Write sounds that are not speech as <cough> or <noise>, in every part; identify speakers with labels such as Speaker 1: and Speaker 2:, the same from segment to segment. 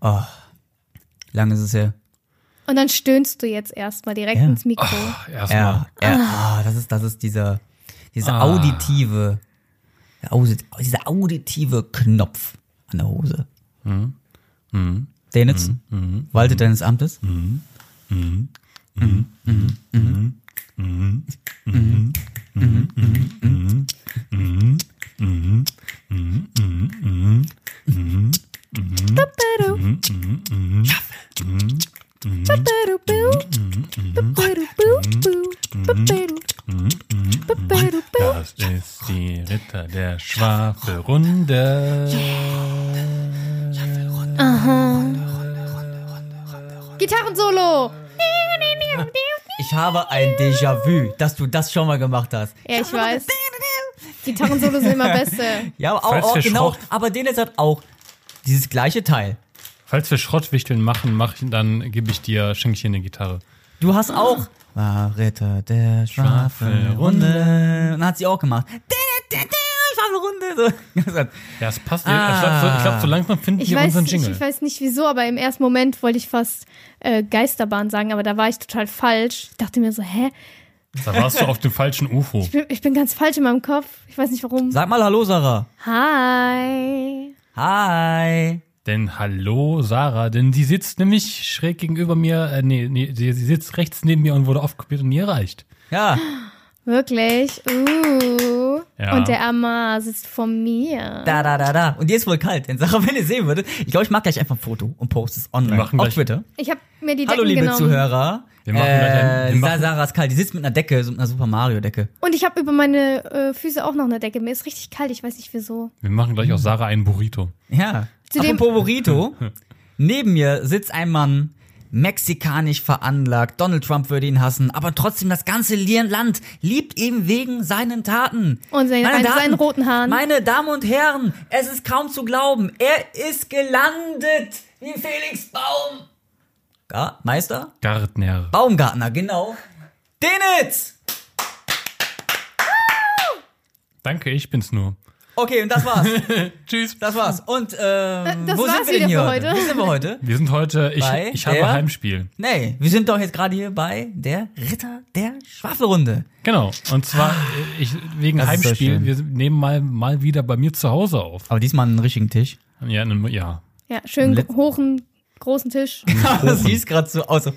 Speaker 1: Oh, lang ist es her.
Speaker 2: Und dann stöhnst du jetzt erstmal direkt
Speaker 1: Ja.
Speaker 2: ins Mikro.
Speaker 1: Ja,
Speaker 3: Erstmal.
Speaker 1: ja. Ah, das ist, das ist dieser, dieser
Speaker 3: Ah.
Speaker 1: auditive, der Ausi- dieser auditive Knopf an der Hose.
Speaker 3: Hm.
Speaker 1: Denitz, walte deines Amtes.
Speaker 2: Babadu.
Speaker 3: Mhm, Mhm,
Speaker 2: Babadu-bu. Babadu-bu-bu. Babadu.
Speaker 3: mhm,
Speaker 2: Babadu-bu.
Speaker 3: Das ist die Ritter der Schwafelrunde.
Speaker 2: Gitarrensolo!
Speaker 1: Ich habe ein Déjà-vu, dass du das schon mal gemacht hast.
Speaker 2: Ja, ich weiß. Gitarrensolo sind
Speaker 3: <laughs>
Speaker 2: immer beste.
Speaker 1: Ja, aber auch,
Speaker 3: Falls
Speaker 1: auch
Speaker 3: wir
Speaker 1: genau.
Speaker 3: Schrott-
Speaker 1: Aber Denitz hat auch dieses gleiche Teil.
Speaker 3: Falls wir Schrottwichteln machen, mach, ich- dann gebe ich dir, schenke ich dir eine Gitarre.
Speaker 1: Du hast auch. War Ritter der Schwafelrunde. Und hat sie auch gemacht. Der, der, der Schwafelrunde. So. <laughs> Das hat-
Speaker 3: Ja, es passt. Ich glaube, so, ich glaub, so langsam finden
Speaker 2: Ah. Ich
Speaker 3: wir
Speaker 2: weiß,
Speaker 3: unseren
Speaker 2: ich,
Speaker 3: Jingle.
Speaker 2: ich weiß nicht wieso, aber im ersten Moment wollte ich fast äh, Geisterbahn sagen, aber da war ich total falsch. Ich dachte mir so, hä?
Speaker 3: da warst du auf dem falschen UFO.
Speaker 2: Ich bin, ich bin ganz falsch in meinem Kopf. Ich weiß nicht warum.
Speaker 1: Sag mal Hallo, Sarah.
Speaker 2: Hi.
Speaker 1: Hi.
Speaker 3: Denn hallo, Sarah, denn sie sitzt nämlich schräg gegenüber mir, äh, nee, nee, sie, sie sitzt rechts neben mir und wurde aufkopiert und nie erreicht.
Speaker 1: Ja.
Speaker 2: Wirklich? Uh.
Speaker 3: Ja.
Speaker 2: Und der Amar sitzt vor mir.
Speaker 1: Da, da, da, da. Und die ist wohl kalt. In Sache, <laughs> wenn ihr sehen würdet. Ich glaube, ich mache gleich einfach ein Foto und poste es online.
Speaker 3: Wir machen
Speaker 1: auf
Speaker 3: gleich-
Speaker 1: Twitter.
Speaker 2: Ich habe mir die Decken
Speaker 1: Hallo, liebe
Speaker 2: genommen.
Speaker 1: Zuhörer.
Speaker 3: Wir machen gleich ein-
Speaker 1: äh,
Speaker 3: wir
Speaker 1: Sa-
Speaker 3: machen-
Speaker 1: Sarah ist kalt. Die sitzt mit einer Decke, so mit einer Super Mario-Decke.
Speaker 2: Und ich habe über meine äh, Füße auch noch eine Decke. Mir ist richtig kalt, ich weiß nicht wieso.
Speaker 3: Wir machen gleich auch
Speaker 2: Hm.
Speaker 3: Sarah einen Burrito.
Speaker 1: Ja.
Speaker 2: Zu dem-
Speaker 1: Apropos
Speaker 3: <laughs>
Speaker 1: Burrito. Neben mir sitzt ein Mann, mexikanisch veranlagt. Donald Trump würde ihn hassen, aber trotzdem das ganze Li- Land liebt ihn wegen seinen Taten.
Speaker 2: Und seinen-
Speaker 1: Meine
Speaker 2: seinen roten Haaren.
Speaker 1: Meine Damen und Herren, es ist kaum zu glauben. Er ist gelandet wie Felix Baum. Ja, Meister?
Speaker 3: Gärtner.
Speaker 1: Baumgartner, genau. Denitz!
Speaker 3: Danke, ich bin's nur.
Speaker 1: Okay, und das <laughs> war's.
Speaker 3: Tschüss.
Speaker 1: Das war's. Und ähm,
Speaker 2: das
Speaker 1: wo
Speaker 2: war's
Speaker 1: sind wir denn hier
Speaker 2: wieder für
Speaker 1: heute?
Speaker 2: heute.
Speaker 1: Wo sind wir <laughs> heute?
Speaker 3: Wir sind heute, ich,
Speaker 1: Bei
Speaker 3: ich habe
Speaker 1: der-
Speaker 3: Heimspiel.
Speaker 1: Nee, wir sind doch jetzt gerade hier bei der Ritter der Schwafelrunde.
Speaker 3: Genau. Und zwar, äh, ich, wegen
Speaker 1: Das ist sehr
Speaker 3: Heimspiel,
Speaker 1: schön.
Speaker 3: wir nehmen mal, mal wieder bei mir zu Hause auf.
Speaker 1: Aber diesmal einen richtigen <laughs> Tisch.
Speaker 3: Ja, ne, ja.
Speaker 2: Ja, schön
Speaker 1: Letz-
Speaker 2: hohen, großen Tisch.
Speaker 1: das sieht gerade so aus. so,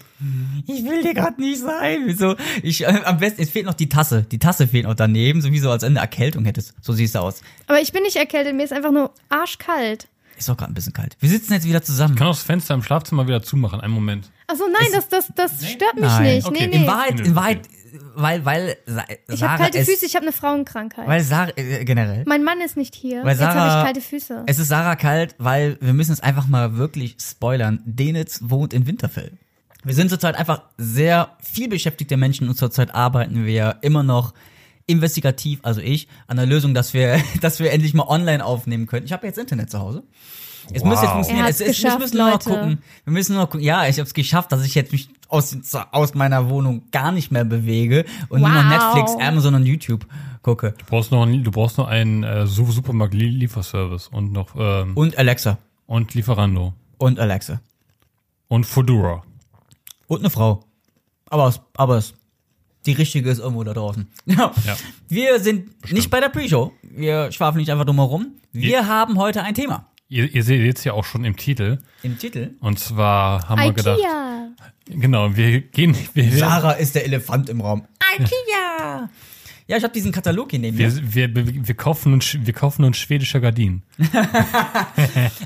Speaker 1: Ich will dir gerade nicht sein. Wieso? Ich, äh, am besten, es fehlt noch die Tasse. Die Tasse fehlt noch daneben, so wie so als wenn du Erkältung hättest. So siehst du aus.
Speaker 2: Aber ich bin nicht erkältet, mir ist einfach nur arschkalt.
Speaker 1: Ist doch gerade ein bisschen kalt. Wir sitzen jetzt wieder zusammen.
Speaker 3: Ich kann auch das Fenster im Schlafzimmer wieder zumachen. Einen Moment.
Speaker 2: Achso, nein, das, das, das stört mich
Speaker 1: Nein.
Speaker 2: nicht.
Speaker 3: Okay.
Speaker 2: Nee,
Speaker 1: In
Speaker 2: nee.
Speaker 1: Wahrheit, in Wahrheit, äh, weil, weil, Sa-
Speaker 2: Ich habe
Speaker 1: Sarah
Speaker 2: kalte
Speaker 1: ist,
Speaker 2: Füße, ich habe eine Frauenkrankheit.
Speaker 1: weil Sarah, äh, generell.
Speaker 2: mein Mann ist nicht hier.
Speaker 1: Weil
Speaker 2: Jetzt habe
Speaker 1: Sarah-
Speaker 2: ich kalte Füße.
Speaker 1: Es ist Sarah kalt, weil wir müssen es einfach mal wirklich spoilern. Denitz wohnt in Winterfell. Wir sind zurzeit einfach sehr viel beschäftigte Menschen und zurzeit arbeiten wir immer noch investigativ, also ich, an der Lösung, dass wir, <laughs> dass wir endlich mal online aufnehmen können. Ich habe jetzt Internet zu Hause. Es muss jetzt
Speaker 3: Wow.
Speaker 1: funktionieren.
Speaker 2: Er
Speaker 1: Es,
Speaker 2: hat's
Speaker 1: es, wir müssen
Speaker 2: geschafft,
Speaker 1: nur noch
Speaker 2: Leute.
Speaker 1: gucken. Wir müssen nur noch gucken. Ja, ich habe es geschafft, dass ich jetzt mich aus, aus meiner Wohnung gar nicht mehr bewege und nur noch
Speaker 2: Wow.
Speaker 1: Netflix, Amazon und YouTube gucke.
Speaker 3: Du brauchst noch, einen- du brauchst noch einen äh, Su- Supermarkt-Lieferservice und noch, ähm,
Speaker 1: Und Alexa.
Speaker 3: und Lieferando.
Speaker 1: Und Alexa.
Speaker 3: Und Fodora.
Speaker 1: Und eine Frau. Aber es, aber es, die richtige ist irgendwo da draußen. <laughs> Ja. Wir sind nicht bei der Pre-Show. Wir schwafeln nicht einfach dumm herum. Wir
Speaker 3: Ja.
Speaker 1: haben heute ein Thema
Speaker 3: Ihr, ihr seht es ja auch schon im Titel.
Speaker 1: im Titel.
Speaker 3: Und zwar haben wir gedacht,
Speaker 2: Ikea.
Speaker 3: genau, wir gehen, wir,
Speaker 1: Sarah ist der Elefant im Raum. IKEA! Ja, ich habe diesen Katalog hier neben mir.
Speaker 3: wir, wir, wir, wir, kaufen uns, wir kaufen uns schwedische Gardinen.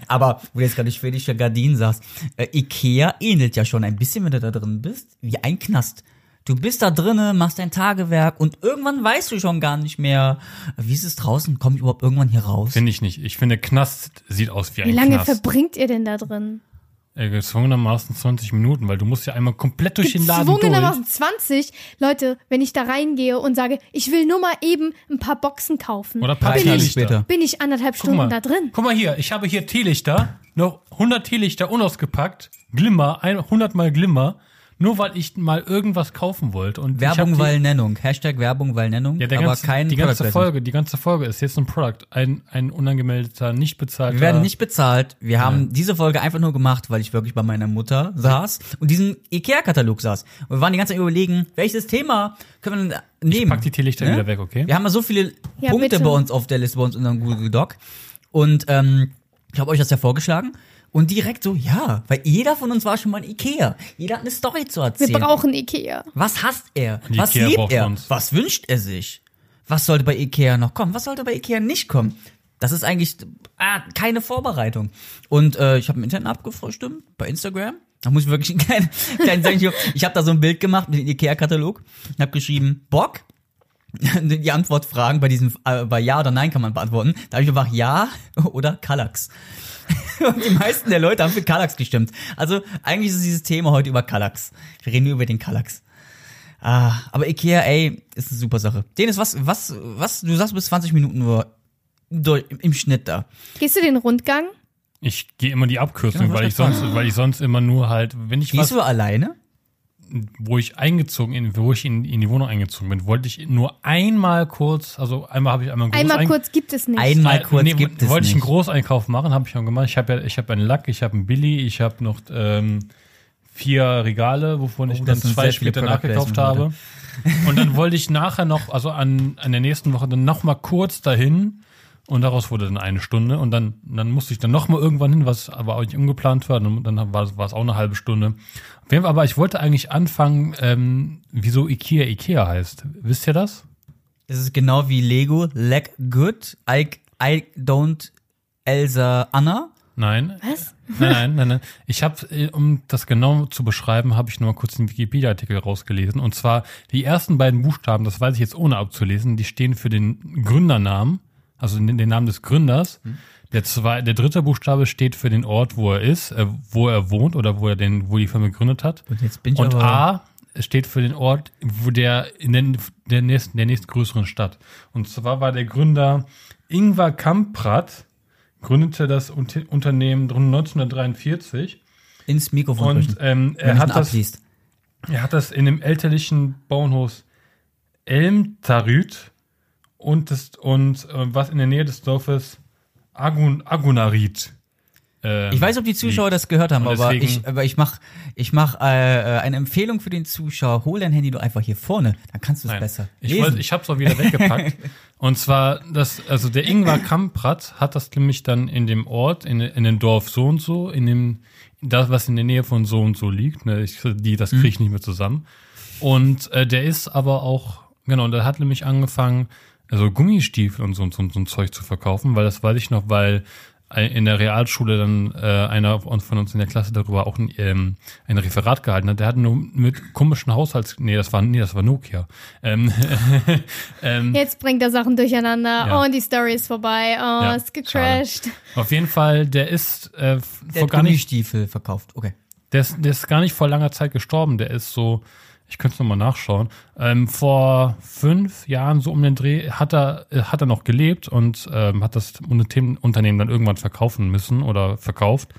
Speaker 1: Aber wo du jetzt gerade schwedische Gardinen sagst, äh, Ikea ähnelt ja schon ein bisschen, wenn du da drin bist, wie ein Knast. Du bist da drinnen, machst dein Tagewerk und irgendwann weißt du schon gar nicht mehr, wie ist es draußen? Komme ich überhaupt irgendwann hier raus?
Speaker 3: Finde ich nicht. Ich finde, Knast sieht aus wie ein
Speaker 2: Wie lange
Speaker 3: Knast.
Speaker 2: verbringt ihr denn da drin?
Speaker 3: Äh, gezwungenermaßen 20 Minuten, weil du musst ja einmal komplett durch den Laden durch.
Speaker 2: Gezwungenermaßen 20 Leute, wenn ich da reingehe und sage, ich will nur mal eben ein paar Boxen kaufen,
Speaker 3: Oder
Speaker 1: Drei Tage
Speaker 2: bin, ich,
Speaker 3: Partylichter.
Speaker 1: später.
Speaker 2: bin ich anderthalb
Speaker 3: Guck mal,
Speaker 2: Stunden da drin.
Speaker 3: guck mal hier, ich habe hier Teelichter, noch 100 Teelichter unausgepackt, Glimmer, ein- 100 mal Glimmer, nur weil ich mal irgendwas kaufen wollte. Und ich
Speaker 1: Werbung,
Speaker 3: hab
Speaker 1: weil Nennung. Hashtag Werbung, weil Nennung.
Speaker 3: die, ja, der
Speaker 1: aber
Speaker 3: ganze,
Speaker 1: kein
Speaker 3: die ganze
Speaker 1: Product Placement.
Speaker 3: Folge, die ganze Folge ist jetzt ein Product, ein, ein unangemeldeter, nicht bezahlter.
Speaker 1: Wir werden nicht bezahlt. Wir haben diese Folge einfach nur gemacht, weil ich wirklich bei meiner Mutter saß und diesen Ikea-Katalog saß. Und wir waren die ganze Zeit überlegen, welches Thema können wir denn nehmen?
Speaker 3: Ich pack die Teelichter
Speaker 1: Ne?
Speaker 3: wieder weg, okay?
Speaker 1: Wir haben ja so viele
Speaker 2: Ja,
Speaker 1: Punkte
Speaker 2: bitte.
Speaker 1: bei uns auf der Liste, bei uns in unserem Google Doc. Und ähm, ich habe euch das ja vorgeschlagen. Und direkt so, ja, weil jeder von uns war schon mal in Ikea. Jeder hat eine Story zu
Speaker 2: Wir
Speaker 1: erzählen.
Speaker 2: brauchen Ikea.
Speaker 1: Was hasst er?
Speaker 3: Die
Speaker 1: Was
Speaker 3: Ikea
Speaker 1: liebt
Speaker 3: braucht
Speaker 1: er?
Speaker 3: uns.
Speaker 1: Was wünscht er sich? Was sollte bei Ikea noch kommen? Was sollte bei Ikea nicht kommen? Das ist eigentlich ah, keine Vorbereitung. Und äh, ich habe im Internet abgefrühstückt, bei Instagram. Da muss ich wirklich einen <laughs> kleinen, kleinen Sendung. Ich habe da so ein Bild gemacht mit dem Ikea-Katalog und habe geschrieben, Bock. <laughs> Die Antwortfragen bei diesem, äh, bei Ja oder Nein kann man beantworten. Da habe ich einfach Ja <laughs> oder Kallax. <laughs> Und die meisten der Leute haben für Kallax gestimmt. Also eigentlich ist dieses Thema heute über Kallax. Wir reden nur über den Kallax. Ah, aber Ikea, ey, ist eine super Sache. Dennis, was, was, was, du sagst, du bist 20 Minuten nur durch, im, im Schnitt da.
Speaker 2: Gehst du den Rundgang?
Speaker 3: Ich gehe immer die Abkürzung,
Speaker 1: Ja,
Speaker 3: weil ich sonst, weil ich sonst immer nur halt, wenn ich
Speaker 1: Gehst
Speaker 3: was,
Speaker 1: du alleine?
Speaker 3: wo ich eingezogen in, wo ich in, in die Wohnung eingezogen bin, wollte ich nur einmal kurz, also einmal habe ich einmal einen
Speaker 2: Einmal
Speaker 3: Großein-
Speaker 2: kurz gibt es nicht.
Speaker 1: Einmal
Speaker 3: Äh,
Speaker 1: kurz
Speaker 3: nee,
Speaker 1: gibt es
Speaker 3: Wollte ich einen
Speaker 1: nicht.
Speaker 3: Großeinkauf machen, habe ich schon gemacht. Ich habe ja, ich habe einen Lack, ich habe einen Billy, ich habe noch ähm, vier Regale, wovon ich
Speaker 1: Oh, das
Speaker 3: dann
Speaker 1: sind
Speaker 3: zwei
Speaker 1: sehr viele
Speaker 3: später
Speaker 1: Product
Speaker 3: nachgekauft
Speaker 1: Placement
Speaker 3: habe. Und dann
Speaker 1: <laughs>
Speaker 3: wollte ich nachher noch, also an, an der nächsten Woche dann noch mal kurz dahin. Und daraus wurde dann eine Stunde und dann, dann musste ich dann noch mal irgendwann hin, was aber auch nicht ungeplant war. Und dann war, war es auch eine halbe Stunde. Auf jeden Fall, Aber ich wollte eigentlich anfangen, ähm, wieso Ikea Ikea heißt. Wisst ihr das?
Speaker 1: Das ist genau wie Lego, Leg Good, I, I don't Elsa Anna.
Speaker 3: Nein.
Speaker 2: Was?
Speaker 3: Nein, nein, nein, nein. Ich habe, um das genau zu beschreiben, habe ich nur mal kurz den Wikipedia-Artikel rausgelesen. Und zwar die ersten beiden Buchstaben, das weiß ich jetzt ohne abzulesen, die stehen für den Gründernamen, also den, den Namen des Gründers.
Speaker 1: Mhm.
Speaker 3: Der, zwei, der dritte Buchstabe steht für den Ort, wo er ist, äh, wo er wohnt oder wo er den, wo die Firma gegründet hat.
Speaker 1: Und jetzt bin ich
Speaker 3: Und
Speaker 1: aber-
Speaker 3: A steht für den Ort, wo der in den, der, nächsten, der nächstgrößeren Stadt. Und zwar war der Gründer Ingvar Kamprad, gründete das Unte- Unternehmen 1943
Speaker 1: Ins Mikrofon
Speaker 3: und
Speaker 1: sprechen.
Speaker 3: ähm,
Speaker 1: wenn
Speaker 3: er,
Speaker 1: du's
Speaker 3: hat
Speaker 1: nur
Speaker 3: das,
Speaker 1: abliest.
Speaker 3: er hat das in dem elterlichen Bauernhof Elmtarüt und, das, und äh, was in der Nähe des Dorfes Agun, Agunarit. ähm,
Speaker 1: Ich weiß, ob die Zuschauer
Speaker 3: liegt.
Speaker 1: das gehört haben,
Speaker 3: Hm. Und
Speaker 1: aber
Speaker 3: deswegen-
Speaker 1: ich, aber ich mach, ich mach äh, äh, eine Empfehlung für den Zuschauer. Hol dein Handy doch einfach hier vorne, dann kannst du es
Speaker 3: Nein.
Speaker 1: besser.
Speaker 3: Ich,
Speaker 1: lesen.
Speaker 3: wollte, ich habe es auch
Speaker 1: <laughs>
Speaker 3: wieder weggepackt. Und zwar, das, also der Ingvar Kamprad hat das nämlich dann in dem Ort, in, in dem Dorf so und so, in dem, das, was in der Nähe von so und so liegt, ne, ich, die, das
Speaker 1: Hm.
Speaker 3: kriege ich nicht mehr zusammen. Und äh, der ist aber auch, genau, der hat nämlich angefangen, also Gummistiefel und so, so, so ein Zeug zu verkaufen, weil das weiß ich noch, weil in der Realschule dann äh, einer von uns in der Klasse darüber auch ein, ähm, ein Referat gehalten hat. Der hat nur mit komischen Haushalts... Nee, das war, nee, das war Nokia. Ähm, <laughs> ähm,
Speaker 2: Jetzt bringt er Sachen durcheinander.
Speaker 3: Ja.
Speaker 2: Oh, und die Story ist vorbei. Oh,
Speaker 3: Ja,
Speaker 2: ist gecrashed.
Speaker 3: auf jeden Fall, der ist äh,
Speaker 1: der
Speaker 3: vor
Speaker 1: hat
Speaker 3: gar nicht
Speaker 1: Gummistiefel verkauft. Okay.
Speaker 3: Der ist, der ist gar nicht vor langer Zeit gestorben. Der ist so, ich könnte es nochmal nachschauen. Ähm, vor fünf Jahren, so um den Dreh, hat er, äh, hat er noch gelebt und ähm, hat das Unternehmen Unternehmen dann irgendwann verkaufen müssen oder verkauft.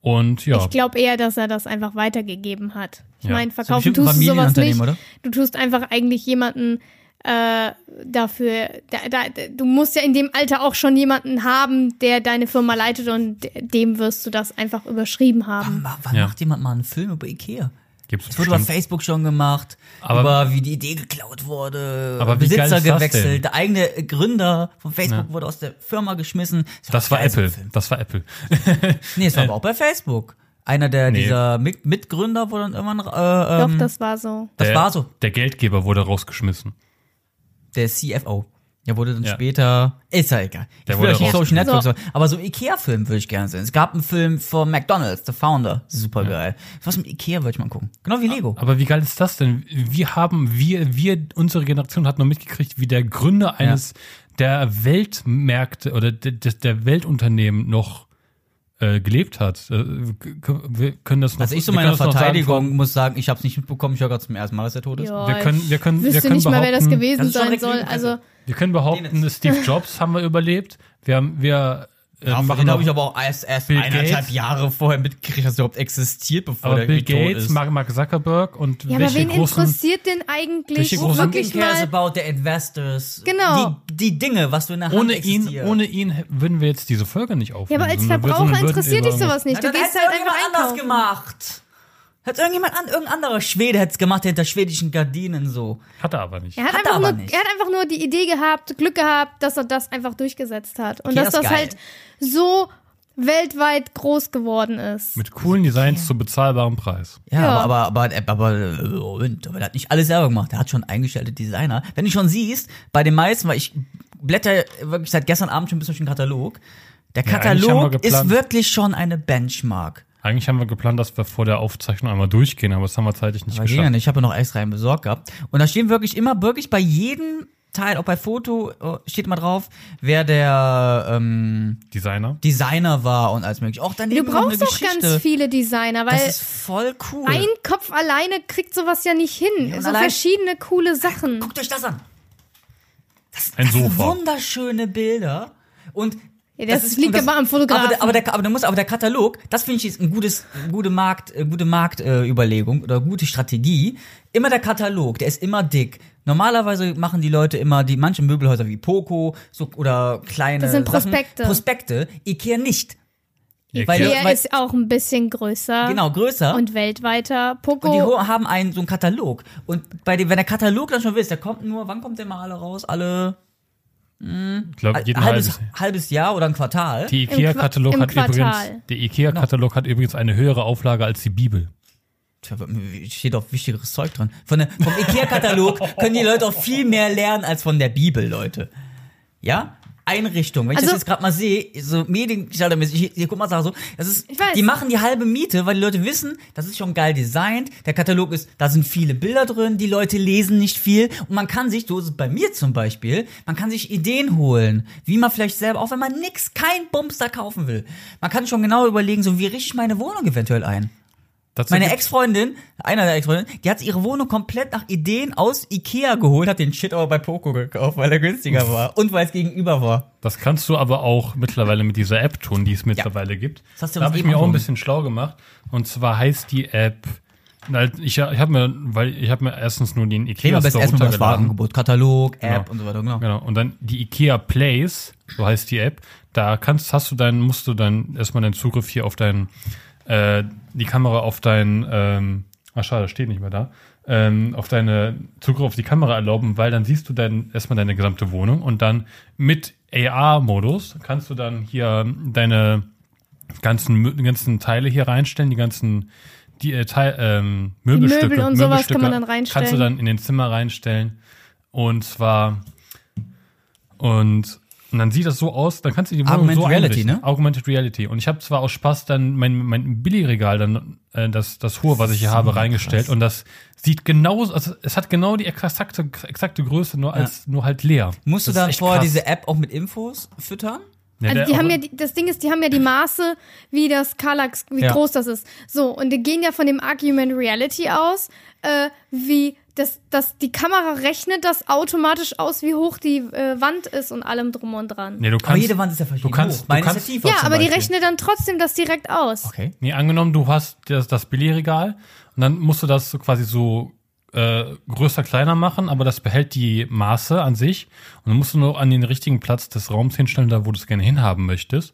Speaker 3: Und ja,
Speaker 2: Ich glaube eher, dass er das einfach weitergegeben hat. Ich
Speaker 3: Ja.
Speaker 2: meine,
Speaker 1: So
Speaker 2: verkaufen
Speaker 1: bestimmt ein
Speaker 2: tust du sowas
Speaker 1: Familienunternehmen,
Speaker 2: nicht.
Speaker 1: oder?
Speaker 2: Du tust einfach eigentlich jemanden äh, dafür, da, da, du musst ja in dem Alter auch schon jemanden haben, der deine Firma leitet und dem wirst du das einfach überschrieben haben.
Speaker 1: Ma- Wann
Speaker 3: Ja.
Speaker 1: macht jemand mal einen Film über Ikea?
Speaker 3: gibt's
Speaker 1: Es wird über
Speaker 3: bestimmt.
Speaker 1: Facebook schon gemacht,
Speaker 3: Aber-
Speaker 1: über wie die Idee geklaut wurde,
Speaker 3: Aber wie geil
Speaker 1: Besitzer
Speaker 3: ist das
Speaker 1: gewechselt,
Speaker 3: denn?
Speaker 1: der eigene Gründer von Facebook wurde aus der Firma geschmissen.
Speaker 3: Das war
Speaker 1: geil, so ein
Speaker 3: Apple.
Speaker 1: Film.
Speaker 3: Das war Apple.
Speaker 1: Nee, es war aber auch bei Facebook. Einer der
Speaker 3: Nee.
Speaker 1: dieser Mit Mitgründer wurde dann irgendwann äh,
Speaker 2: Doch,
Speaker 1: ähm,
Speaker 2: das war so.
Speaker 1: das
Speaker 3: der,
Speaker 1: war so.
Speaker 3: Der Geldgeber wurde rausgeschmissen.
Speaker 1: der CFO. Der wurde dann
Speaker 3: Ja.
Speaker 1: später. Ist ja egal.
Speaker 3: Der
Speaker 1: ich will
Speaker 3: wurde
Speaker 1: euch nicht Social
Speaker 3: rausgeschmissen.
Speaker 1: Network sagen. Aber so Ikea-Film würde ich gerne sehen. Es gab einen Film von McDonalds, The Founder. Super geil. Was mit Ikea würde ich mal gucken. Genau wie Lego.
Speaker 3: Aber wie geil ist das denn? Wir haben, wir, wir, unsere Generation hat noch mitgekriegt, wie der Gründer eines der Weltmärkte oder de- des- der Weltunternehmen noch äh, gelebt hat. Äh, k- k- wir können das noch.
Speaker 1: Also ich zu
Speaker 3: wir können
Speaker 1: meiner
Speaker 3: das noch
Speaker 1: Verteidigung muss sagen, ich habe es nicht mitbekommen. Ich höre gerade zum ersten Mal, dass er tot ist.
Speaker 2: Ja,
Speaker 3: Sagen, wir können, wir können, wir
Speaker 2: Wüsste
Speaker 3: können
Speaker 2: nicht mal, wer das
Speaker 3: behaupten,
Speaker 2: gewesen
Speaker 1: Das ist schon
Speaker 2: sein
Speaker 1: direkt
Speaker 2: soll.
Speaker 1: Lügenpresse.
Speaker 2: Also
Speaker 3: wir können behaupten, Steve Jobs haben wir überlebt. Wir haben, wir äh,
Speaker 1: Ja,
Speaker 3: machen
Speaker 1: den habe ich
Speaker 3: noch-
Speaker 1: aber auch erst, erst
Speaker 3: Bill
Speaker 1: eineinhalb
Speaker 3: Gates?
Speaker 1: Jahre vorher mitgekriegt, dass er überhaupt existiert, bevor
Speaker 3: aber
Speaker 1: der
Speaker 3: Bill
Speaker 1: irgendwie tot
Speaker 3: Gates,
Speaker 1: ist.
Speaker 3: Mark, Mark Zuckerberg und
Speaker 2: Ja, aber
Speaker 3: welche
Speaker 2: wen
Speaker 3: großen
Speaker 2: interessiert denn eigentlich
Speaker 3: welche großen-
Speaker 2: wirklich mal?
Speaker 1: about the investors.
Speaker 2: Genau.
Speaker 1: Die, die Dinge, was du in der Hand
Speaker 3: ohne ihn,
Speaker 1: existiert.
Speaker 3: ohne ihn h- würden wir jetzt diese Folge nicht
Speaker 2: Ja,
Speaker 3: aufnehmen.
Speaker 2: aber als
Speaker 3: sondern wir-
Speaker 2: Verbraucher
Speaker 3: sondern würden
Speaker 2: interessiert dich
Speaker 3: über-
Speaker 2: sowas nicht. Du
Speaker 1: dann
Speaker 2: gehst
Speaker 1: hätte
Speaker 2: halt
Speaker 1: irgendjemand
Speaker 2: einfach
Speaker 1: anders
Speaker 2: einkaufen.
Speaker 1: gemacht. Hat irgendjemand an, irgendein anderer Schwede hätte es gemacht, der hinter schwedischen Gardinen so.
Speaker 3: Hat er aber nicht.
Speaker 2: Er hat,
Speaker 1: Hat er
Speaker 2: einfach
Speaker 1: aber
Speaker 2: nur,
Speaker 1: nicht.
Speaker 2: er hat einfach nur die Idee gehabt, Glück gehabt, dass er das einfach durchgesetzt hat. Und
Speaker 1: Okay,
Speaker 2: dass
Speaker 1: das ist
Speaker 2: das
Speaker 1: geil.
Speaker 2: halt so weltweit groß geworden ist.
Speaker 3: Mit coolen Designs zu bezahlbarem Preis.
Speaker 1: Ja,
Speaker 2: Ja.
Speaker 1: aber, aber, aber, aber, äh, und, aber der hat nicht alles selber gemacht. Der hat schon eingestellte Designer. Wenn du schon siehst, bei den meisten, weil ich blätter wirklich seit gestern Abend schon ein bisschen durch den Katalog. Der
Speaker 3: eigentlich haben wir
Speaker 1: Katalog ist
Speaker 3: geplant.
Speaker 1: wirklich schon eine Benchmark.
Speaker 3: Eigentlich haben wir geplant, dass wir vor der Aufzeichnung einmal durchgehen, aber das haben wir zeitlich nicht
Speaker 1: Aber ging ja
Speaker 3: geschafft.
Speaker 1: nicht. Ich habe ja noch extra einen besorgt gehabt. Und da stehen wirklich immer, wirklich bei jedem Teil, auch bei Foto, äh, steht immer drauf, wer der ähm,
Speaker 3: Designer.
Speaker 1: Designer war und alles mögliche. Auch dann
Speaker 2: Du brauchst auch ganz viele Designer,
Speaker 1: Das
Speaker 2: weil
Speaker 1: ist voll cool.
Speaker 2: ein Kopf alleine kriegt sowas ja nicht hin.
Speaker 1: und
Speaker 2: so
Speaker 1: allein-
Speaker 2: verschiedene coole Sachen.
Speaker 1: Guckt euch das an. Das,
Speaker 3: Ein
Speaker 1: das sind
Speaker 3: Sofa.
Speaker 1: wunderschöne Bilder. Und
Speaker 2: Ja, das liegt aber am Fotografen.
Speaker 1: Aber, der- aber, der, aber, du musst, aber der Katalog, das finde ich ist ein gutes, gute Markt, äh, gute Marktüberlegung äh, Überlegung oder gute Strategie. Immer der Katalog, der ist immer dick. Normalerweise machen die Leute immer die manche Möbelhäuser wie Poco so, oder kleine
Speaker 2: Das sind
Speaker 1: Sachen.
Speaker 2: Prospekte.
Speaker 1: Prospekte. Ikea nicht.
Speaker 3: Ja,
Speaker 1: weil-
Speaker 3: klar.
Speaker 2: Der
Speaker 1: weil-
Speaker 2: ist auch ein bisschen größer
Speaker 1: Genau größer.
Speaker 2: und weltweiter. Poco.
Speaker 1: Und die ho- haben einen so einen Katalog. Und bei dem, wenn der Katalog dann schon wisst, der kommt nur, wann kommt der mal alle raus? Alle
Speaker 3: ich glaube,
Speaker 1: Ein
Speaker 3: jeden
Speaker 1: Äh, halbes,
Speaker 3: halbes.
Speaker 1: halbes Jahr oder ein Quartal.
Speaker 3: Die
Speaker 2: Im
Speaker 3: IKEA-Katalog
Speaker 2: Qua- im
Speaker 3: hat
Speaker 2: Quartal.
Speaker 3: übrigens, der IKEA-Katalog hat übrigens eine höhere Auflage als die Bibel.
Speaker 1: Tja, steht auch wichtigeres Zeug drin. Von der, vom
Speaker 2: <laughs>
Speaker 1: IKEA-Katalog können die Leute auch viel mehr lernen als von der Bibel, Leute. Ja? Einrichtung. Wenn ich
Speaker 2: Also-
Speaker 1: das jetzt gerade mal sehe, so mediengestaltermäßig, hier, hier guck mal, sag so, das ist,
Speaker 2: Ich weiß.
Speaker 1: die machen die halbe Miete, weil die Leute wissen, das ist schon geil designt, der Katalog ist, da sind viele Bilder drin, die Leute lesen nicht viel und man kann sich, so ist es bei mir zum Beispiel, man kann sich Ideen holen, wie man vielleicht selber, auch wenn man nix, kein Bums da kaufen will, man kann schon genau überlegen, so wie richte ich meine Wohnung eventuell ein.
Speaker 3: Dazu
Speaker 1: Meine
Speaker 3: gibt-
Speaker 1: Ex-Freundin, einer der Ex-Freundinnen, die hat ihre Wohnung komplett nach Ideen aus Ikea geholt, hat den Shit aber bei Poco gekauft, weil er günstiger war und weil es gegenüber war.
Speaker 3: Das kannst du aber auch mittlerweile mit dieser App tun, die es mittlerweile gibt.
Speaker 1: Das hast du
Speaker 3: da
Speaker 1: uns
Speaker 3: habe ich
Speaker 1: eben
Speaker 3: mir auch ein
Speaker 1: empfohlen.
Speaker 3: bisschen schlau gemacht. Und zwar heißt die App. Na, Ich, ich habe mir, weil ich habe mir erstens nur den
Speaker 1: Nehmen wir am
Speaker 3: IKEA
Speaker 1: besten
Speaker 3: Store
Speaker 1: erstmal das
Speaker 3: runtergeladen.
Speaker 1: Warenangebot, Katalog, App
Speaker 3: Genau.
Speaker 1: und so weiter, genau.
Speaker 3: Genau. Und dann die IKEA Plays, so heißt die App. Da kannst, hast du dann, musst du dann erstmal den Zugriff hier auf deinen, äh, die Kamera auf deinen, ähm, ach schade, steht nicht mehr da, ähm, auf deine Zugriff auf die Kamera erlauben, weil dann siehst du dann erstmal deine gesamte Wohnung und dann mit AR-Modus kannst du dann hier deine ganzen, Mö- ganzen Teile hier reinstellen, die ganzen die, äh, Teil, ähm, Möbelstücke.
Speaker 2: Möbel und sowas kann man dann
Speaker 3: Möbelstücke
Speaker 2: reinstellen.
Speaker 3: Kannst du dann in den Zimmer reinstellen. Und zwar und, und dann sieht das so aus, dann kannst du die Wohnung
Speaker 1: Augmented
Speaker 3: so
Speaker 1: Reality,
Speaker 3: einrichten.
Speaker 1: ne?
Speaker 3: Augmented Reality. Und ich habe zwar aus Spaß dann mein, mein Billigregal, dann äh, das, das hohe, was ich hier habe, reingestellt. Und das sieht genauso, also es hat genau die exakte, exakte Größe, nur als nur halt leer.
Speaker 1: Musst du
Speaker 3: Das ist
Speaker 1: dann
Speaker 3: echt
Speaker 1: vorher
Speaker 3: krass.
Speaker 1: diese App auch mit Infos füttern?
Speaker 3: Ja,
Speaker 2: Also
Speaker 3: der-
Speaker 2: die haben
Speaker 3: aber-
Speaker 2: ja, die- das Ding ist, die haben ja die Maße, wie das Kallax, wie
Speaker 1: Ja.
Speaker 2: groß das ist. So, und die gehen ja von dem Argument Reality aus, äh, wie das, das, die Kamera rechnet das automatisch aus, wie hoch die äh, Wand ist und allem drum und dran.
Speaker 3: Nee, du
Speaker 1: aber
Speaker 3: kannst,
Speaker 1: jede Wand ist ja verschieden.
Speaker 3: du kannst-
Speaker 1: hoch. Meine
Speaker 3: du
Speaker 1: ist ja
Speaker 3: kannst-
Speaker 1: tiefer.
Speaker 2: Ja,
Speaker 1: zum
Speaker 2: aber die
Speaker 1: Beispiel.
Speaker 2: rechnet dann trotzdem das direkt aus.
Speaker 1: Okay.
Speaker 3: Nee, angenommen, du hast das, das Billigregal und dann musst du das so quasi so äh, größer, kleiner machen, aber das behält die Maße an sich und dann musst du nur an den richtigen Platz des Raums hinstellen, da wo du es gerne hinhaben möchtest.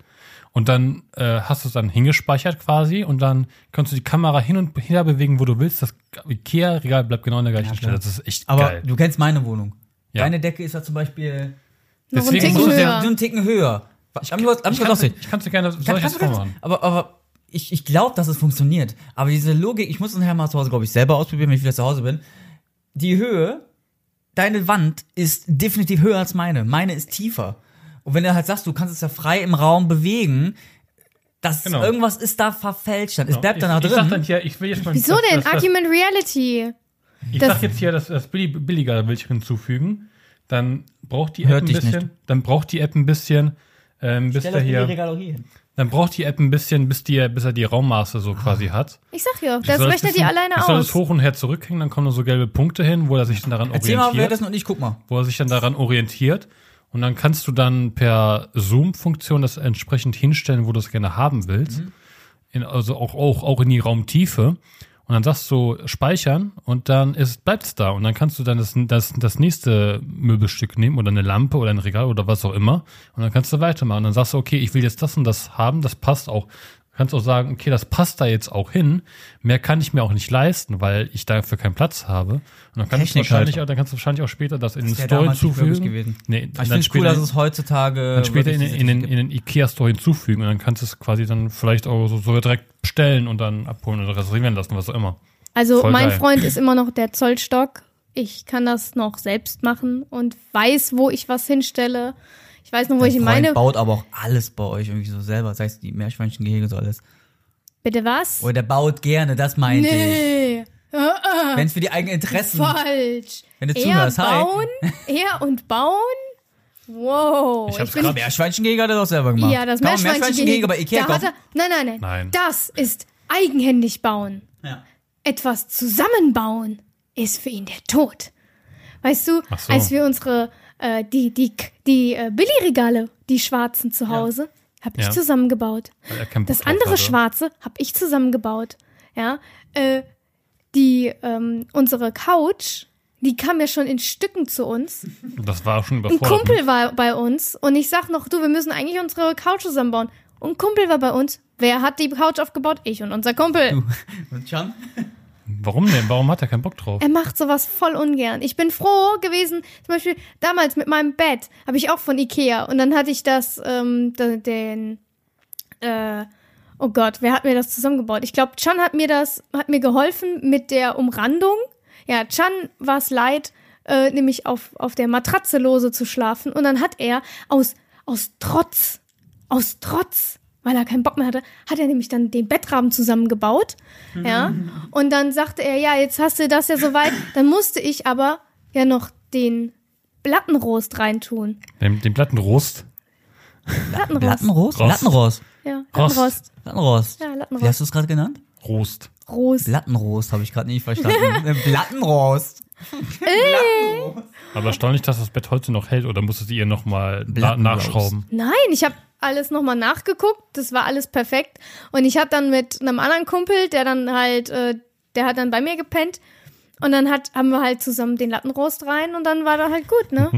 Speaker 3: Und dann äh, hast du es dann hingespeichert quasi und dann kannst du die Kamera hin und her bewegen, wo du willst. Das Ikea-Regal bleibt genau an der gleichen Stelle. Das ist echt
Speaker 1: Aber
Speaker 3: geil.
Speaker 1: du kennst meine Wohnung.
Speaker 3: Ja.
Speaker 1: Deine Decke ist ja zum Beispiel
Speaker 2: Noch einen
Speaker 3: Deswegen
Speaker 2: Ticken
Speaker 3: muss
Speaker 1: so
Speaker 3: es ja-
Speaker 2: höher.
Speaker 1: einen Ticken höher. Ich, ich, ich,
Speaker 3: Ich kann's- ich kann dir gerne solches
Speaker 1: Kannst du- kannst du-
Speaker 3: vormachen.
Speaker 1: Aber, aber ich, ich glaube, dass es funktioniert. Aber diese Logik, ich muss nachher mal zu Hause, glaube ich, selber ausprobieren, wenn ich wieder zu Hause bin. Die Höhe, deine Wand ist definitiv höher als meine. Meine ist tiefer. Und wenn du halt sagst, du kannst es ja frei im Raum bewegen, das
Speaker 3: Genau.
Speaker 1: irgendwas ist da verfälscht. Dann. Es bleibt
Speaker 3: ich,
Speaker 1: danach
Speaker 3: Ich sag
Speaker 1: drin.
Speaker 3: dann hier, ich will jetzt
Speaker 1: <laughs>
Speaker 3: mal
Speaker 2: Wieso
Speaker 3: das-
Speaker 2: denn?
Speaker 3: das- das-
Speaker 2: Argument Reality.
Speaker 3: Ich
Speaker 2: Das-
Speaker 3: sag jetzt hier, dass das Billi- billiger will ich hinzufügen. Dann braucht die App
Speaker 1: Hört
Speaker 3: ein
Speaker 1: dich
Speaker 3: bisschen.
Speaker 1: nicht.
Speaker 3: Dann braucht die App ein bisschen, ähm, bis der hier. Dann braucht die App ein bisschen, bis die, bis er die Raummaße
Speaker 1: Ah.
Speaker 3: so quasi hat.
Speaker 2: Ich sag ja,
Speaker 3: Ich
Speaker 2: das
Speaker 3: soll
Speaker 2: rechnet die
Speaker 3: bisschen-
Speaker 2: alleine
Speaker 3: ich Soll es
Speaker 2: aus.
Speaker 3: hoch und her zurückhängen, dann kommen da so gelbe Punkte hin, wo er sich dann daran
Speaker 1: Erzähl mal, wer
Speaker 3: orientiert.
Speaker 1: das noch nicht, guck mal.
Speaker 3: wo er sich dann daran orientiert. Und dann kannst du dann per Zoom-Funktion das entsprechend hinstellen, wo du es gerne haben willst.
Speaker 1: Mhm.
Speaker 3: In, also auch, auch, auch in die Raumtiefe. Und dann sagst du speichern und dann ist, bleibt es da. Und dann kannst du dann das, das, das nächste Möbelstück nehmen oder eine Lampe oder ein Regal oder was auch immer. Und dann kannst du weitermachen. Und dann sagst du, okay, ich will jetzt das und das haben, das passt auch. Du kannst auch sagen, okay, das passt da jetzt auch hin. Mehr kann ich mir auch nicht leisten, weil ich dafür keinen Platz habe. Und dann kannst, du
Speaker 1: Technik
Speaker 3: wahrscheinlich,
Speaker 1: halt.
Speaker 3: auch- dann kannst du wahrscheinlich auch später das in den
Speaker 1: wär
Speaker 3: Store
Speaker 1: damals nicht möglich
Speaker 3: hinzufügen.
Speaker 1: gewesen.
Speaker 3: Nee,
Speaker 1: Aber ich
Speaker 3: dann
Speaker 1: finde es cool,
Speaker 3: später-
Speaker 1: dass es heutzutage.
Speaker 3: dann später in,
Speaker 1: wirklich
Speaker 3: den-
Speaker 1: diese
Speaker 3: in, den,
Speaker 1: Technik
Speaker 3: in den Ikea-Store hinzufügen und dann kannst du es quasi dann vielleicht auch so, so direkt bestellen und dann abholen oder reservieren lassen, was auch immer.
Speaker 2: Also
Speaker 3: Voll
Speaker 2: mein
Speaker 3: geil.
Speaker 2: Freund ist immer noch der Zollstock. Ich kann das noch selbst machen und weiß, wo ich was hinstelle. Ich weiß noch, wo
Speaker 1: Dein
Speaker 2: ich
Speaker 1: Freund
Speaker 2: meine.
Speaker 1: baut aber auch alles bei euch irgendwie so selber. Das heißt, die Meerschweinchengehege und so alles.
Speaker 2: Bitte was?
Speaker 1: Oder der baut gerne, das meinte ich.
Speaker 2: Nee,
Speaker 1: Wenn es für die eigenen Interessen.
Speaker 2: falsch.
Speaker 1: Wenn du
Speaker 2: er
Speaker 1: zuhörst, hi.
Speaker 2: bauen, er und bauen. Wow.
Speaker 3: Ich hab's
Speaker 1: Das Meerschweinchengehege hat er doch selber gemacht.
Speaker 2: ja, das
Speaker 1: Kann man
Speaker 2: Meerschweinchen.
Speaker 1: bei Ikea
Speaker 2: da hat
Speaker 1: kaufen.
Speaker 2: er, nein, nein, nein,
Speaker 3: Nein.
Speaker 2: Das ist eigenhändig bauen.
Speaker 1: Ja.
Speaker 2: etwas zusammenbauen, ist für ihn der Tod. Weißt du,
Speaker 3: Ach so.
Speaker 2: als wir unsere, äh, die, die, die äh, Billigregale, die schwarzen zu Hause, habe ich
Speaker 3: Ja.
Speaker 2: zusammengebaut.
Speaker 3: Weil er keinen Bock
Speaker 2: Das
Speaker 3: drauf
Speaker 2: andere
Speaker 3: hatte.
Speaker 2: schwarze habe ich zusammengebaut. Ja, äh, die, ähm, unsere Couch, die kam ja schon in Stücken zu uns.
Speaker 3: Das war schon
Speaker 2: Ein
Speaker 3: überfordert.
Speaker 2: Kumpel war bei uns und ich sag noch, du, wir müssen eigentlich unsere Couch zusammenbauen. Und ein Kumpel war bei uns. Wer hat die Couch aufgebaut? Ich und unser Kumpel.
Speaker 1: Und schon?
Speaker 3: Warum denn? Warum hat er keinen Bock drauf?
Speaker 2: Er macht sowas voll ungern. Ich bin froh gewesen, zum Beispiel damals mit meinem Bett habe ich auch von Ikea und dann hatte ich das, ähm, de- den, äh, oh Gott, wer hat mir das zusammengebaut? Ich glaube, Chan hat mir das, hat mir geholfen mit der Umrandung. Ja, Chan war es leid, äh, nämlich auf, auf der Matratze lose zu schlafen und dann hat er aus, aus Trotz, aus Trotz, weil er keinen Bock mehr hatte, hat er nämlich dann den Bettrahmen zusammengebaut. Ja. Und dann sagte er, ja, jetzt hast du das ja soweit. Dann musste ich aber ja noch den Plattenrost reintun.
Speaker 3: Den, den Plattenrost.
Speaker 2: Plattenrost.
Speaker 1: Lattenrost?
Speaker 3: Rost.
Speaker 1: Lattenrost.
Speaker 2: Ja,
Speaker 3: Rost.
Speaker 2: Plattenrost.
Speaker 1: Lattenrost.
Speaker 2: Ja, Lattenrost.
Speaker 1: Wie hast du es gerade genannt?
Speaker 3: Rost.
Speaker 2: Rost.
Speaker 1: Lattenrost habe ich gerade nicht
Speaker 2: <laughs>
Speaker 1: verstanden. Äh, Plattenrost.
Speaker 3: Aber erstaunlich, dass das Bett heute noch hält oder musstet ihr nochmal na
Speaker 1: Plattenrost.
Speaker 3: nachschrauben?
Speaker 2: Nein, ich habe alles nochmal nachgeguckt. Das war alles perfekt. Und ich hatte dann mit einem anderen Kumpel, der dann halt, äh, der hat dann bei mir gepennt. Und dann hat, haben wir halt zusammen den Lattenrost rein und dann war da halt gut, ne?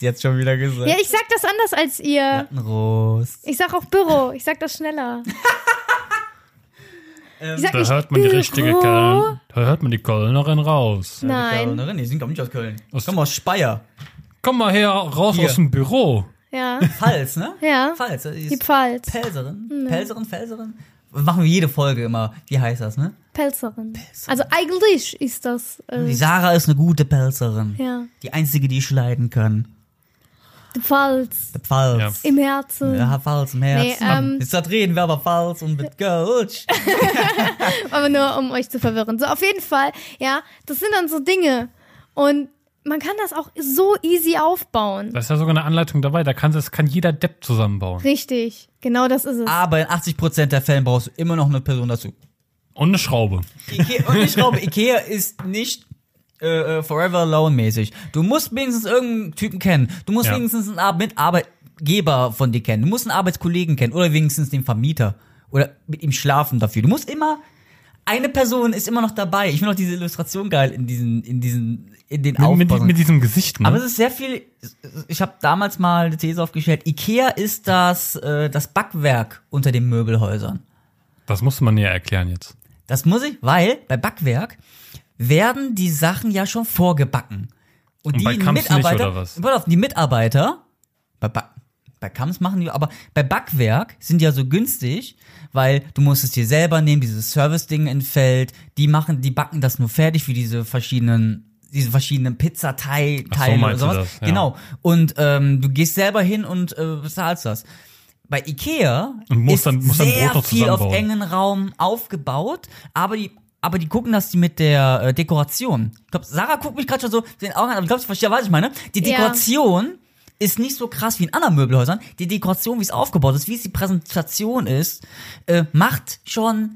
Speaker 1: Jetzt schon wieder gesagt.
Speaker 2: ja, ich sag das anders als ihr.
Speaker 1: Lattenrost.
Speaker 2: Ich sag auch Büro. Ich sag das schneller. ich sag
Speaker 3: Ähm, Da
Speaker 2: nicht
Speaker 3: hört man die richtige
Speaker 2: Büro.
Speaker 3: Köln. Da hört man die Kölnerin raus.
Speaker 2: Nein.
Speaker 1: Die, die sind glaube nicht aus Köln. Ich komme aus Speyer.
Speaker 3: Komm mal her, raus
Speaker 1: Hier.
Speaker 3: aus dem Büro.
Speaker 2: Ja,
Speaker 1: Pfalz, ne?
Speaker 2: Ja.
Speaker 1: Pfalz. Die
Speaker 2: die
Speaker 1: ist
Speaker 2: Pfalz.
Speaker 1: Pelzerin. Pelzerin, Pelzerin. Machen wir jede Folge immer. Wie heißt das, ne?
Speaker 2: Pelzerin. Also eigentlich ist das.
Speaker 1: Die
Speaker 2: Äh,
Speaker 1: Sarah ist eine gute Pelzerin.
Speaker 2: ja.
Speaker 1: Die einzige, die schleiden kann.
Speaker 2: Die Pfalz.
Speaker 1: Der Pfalz.
Speaker 2: Im Herzen.
Speaker 1: Ja, Pfalz im Herzen.
Speaker 2: Nee, ähm,
Speaker 1: Jetzt reden wir aber Pfalz und mit Gold.
Speaker 2: Aber nur um euch zu verwirren. So, auf jeden Fall, ja, das sind dann so Dinge. Und man kann das auch so easy aufbauen.
Speaker 3: Da ist ja sogar eine Anleitung dabei. Da kann, das kann jeder Depp zusammenbauen.
Speaker 2: Richtig. Genau das ist es.
Speaker 1: Aber in 80% der Fällen brauchst du immer noch eine Person dazu.
Speaker 3: Und eine Schraube.
Speaker 1: Ikea, und ich glaube, Ikea ist nicht äh, äh, Forever Alone mäßig. Du musst wenigstens irgendeinen Typen kennen. Du musst
Speaker 3: Ja.
Speaker 1: wenigstens einen Ar Mitarbeitgeber von dir kennen. Du musst einen Arbeitskollegen kennen oder wenigstens den Vermieter oder mit ihm schlafen dafür. Du musst immer eine Person ist immer noch dabei. Ich finde auch diese Illustration geil in diesen in diesen in den
Speaker 3: Mit,
Speaker 1: Aufbau.
Speaker 3: mit, mit diesem Gesicht, ne?
Speaker 1: Aber es ist sehr viel. Ich habe damals mal eine These aufgestellt. Ikea ist das äh, das Backwerk unter den Möbelhäusern.
Speaker 3: das muss man ja erklären jetzt.
Speaker 1: Das muss ich, weil bei Backwerk werden die Sachen ja schon vorgebacken. Und,
Speaker 3: Und
Speaker 1: die
Speaker 3: bei Kamps nicht,
Speaker 1: Mitarbeiter,
Speaker 3: oder was?
Speaker 1: Pass auf, die Mitarbeiter, bei, ba bei Kamps machen die, aber bei Backwerk sind die ja so günstig, weil du musst es dir selber nehmen, dieses Service-Ding entfällt, die machen, die backen das nur fertig für diese verschiedenen, diese verschiedenen Pizzateile
Speaker 3: Ach so,
Speaker 1: oder
Speaker 3: meinst du
Speaker 1: sowas.
Speaker 3: das, ja.
Speaker 1: Genau. Und ähm, du gehst selber hin und äh, bezahlst das. Bei Ikea
Speaker 3: Und muss
Speaker 1: ist
Speaker 3: dann- muss dann
Speaker 1: sehr
Speaker 3: Brot noch
Speaker 1: viel auf
Speaker 3: zusammenbauen.
Speaker 1: engen Raum aufgebaut, aber die aber die gucken, dass die mit der äh, Dekoration. Ich glaube, Sarah guckt mich gerade schon so mit den Augen an, aber ich glaube, ich verstehe, was ich meine. Die
Speaker 2: Ja.
Speaker 1: Dekoration ist nicht so krass wie in anderen Möbelhäusern. Die Dekoration, wie es aufgebaut ist, wie es die Präsentation ist, äh, macht schon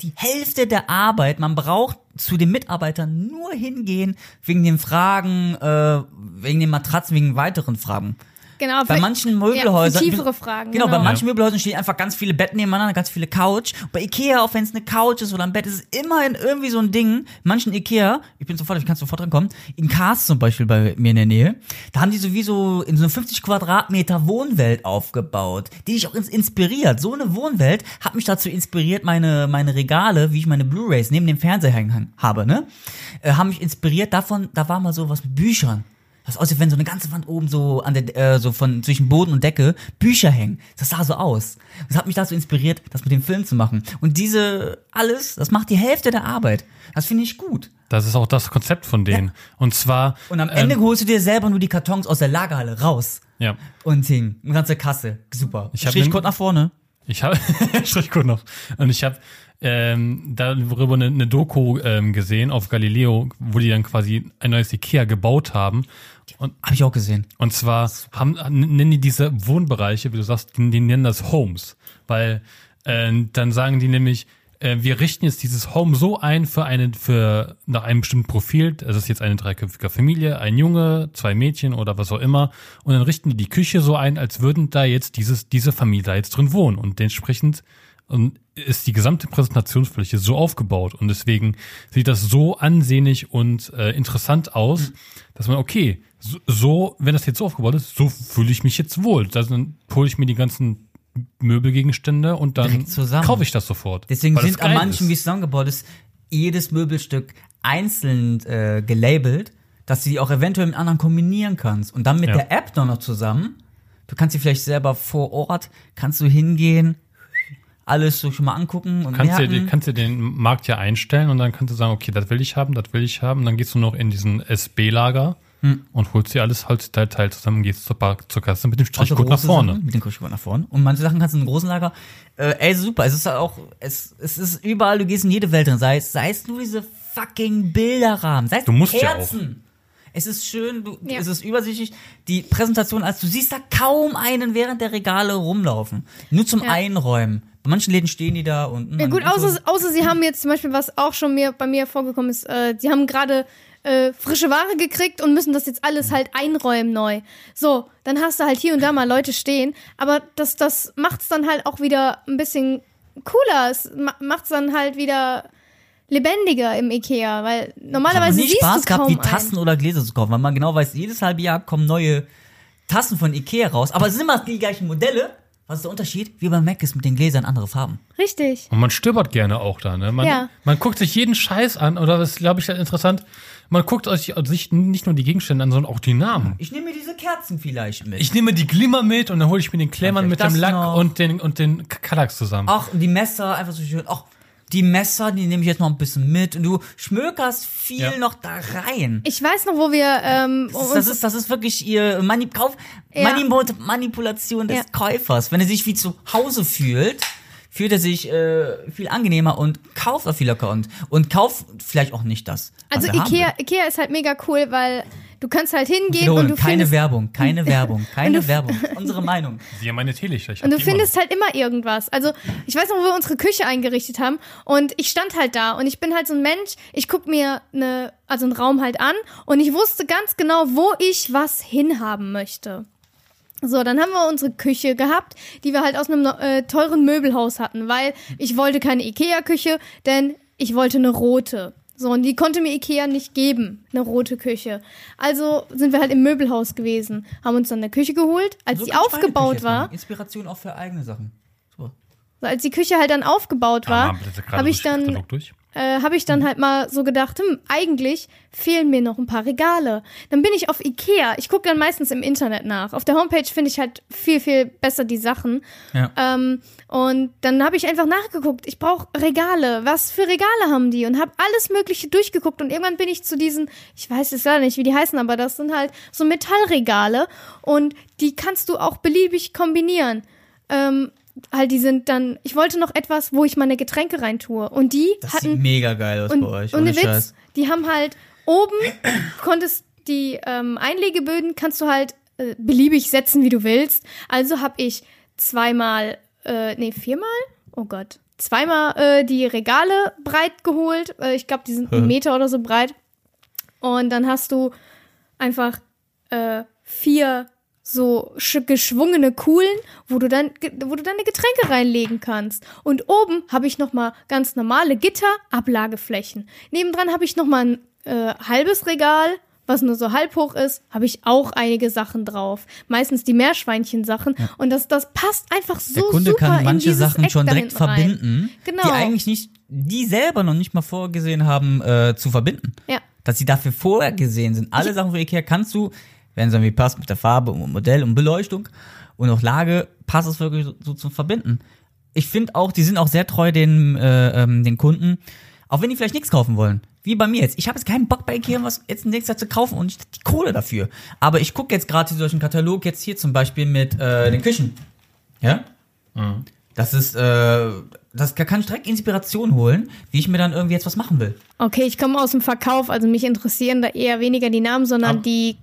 Speaker 1: die Hälfte der Arbeit. Man braucht zu den Mitarbeitern nur hingehen wegen den Fragen, äh, wegen den Matratzen, wegen weiteren Fragen.
Speaker 2: Genau,
Speaker 1: Bei
Speaker 2: für-
Speaker 1: manchen
Speaker 2: Ja,
Speaker 1: Möbelhäusern.
Speaker 2: für tiefere Fragen.
Speaker 1: Genau,
Speaker 2: Genau,
Speaker 1: bei manchen Möbelhäusern stehen einfach ganz viele Betten nebeneinander, ganz viele Couch. Bei Ikea, auch wenn es eine Couch ist oder ein Bett, ist es immerhin irgendwie so ein Ding. Manchen Ikea, ich bin sofort, ich kann sofort dran kommen, in Kars zum Beispiel bei mir in der Nähe, da haben die sowieso in so eine 50 Quadratmeter Wohnwelt aufgebaut, die ich auch ins inspiriert. So eine Wohnwelt hat mich dazu inspiriert, meine, meine Regale, wie ich meine Blu-Rays neben dem Fernseher hängen habe, ne? Äh, haben mich inspiriert davon, da war mal sowas mit Büchern. Das aussieht, wenn so eine ganze Wand oben so an der, äh, so von zwischen Boden und Decke Bücher hängen. Das sah so aus. Das hat mich dazu inspiriert, das mit dem Film zu machen. Und diese alles, das macht die Hälfte der Arbeit. Das finde ich gut.
Speaker 3: Das ist auch das Konzept von denen. Und zwar.
Speaker 1: Und am Ende
Speaker 3: Ähm,
Speaker 1: holst du dir selber nur die Kartons aus der Lagerhalle raus
Speaker 3: ja.
Speaker 1: und hing. Eine ganze Kasse. Super.
Speaker 3: Ich hab
Speaker 1: Strich
Speaker 3: nen-
Speaker 1: kurz nach vorne.
Speaker 3: Ich habe <laughs> strich gut noch. Und ich habe ähm, darüber eine, eine Doku ähm, gesehen auf Galileo, wo die dann quasi ein neues Ikea gebaut haben. Und,
Speaker 1: Habe ich auch gesehen.
Speaker 3: und zwar haben, nennen die diese Wohnbereiche, wie du sagst, die, die nennen das Homes. Weil ähm, dann sagen die nämlich, äh, wir richten jetzt dieses Home so ein für eine, für nach einem bestimmten Profil. Das ist jetzt eine dreiköpfige Familie, ein Junge, zwei Mädchen oder was auch immer. Und dann richten die die Küche so ein, als würden da jetzt dieses, diese Familie da jetzt drin wohnen. Und entsprechend und ist die gesamte Präsentationsfläche so aufgebaut und deswegen sieht das so ansehnlich und äh, interessant aus,
Speaker 1: Mhm.
Speaker 3: dass man, okay, so, so, wenn das jetzt so aufgebaut ist, so fühle ich mich jetzt wohl. Das- Dann hole ich mir die ganzen Möbelgegenstände und dann
Speaker 1: Direkt zusammen.
Speaker 3: kaufe ich das sofort.
Speaker 1: Deswegen
Speaker 3: weil das
Speaker 1: sind an
Speaker 3: geil
Speaker 1: manchen, wie
Speaker 3: ist.
Speaker 1: es zusammengebaut ist, jedes Möbelstück einzeln äh, gelabelt, dass du die auch eventuell mit anderen kombinieren kannst. Und dann mit
Speaker 3: Ja.
Speaker 1: der App dann noch zusammen. Du kannst sie vielleicht selber vor Ort, kannst du hingehen, alles so schon mal angucken und
Speaker 3: Kannst
Speaker 1: merken.
Speaker 3: du, kannst du den Markt ja einstellen und dann kannst du sagen, okay, das will ich haben, das will ich haben. Dann gehst du noch in diesen SB-Lager
Speaker 1: Hm.
Speaker 3: und holst dir alles, holst Teil, Teil zusammen, und gehst zur, Park, zur Kasse mit dem
Speaker 1: Außer
Speaker 3: Strichcode nach
Speaker 1: Also große
Speaker 3: vorne.
Speaker 1: Sachen, mit dem Strichcode nach vorne. Und manche Sachen kannst du in einem großen Lager. Äh, ey, super. Es ist halt auch, es, es ist überall, du gehst in jede Welt drin. Sei es, sei es nur diese fucking Bilderrahmen. Sei es
Speaker 3: Du musst ja auch.
Speaker 1: Herzen. Es ist schön, du,
Speaker 2: Ja.
Speaker 1: es ist übersichtlich. Die Präsentation, als du siehst da kaum einen während der Regale rumlaufen. Nur zum
Speaker 2: Ja.
Speaker 1: Einräumen. Bei manchen Läden stehen die da und. hm,
Speaker 2: Ja,
Speaker 1: man-
Speaker 2: gut,
Speaker 1: und so.
Speaker 2: außer, außer sie haben jetzt zum Beispiel, was auch schon mir, bei mir vorgekommen ist, äh, sie haben gerade äh, frische Ware gekriegt und müssen das jetzt
Speaker 1: Mhm.
Speaker 2: alles halt einräumen neu. So, dann hast du halt hier und da mal Leute stehen, aber das, das macht's dann halt auch wieder ein bisschen cooler. Es ma macht's dann halt wieder lebendiger im Ikea, weil
Speaker 1: Ich hab noch
Speaker 2: normalerweise
Speaker 1: nie
Speaker 2: siehst
Speaker 1: Spaß
Speaker 2: du kaum
Speaker 1: gehabt, die
Speaker 2: einen.
Speaker 1: Tassen oder Gläser zu kaufen, weil man genau weiß, jedes halbe Jahr kommen neue Tassen von Ikea raus. Aber es sind immer die gleichen Modelle. Was ist der Unterschied? Wie bei Mac ist mit den Gläsern andere Farben.
Speaker 2: Richtig.
Speaker 3: Und man stöbert gerne auch da, ne? Man,
Speaker 2: Ja.
Speaker 3: man guckt sich jeden Scheiß an, oder das glaube ich halt interessant. Man guckt euch, sich nicht nur die Gegenstände an, sondern auch die Namen.
Speaker 1: Ich nehme mir diese Kerzen vielleicht mit.
Speaker 3: Ich nehme die Glimmer mit und dann hole ich mir den Klemmern
Speaker 1: Okay,
Speaker 3: mit
Speaker 1: das
Speaker 3: dem Lack
Speaker 1: noch.
Speaker 3: und den, und den K- Kallax zusammen.
Speaker 2: Oh.
Speaker 1: Ach, und die Messer, einfach so schön. Ach, die Messer, die nehme ich jetzt noch ein bisschen mit. Und du schmökerst viel
Speaker 3: Ja.
Speaker 1: noch da rein.
Speaker 2: Ich weiß noch, wo wir ähm,
Speaker 1: Das ist,
Speaker 2: uns
Speaker 1: das ist, das ist wirklich ihr Mani Kauf
Speaker 2: Ja.
Speaker 1: Manip- Manipulation des
Speaker 2: Ja.
Speaker 1: Käufers. Wenn er sich wie zu Hause fühlt, fühlt er sich äh, viel angenehmer und kauft auch viel locker und, und kauft vielleicht auch nicht das. ne? was
Speaker 2: Also
Speaker 1: er haben
Speaker 2: Ikea,
Speaker 1: will.
Speaker 2: Ikea ist halt mega cool, weil du kannst halt hingehen und du
Speaker 1: Wiederholen, keine
Speaker 2: findest,
Speaker 1: Werbung,
Speaker 2: <laughs>
Speaker 1: keine Werbung, keine Werbung. Unsere Meinung.
Speaker 3: Sie haben meine Teelichter. ich hab
Speaker 2: und du
Speaker 3: die immer
Speaker 2: findest halt immer irgendwas. Also ich weiß noch, wo wir unsere Küche eingerichtet haben und ich stand halt da und ich bin halt so ein Mensch, ich guck mir eine, also einen Raum halt an und ich wusste ganz genau, wo ich was hinhaben möchte. So, dann haben wir unsere Küche gehabt, die wir halt aus einem äh, teuren Möbelhaus hatten, weil ich wollte keine Ikea-Küche, denn ich wollte eine rote. So, und die konnte mir Ikea nicht geben, eine rote Küche. Also sind wir halt im Möbelhaus gewesen, haben uns dann eine Küche geholt, als
Speaker 1: So
Speaker 2: die
Speaker 1: kannst du meine
Speaker 2: aufgebaut
Speaker 1: Küche
Speaker 2: war.
Speaker 1: machen. Inspiration auch für eigene Sachen. Super.
Speaker 2: So, als die Küche halt dann aufgebaut war,
Speaker 3: Mama, bitte gerade
Speaker 2: habe ich
Speaker 3: durch den
Speaker 2: dann
Speaker 3: Katalog durch.
Speaker 2: äh, habe ich dann halt mal so gedacht, hm, eigentlich fehlen mir noch ein paar Regale. Dann bin ich auf Ikea. Ich gucke dann meistens im Internet nach. Auf der Homepage finde ich halt viel, viel besser die Sachen.
Speaker 1: Ja.
Speaker 2: Ähm, und dann habe ich einfach nachgeguckt. Ich brauche Regale. Was für Regale haben die? Und habe alles Mögliche durchgeguckt. Und irgendwann bin ich zu diesen, ich weiß es leider nicht, wie die heißen, aber das sind halt so Metallregale. Und die kannst du auch beliebig kombinieren. Ähm, halt, die sind dann, ich wollte noch etwas, wo ich meine Getränke reintue. Und die
Speaker 1: Das sieht
Speaker 2: hatten
Speaker 1: mega geil aus
Speaker 2: und,
Speaker 1: bei euch.
Speaker 2: und
Speaker 1: ohne
Speaker 2: der Witz,
Speaker 1: Scheiß.
Speaker 2: die haben halt oben konntest die ähm, Einlegeböden kannst du halt äh, beliebig setzen, wie du willst. Also habe ich zweimal, äh, nee, viermal? Oh Gott. zweimal äh, die Regale breit geholt. Äh, ich glaube, die sind einen Meter oder so breit. Und dann hast du einfach äh, vier so sch- geschwungene Kuhlen, wo du dann ge- wo du deine Getränke reinlegen kannst. Und oben habe ich noch mal ganz normale Gitter, Ablageflächen. Nebendran habe ich noch mal ein äh, halbes Regal, was nur so halb hoch ist, habe ich auch einige Sachen drauf. Meistens die Meerschweinchen-Sachen. Und das, das passt einfach so
Speaker 1: Der Kunde
Speaker 2: super
Speaker 1: kann
Speaker 2: in
Speaker 1: manche
Speaker 2: dieses
Speaker 1: Sachen
Speaker 2: Eck
Speaker 1: schon
Speaker 2: da
Speaker 1: direkt
Speaker 2: hinten rein.
Speaker 1: verbinden,
Speaker 2: Genau.
Speaker 1: die eigentlich nicht, die selber noch nicht mal vorgesehen haben äh, zu verbinden.
Speaker 2: Ja.
Speaker 1: Dass sie dafür vorgesehen sind. Alle Sachen von Ikea kannst du, wenn es irgendwie passt mit der Farbe und Modell und Beleuchtung und auch Lage, passt es wirklich so, so zu verbinden. Ich finde auch, die sind auch sehr treu den, äh, ähm, den Kunden, auch wenn die vielleicht nichts kaufen wollen. Wie bei mir jetzt. Ich habe jetzt keinen Bock bei Ikea, was jetzt in nächster Zeit zu kaufen und ich die Kohle dafür. Aber ich gucke jetzt gerade solchen Katalog jetzt hier zum Beispiel mit äh, den Küchen. Ja? Das ist, äh, das kann ich direkt Inspiration holen, wie ich mir dann irgendwie jetzt was machen will.
Speaker 2: Okay, ich komme aus dem Verkauf, also mich interessieren da eher weniger die Namen, sondern
Speaker 1: Ab-
Speaker 2: die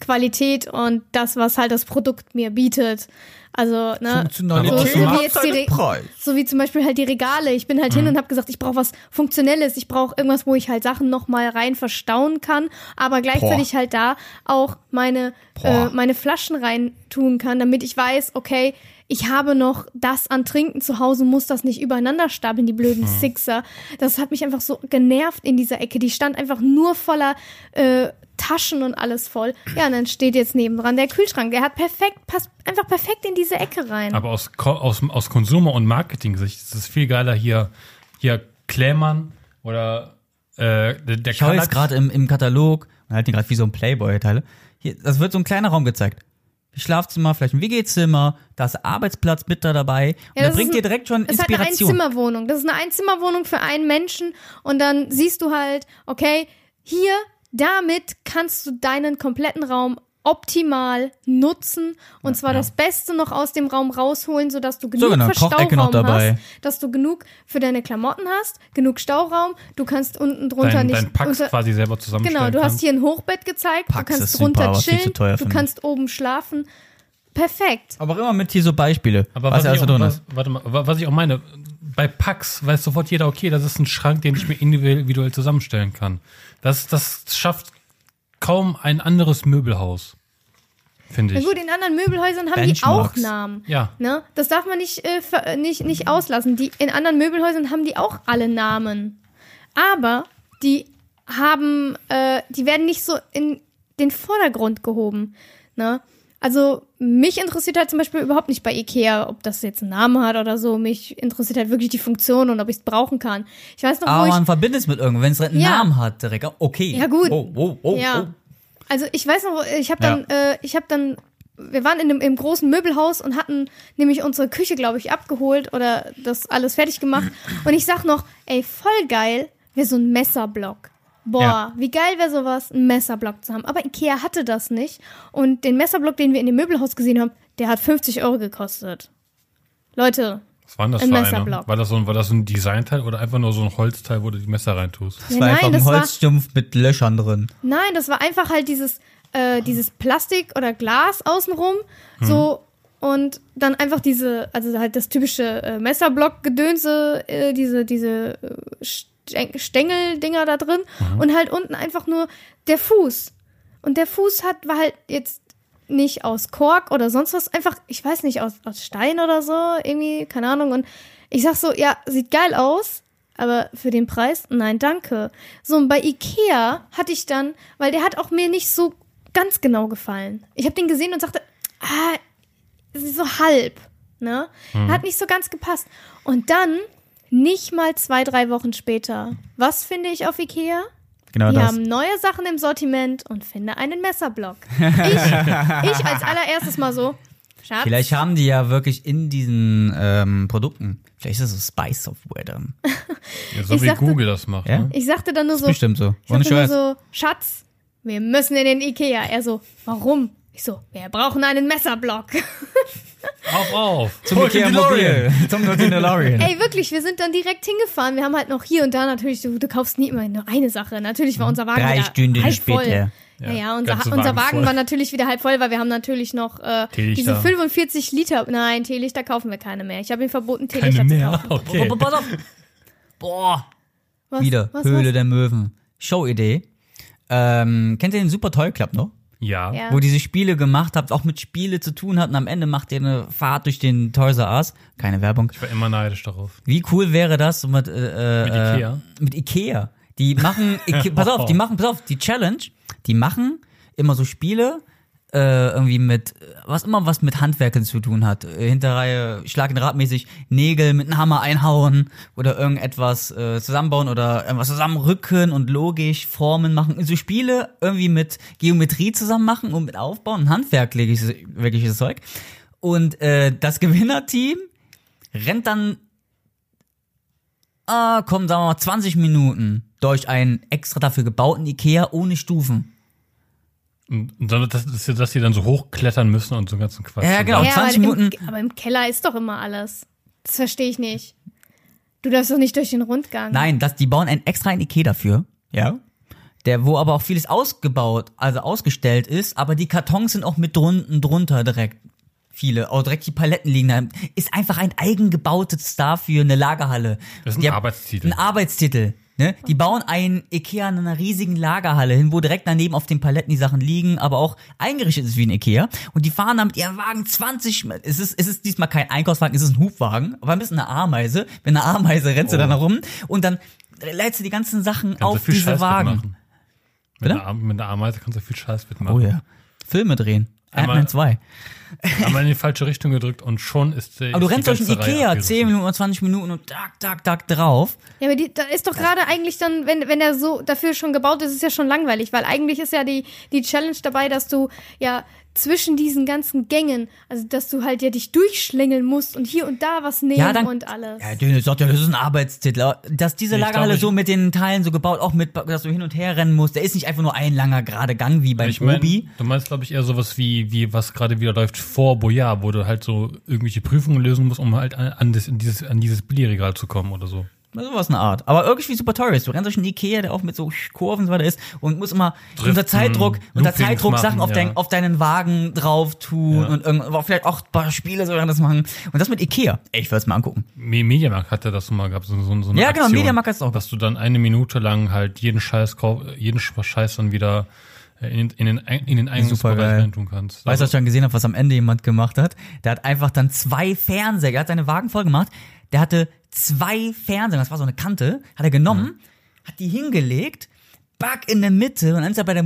Speaker 2: Qualität und das, was halt das Produkt mir bietet. Also, ne,
Speaker 1: Funktionalität
Speaker 2: so, so, wie
Speaker 1: macht
Speaker 2: jetzt die
Speaker 1: seinen
Speaker 2: Re-
Speaker 1: Preis. Mhm.
Speaker 2: so wie zum Beispiel halt die Regale. Ich bin halt hin und habe gesagt, ich brauche was Funktionelles, ich brauche irgendwas, wo ich halt Sachen nochmal rein verstauen kann, aber gleichzeitig halt da auch meine, äh,
Speaker 1: Boah.
Speaker 2: meine Flaschen rein tun kann, damit ich weiß, okay, ich habe noch das an Trinken zu Hause, muss das nicht übereinander stapeln, die blöden Sixer. Das hat mich einfach so genervt in dieser Ecke. Die stand einfach nur voller äh, Taschen und alles voll. Ja, und dann steht jetzt nebendran der Kühlschrank. Der hat perfekt, passt einfach perfekt in diese Ecke rein.
Speaker 3: Aber aus, Ko- aus, aus Konsumer- und Marketing-Sicht ist es viel geiler, hier, hier Klämmern oder äh, der, der
Speaker 1: Ich schaue jetzt
Speaker 3: Kallax-
Speaker 1: gerade im, im Katalog und halte ihn gerade wie so ein Playboy-Teile. Hier, das wird so ein kleiner Raum gezeigt. Schlafzimmer, vielleicht ein WG-Zimmer, da ist Arbeitsplatz mit da dabei. Und
Speaker 2: Ja,
Speaker 1: ja,
Speaker 2: das
Speaker 1: da bringt
Speaker 2: ist
Speaker 1: dir
Speaker 2: ein-
Speaker 1: direkt schon
Speaker 2: Es ist halt eine
Speaker 1: Inspiration.
Speaker 2: Einzimmerwohnung. Das ist eine Einzimmerwohnung für einen Menschen und dann siehst du halt, okay, hier, damit kannst du deinen kompletten Raum optimal nutzen und zwar das Beste noch aus dem Raum rausholen, sodass du genug
Speaker 1: genau,
Speaker 2: für
Speaker 1: Kochecke
Speaker 2: Stauraum
Speaker 1: noch dabei.
Speaker 2: hast, dass du genug für deine Klamotten hast, genug Stauraum, du kannst unten drunter
Speaker 3: dein,
Speaker 2: nicht
Speaker 3: dein Packs
Speaker 2: unter,
Speaker 3: quasi selber zusammenstellen
Speaker 2: Genau, du
Speaker 3: kann.
Speaker 2: hast hier ein Hochbett gezeigt,
Speaker 1: Pax
Speaker 2: du
Speaker 1: ist
Speaker 2: kannst
Speaker 1: super,
Speaker 2: drunter
Speaker 1: aber viel zu
Speaker 2: chillen,
Speaker 1: teuer für
Speaker 2: du
Speaker 1: mich.
Speaker 2: kannst oben schlafen. Perfekt.
Speaker 1: Aber immer mit hier so Beispiele, also
Speaker 3: Aber
Speaker 1: was
Speaker 3: was,
Speaker 1: da alles
Speaker 3: ich
Speaker 1: so
Speaker 3: auch,
Speaker 1: drin
Speaker 3: was,
Speaker 1: ist.
Speaker 3: warte mal, wa- was ich auch meine, bei Packs weiß sofort jeder, okay, das ist ein Schrank, den ich mir individuell zusammenstellen kann. Das, das schafft kaum ein anderes Möbelhaus, finde
Speaker 2: Na
Speaker 3: ich.
Speaker 2: gut, in anderen Möbelhäusern haben
Speaker 1: Benchmarks.
Speaker 2: die auch Namen.
Speaker 3: Ja.
Speaker 2: Ne? Das darf man nicht, äh, ver- nicht, nicht auslassen. Die, in anderen Möbelhäusern haben die auch alle Namen. Aber die haben, äh, die werden nicht so in den Vordergrund gehoben. Ne? Also mich interessiert halt zum Beispiel überhaupt nicht bei Ikea, ob das jetzt einen Namen hat oder so. Mich interessiert halt wirklich die Funktion und ob ich es brauchen kann. Ich weiß noch,
Speaker 1: Aber
Speaker 2: wo ich
Speaker 1: man verbindet es mit irgendwas, wenn es direkt einen
Speaker 2: Ja.
Speaker 1: Namen hat, direkt. Okay.
Speaker 2: Ja, gut.
Speaker 1: Oh, oh, oh,
Speaker 2: ja.
Speaker 1: oh.
Speaker 2: Also ich weiß noch, ich habe dann, äh, ich habe dann, wir waren in einem im großen Möbelhaus und hatten nämlich unsere Küche, glaube ich, abgeholt oder das alles fertig gemacht.
Speaker 1: <clears throat>
Speaker 2: Und ich sag noch, ey, voll geil, wäre so ein Messerblock. Boah,
Speaker 3: Ja.
Speaker 2: wie geil wäre sowas, einen Messerblock zu haben. Aber Ikea hatte das nicht. Und den Messerblock, den wir in dem Möbelhaus gesehen haben, der hat 50 Euro gekostet. Leute,
Speaker 3: Was war denn das
Speaker 2: Ein
Speaker 3: für eine?
Speaker 2: Messerblock.
Speaker 3: War das, so ein, war das so ein Designteil oder einfach nur so ein Holzteil, wo du die Messer reintust?
Speaker 1: Das
Speaker 2: Ja,
Speaker 1: war
Speaker 2: nein,
Speaker 1: einfach ein
Speaker 2: das war-
Speaker 1: Holzstumpf mit Löchern drin.
Speaker 2: Nein, das war einfach halt dieses, äh, dieses Plastik oder Glas außenrum. So und dann einfach diese, also halt das typische äh, Messerblock-Gedönse, äh, diese, diese äh, Stäng- Stängel-Dinger da drin. Und halt unten einfach nur der Fuß. Und der Fuß hat, war halt jetzt nicht aus Kork oder sonst was, einfach, ich weiß nicht, aus, aus Stein oder so, irgendwie, keine Ahnung. Und ich sag so, ja, sieht geil aus, aber für den Preis, nein, danke. So, und bei Ikea hatte ich dann, weil der hat auch mir nicht so ganz genau gefallen. Ich habe den gesehen und sagte, ah, es ist so halb, ne? Hat nicht so ganz gepasst. Und dann, nicht mal zwei, drei Wochen später, was finde ich auf Ikea?
Speaker 1: Genau
Speaker 2: Wir
Speaker 1: das.
Speaker 2: haben neue Sachen im Sortiment und finde einen Messerblock.
Speaker 1: <laughs>
Speaker 2: Ich, ich als allererstes mal so. Schatz,
Speaker 1: Vielleicht haben die ja wirklich in diesen ähm, Produkten, vielleicht ist das so Spice-Software dann.
Speaker 3: Ja, so
Speaker 2: Ich
Speaker 3: wie
Speaker 2: sagte-
Speaker 3: Google das macht.
Speaker 1: Ja?
Speaker 3: Ne?
Speaker 2: ich sagte dann nur so, ich
Speaker 1: Bestimmt so. Ohne
Speaker 2: sagte nur
Speaker 1: Scheiß.
Speaker 2: so, Schatz, wir müssen in den Ikea. Er so, warum? Ich so, wir brauchen einen
Speaker 1: <laughs>
Speaker 2: Messerblock.
Speaker 3: Auf, auf!
Speaker 1: Zum
Speaker 3: Hol den
Speaker 1: Ikea
Speaker 3: DeLorean.
Speaker 1: <laughs> Mobil. Zum DeLorean.
Speaker 2: Ey, wirklich, wir sind dann direkt hingefahren. Wir haben halt noch hier und da natürlich, du, du kaufst nie immer nur eine Sache. Natürlich war unser Wagen
Speaker 1: Mhm. Drei
Speaker 2: wieder
Speaker 1: Stunden
Speaker 2: halb voll.
Speaker 1: später.
Speaker 2: Naja, unser,
Speaker 3: ganze
Speaker 2: unser Wagen
Speaker 3: voll.
Speaker 2: war natürlich wieder halb voll, weil wir haben natürlich noch äh, diese
Speaker 3: Teelichter.
Speaker 2: 45 Liter. Nein, Teelichter kaufen wir keine mehr. Ich habe ihm verboten, Teelichter
Speaker 3: keine
Speaker 2: zu
Speaker 3: mehr.
Speaker 2: kaufen.
Speaker 1: Okay.
Speaker 3: Okay.
Speaker 1: Pass auf. Boah.
Speaker 2: Was,
Speaker 1: Wieder.
Speaker 2: was,
Speaker 1: Höhle
Speaker 2: was?
Speaker 1: der Möwen. Showidee. Ähm, kennt ihr den Super Toy Club noch?
Speaker 3: Ja.
Speaker 2: Ja.
Speaker 1: Wo diese Spiele gemacht habt, auch mit Spiele zu tun hatten. Am Ende macht ihr eine Fahrt durch den Toys R Us. Keine Werbung.
Speaker 3: Ich war immer neidisch darauf.
Speaker 1: Wie cool wäre das mit, äh, äh,
Speaker 3: Mit Ikea?
Speaker 1: Äh, mit Ikea. Die machen, Ike- pass auf,
Speaker 3: <laughs>
Speaker 1: die machen, pass auf, die Challenge, die machen immer so Spiele, äh, irgendwie mit, äh, was immer was mit Handwerken zu tun hat. Äh, Hinterreihe, Schlag in Radmäßig, Nägel mit einem Hammer einhauen oder irgendetwas äh, zusammenbauen oder irgendwas zusammenrücken und logisch Formen machen. So Spiele irgendwie mit Geometrie zusammen machen und mit Aufbauen und handwerkliches wirkliches Zeug. Und äh, das Gewinnerteam rennt dann ah, komm, sagen wir mal 20 Minuten durch einen extra dafür gebauten Ikea ohne Stufen.
Speaker 3: Und und dann, das ist ja, dass die dann so hochklettern müssen und so einen ganzen Quatsch.
Speaker 1: Ja,
Speaker 3: Und
Speaker 1: genau.
Speaker 3: dann-
Speaker 2: Ja,
Speaker 1: 20
Speaker 2: aber, im,
Speaker 1: Minuten.
Speaker 2: aber im Keller ist doch immer alles. Das verstehe ich nicht. Du darfst doch nicht durch den Rundgang.
Speaker 1: Nein, das, die bauen einen extra einen Ikea dafür. Ja. Der, wo aber auch vieles ausgebaut, also ausgestellt ist, aber die Kartons sind auch mit drunten drunter direkt. Viele. Auch direkt die Paletten liegen da. Ist einfach ein eigengebautes Star für eine Lagerhalle.
Speaker 3: Das ist ein
Speaker 1: Die-
Speaker 3: Arbeitstitel.
Speaker 1: Ein Arbeitstitel. Ne? Die bauen einen Ikea in einer riesigen Lagerhalle hin, wo direkt daneben auf den Paletten die Sachen liegen, aber auch eingerichtet ist wie ein Ikea. Und die fahren dann mit ihrem Wagen 20, Me- es ist, es ist diesmal kein Einkaufswagen, es ist ein Hubwagen, aber ein bisschen eine Ameise. Wenn eine Ameise rennst du
Speaker 3: Oh.
Speaker 1: dann herum und dann lädst du die ganzen Sachen
Speaker 3: Kannst du
Speaker 1: auf diese
Speaker 3: Scheiß
Speaker 1: Wagen.
Speaker 3: mitmachen. Mit
Speaker 1: Bitte?
Speaker 3: einer, Am- mit einer Ameise kannst du viel Scheiß mitmachen.
Speaker 1: Oh ja. Filme drehen.
Speaker 3: Einmal-
Speaker 1: Ant-Man 2.
Speaker 3: Einmal in die falsche Richtung gedrückt und schon ist der.
Speaker 1: Aber du
Speaker 3: ist die
Speaker 1: rennst durch den
Speaker 3: ganze Reihe
Speaker 1: Ikea
Speaker 3: abgerissen.
Speaker 1: 10 Minuten oder 20 Minuten und tak, tak, tak drauf.
Speaker 2: Ja, aber die, da ist doch gerade eigentlich dann, wenn, wenn er so dafür schon gebaut ist, ist ja schon langweilig, weil eigentlich ist ja die, die Challenge dabei, dass du ja zwischen diesen ganzen Gängen, also dass du halt ja dich durchschlängeln musst und hier und da was nehmen
Speaker 1: Ja, dann-
Speaker 2: und alles.
Speaker 1: Ja, Döne sagt ja, das ist ein Arbeitstitel. Aber Dass diese
Speaker 3: Ich
Speaker 1: Lagerhalle
Speaker 3: glaub, ich-
Speaker 1: so mit den Teilen so gebaut, auch mit, dass du hin und her rennen musst, der ist nicht einfach nur ein langer gerade Gang wie beim
Speaker 3: Ich mein,
Speaker 1: Obi.
Speaker 3: du meinst, glaube ich, eher sowas wie, wie was gerade wieder läuft vor Boyard, wo du halt so irgendwelche Prüfungen lösen musst, um halt an, an, das, in dieses, an dieses Billigregal zu kommen oder so.
Speaker 1: Sowas eine Art. Aber irgendwie super teuer ist. Du rennst durch einen Ikea, der auch mit so Kurven und so weiter ist und musst immer unter
Speaker 3: Driften,
Speaker 1: Zeitdruck, unter
Speaker 3: Loopings
Speaker 1: Zeitdruck Sachen
Speaker 3: machen,
Speaker 1: auf, dein,
Speaker 3: ja.
Speaker 1: auf deinen Wagen drauf tun
Speaker 3: Ja.
Speaker 1: und irgend, aber vielleicht auch ein paar Spiele so das machen. Und das mit Ikea. Ey, ich würde es mal angucken.
Speaker 3: Me- Mediamarkt hatte das schon mal gehabt, so, so, so eine
Speaker 1: Ja, genau,
Speaker 3: Aktion,
Speaker 1: Mediamarkt hat's auch.
Speaker 3: Dass du dann eine Minute lang halt jeden Scheiß, kauf- jeden Scheiß dann wieder äh, in, den- in den, Ein- in den Eingangsbereich
Speaker 1: Supergeil.
Speaker 3: rein tun kannst.
Speaker 1: Weißt du, was ich schon gesehen habe, was am Ende jemand gemacht hat? Der hat einfach dann zwei Fernseher, er hat seine Wagen voll gemacht, der hatte zwei Fernseher, das war so eine Kante, hat er genommen,
Speaker 3: Mhm.
Speaker 1: hat die hingelegt, Bug in der Mitte und dann ist er bei der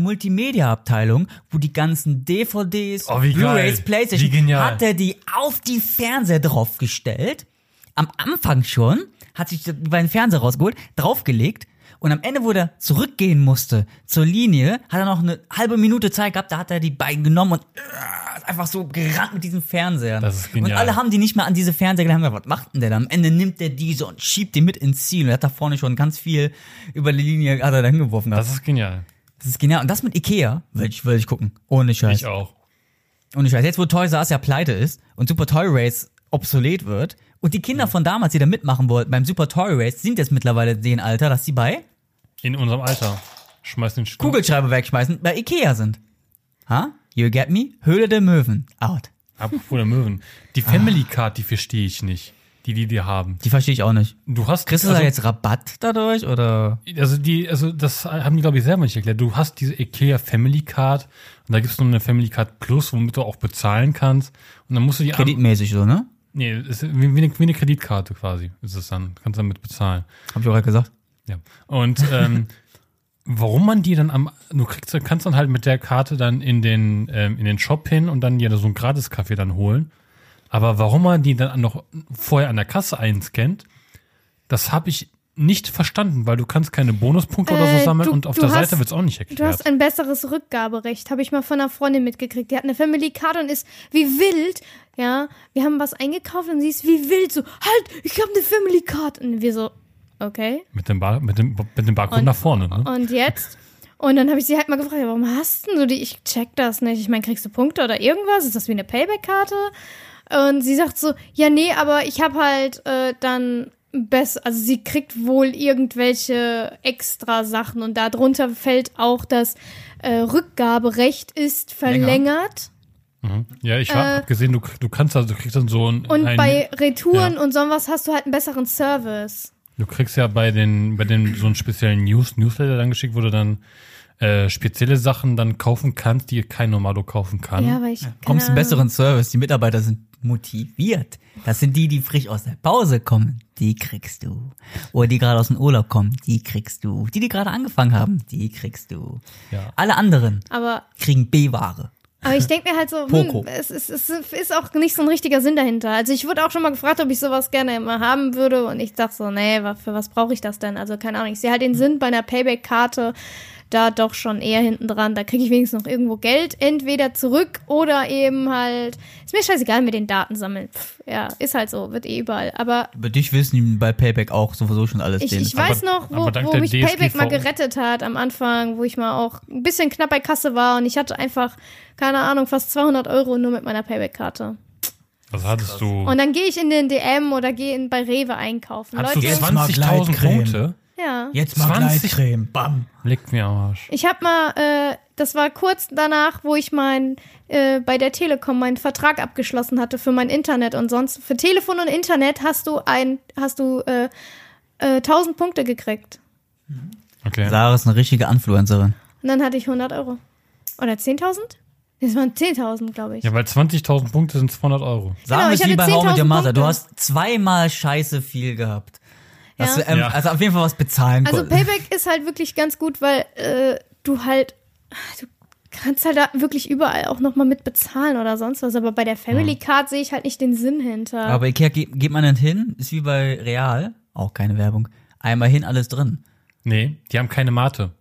Speaker 1: Multimedia-Abteilung, wo die ganzen DVDs,
Speaker 3: Oh, wie geil.
Speaker 1: Blu-rays, Playstation,
Speaker 3: Wie genial.
Speaker 1: hat er äh, die auf die Fernseher draufgestellt, am Anfang schon, hat sich die beiden Fernseher rausgeholt, draufgelegt und am Ende, wo er zurückgehen musste zur Linie, hat er noch eine halbe Minute Zeit gehabt, da hat er die beiden genommen und äh, ist einfach so gerannt mit diesem Fernseher.
Speaker 3: Das ist
Speaker 1: und
Speaker 3: genial.
Speaker 1: alle haben die nicht mehr an diese Fernseher gelernt. Was macht denn der da? Am Ende nimmt er diese und schiebt die mit ins Ziel. Und er hat da vorne schon ganz viel über die Linie hat er dann geworfen.
Speaker 3: das
Speaker 1: Das,
Speaker 3: ist genial.
Speaker 1: das ist genial. Und das mit Ikea will ich, will ich gucken. Ohne Scheiß.
Speaker 3: Ich auch.
Speaker 1: Und ich weiß, jetzt wo Toys R Us ja pleite ist und Super Toy Race obsolet wird und die Kinder von damals, die da mitmachen wollten beim Super Toy Race, sind jetzt mittlerweile in dem Alter, dass sie bei
Speaker 3: In unserem Alter. Schmeiß den Stuhl.
Speaker 1: Kugelschreiber wegschmeißen, bei Ikea sind. Ha? You get me? Höhle der Möwen. Out.
Speaker 3: Apropos der Möwen. Die Family Card, die verstehe ich nicht. Die, die die haben.
Speaker 1: Die verstehe ich auch nicht.
Speaker 3: Du hast
Speaker 1: Kriegst du da jetzt Rabatt dadurch oder?
Speaker 3: Also die, also das haben die, glaube ich, selber nicht erklärt. Du hast diese IKEA Family Card und da gibt es noch eine Family Card Plus, womit du auch bezahlen kannst. Und dann musst du die am-
Speaker 1: Kreditmäßig so, ne?
Speaker 3: Nee, es ist wie, wie, eine, wie eine Kreditkarte quasi ist es dann. Kannst damit bezahlen.
Speaker 1: Hab ich auch gerade gesagt.
Speaker 3: Ja. Und ähm, warum man die dann am du kriegst, du kannst dann halt mit der Karte dann in den ähm, in den Shop hin und dann dir so einen Gratis-Kaffee dann holen. Aber warum man die dann noch vorher an der Kasse einscannt, das habe ich nicht verstanden, weil du kannst keine Bonuspunkte oder
Speaker 2: Äh,
Speaker 3: so sammeln
Speaker 2: du-
Speaker 3: und auf
Speaker 2: du
Speaker 3: der
Speaker 2: hast-
Speaker 3: Seite wird es auch nicht
Speaker 2: Du hast
Speaker 3: erklärt.
Speaker 2: ein besseres Rückgaberecht, habe ich mal von einer Freundin mitgekriegt. Die hat eine Family Card und ist wie wild. Ja, wir haben was eingekauft und sie ist wie wild so, halt, ich habe eine Family Card. Und wir so, okay.
Speaker 3: Mit dem, Bar, mit dem, mit dem Barcode
Speaker 2: Und-
Speaker 3: nach vorne. Ne?
Speaker 2: Und jetzt? Und dann habe ich sie halt mal gefragt, ja, warum hast denn du die? Ich check das nicht. Ich meine, kriegst du Punkte oder irgendwas? Ist das wie eine Payback-Karte? Und sie sagt so, ja, nee, aber ich habe halt äh, dann besser, also sie kriegt wohl irgendwelche extra Sachen und darunter fällt auch das äh, Rückgaberecht ist verlängert.
Speaker 3: Mhm. Ja, ich hab hab gesehen, du, du kannst also, du kriegst dann so ein.
Speaker 2: äh, Und
Speaker 3: ein,
Speaker 2: bei Retouren
Speaker 3: ja.
Speaker 2: und sowas hast du halt einen besseren Service.
Speaker 3: du kriegst ja bei den, bei den so einen speziellen News, Newsletter dann geschickt, wo du dann äh, spezielle Sachen dann kaufen kannst, die kein Normalo kaufen kann.
Speaker 2: Ja, weil ich. keine
Speaker 1: Kommst einen
Speaker 2: Ahnung.
Speaker 1: besseren Service. Die Mitarbeiter sind motiviert. Das sind die, die frisch aus der Pause kommen. Die kriegst du. Oder die gerade aus dem Urlaub kommen. Die kriegst du. Die, die gerade angefangen haben. Die kriegst du.
Speaker 3: Ja.
Speaker 1: Alle anderen
Speaker 2: Aber
Speaker 1: kriegen B-Ware.
Speaker 2: Aber ich denke mir halt so,
Speaker 1: Poco.
Speaker 2: hm, es, ist- es ist auch nicht so ein richtiger Sinn dahinter. Also ich wurde auch schon mal gefragt, ob ich sowas gerne immer haben würde und ich dachte so, nee, wa- für was brauche ich das denn? Also keine Ahnung, ich sehe halt den Sinn bei einer Payback-Karte da doch schon eher hinten dran. Da kriege ich wenigstens noch irgendwo Geld, entweder zurück oder eben halt, ist mir scheißegal mit den Daten sammeln. Pff, ja, ist halt so, wird eh überall. Aber
Speaker 1: Über dich wissen die bei Payback auch sowieso schon alles.
Speaker 2: ich,
Speaker 1: denen.
Speaker 2: ich weiß
Speaker 3: aber-
Speaker 2: noch, wo,
Speaker 3: aber dank
Speaker 2: wo
Speaker 3: der
Speaker 2: mich Payback mal
Speaker 3: DSGVO.
Speaker 2: gerettet hat am Anfang, wo ich mal auch ein bisschen knapp bei Kasse war und ich hatte einfach, keine Ahnung, fast 200 Euro nur mit meiner Payback-Karte.
Speaker 3: Also hattest du.
Speaker 2: Und dann gehe ich in den DM oder gehe in- bei Rewe einkaufen.
Speaker 3: Hast du
Speaker 2: Leute,
Speaker 1: Jetzt mal
Speaker 3: 20.000
Speaker 1: Gleitcreme.
Speaker 3: Punkte?
Speaker 2: ja.
Speaker 1: Jetzt mal
Speaker 3: 20.
Speaker 1: Gleitcreme. Bam.
Speaker 3: Leck mir am Arsch.
Speaker 2: Ich habe mal, äh, das war kurz danach, wo ich mein, äh, bei der Telekom meinen Vertrag abgeschlossen hatte für mein Internet und sonst. Für Telefon und Internet hast du ein, hast du äh, äh, 1000 Punkte gekriegt.
Speaker 3: Okay.
Speaker 1: Sarah ist eine richtige Influencerin.
Speaker 2: Und dann hatte ich 100 Euro. Oder 10.000? Das waren 10.000, glaube ich.
Speaker 3: Ja, weil 20.000 Punkte sind 200 Euro.
Speaker 1: Sagen
Speaker 2: Genau,
Speaker 1: wir
Speaker 2: ich
Speaker 1: es wie
Speaker 2: hatte
Speaker 1: bei How I Met Your
Speaker 2: 10.000
Speaker 1: Mother. Du
Speaker 2: Punkte.
Speaker 1: hast zweimal scheiße viel gehabt. Dass
Speaker 2: Ja.
Speaker 1: du, ähm,
Speaker 3: Ja.
Speaker 1: Also auf jeden Fall was bezahlen
Speaker 2: Also
Speaker 1: konntest.
Speaker 2: Payback ist halt wirklich ganz gut, weil äh, du halt, du kannst halt da wirklich überall auch nochmal mit bezahlen oder sonst was. Aber bei der Family Card sehe ich halt nicht den Sinn hinter.
Speaker 1: Aber bei Ikea geht, geht man nicht hin, ist wie bei Real, auch keine Werbung. Einmal hin, alles drin.
Speaker 3: Nee, die haben keine Mate.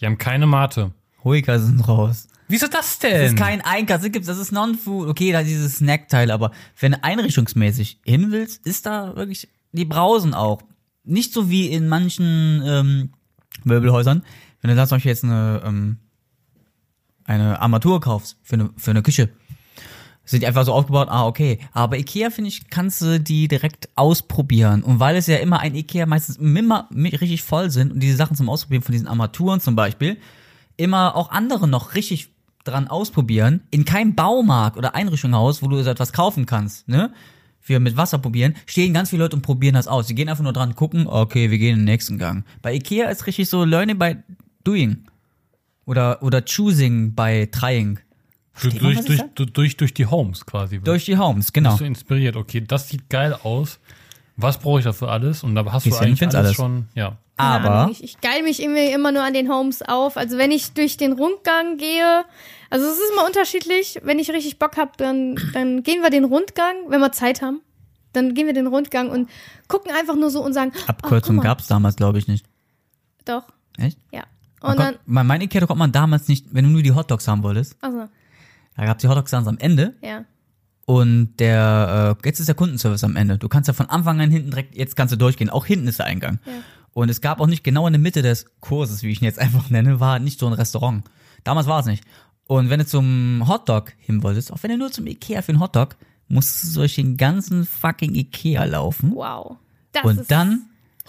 Speaker 3: Die haben keine Mate.
Speaker 1: Hoika sind raus.
Speaker 3: Wieso das denn?
Speaker 1: Das ist kein Einkasse, gibt's, das ist Non-Food. Okay, da dieses Snackteil, aber wenn du einrichtungsmäßig hin willst, ist da wirklich, die brausen auch. Nicht so wie in manchen ähm, Möbelhäusern. Wenn du da zum Beispiel jetzt eine, ähm, eine Armatur kaufst für eine, für eine Küche, sind die einfach so aufgebaut, ah, okay. Aber Ikea, finde ich, kannst du die direkt ausprobieren. Und weil es ja immer ein Ikea meistens immer mi- richtig voll sind und diese Sachen zum Ausprobieren von diesen Armaturen zum Beispiel, immer auch andere noch richtig dran ausprobieren, in keinem Baumarkt oder Einrichtungshaus, wo du so etwas kaufen kannst, ne? Wir mit Wasser probieren, stehen ganz viele Leute und probieren das aus. Sie gehen einfach nur dran gucken, okay, wir gehen in den nächsten Gang. Bei Ikea ist richtig so Learning by Doing. Oder, oder Choosing by Trying.
Speaker 3: Du-
Speaker 1: Versteht man,
Speaker 3: durch,
Speaker 1: was ich
Speaker 3: durch,
Speaker 1: sag?
Speaker 3: du- durch, durch die Homes quasi.
Speaker 1: Durch die Homes, genau.
Speaker 3: Bist du inspiriert. Okay, das sieht geil aus. Was brauche ich dafür alles? Und da hast
Speaker 1: Gehst
Speaker 3: du
Speaker 1: hin,
Speaker 3: eigentlich alles,
Speaker 1: findest alles.
Speaker 3: schon. Ja.
Speaker 2: Keine
Speaker 1: Aber
Speaker 2: Ahnung, Ich, ich geil mich irgendwie immer nur an den Homes auf. Also wenn ich durch den Rundgang gehe, also es ist immer unterschiedlich. Wenn ich richtig Bock habe, dann, dann gehen wir den Rundgang, wenn wir Zeit haben. Dann gehen wir den Rundgang und gucken einfach nur so und sagen,
Speaker 1: Abkürzung
Speaker 2: oh, guck mal.
Speaker 1: gab's damals, glaube ich, nicht.
Speaker 2: Doch,
Speaker 1: Echt? Ah,
Speaker 2: ja.
Speaker 1: Man
Speaker 2: Und dann,
Speaker 1: kommt- man, mein Ikea kommt man damals nicht, wenn du nur die Hotdogs haben wolltest.
Speaker 2: also,
Speaker 1: Da gab's die Hotdogs ganz am Ende.
Speaker 2: ja.
Speaker 1: Und der, äh, jetzt ist der Kundenservice am Ende. Du kannst ja von Anfang an hinten direkt, jetzt kannst du durchgehen. Auch hinten ist der Eingang. Und es gab auch nicht genau in der Mitte des Kurses, wie ich ihn jetzt <laughs> einfach nenne, war nicht so ein Restaurant. Damals war es nicht. Und wenn du zum Hotdog hin wolltest, auch wenn du nur zum Ikea für einen Hotdog, musstest du durch den ganzen fucking Ikea laufen.
Speaker 2: Wow. Das
Speaker 1: Und
Speaker 2: ist,
Speaker 1: dann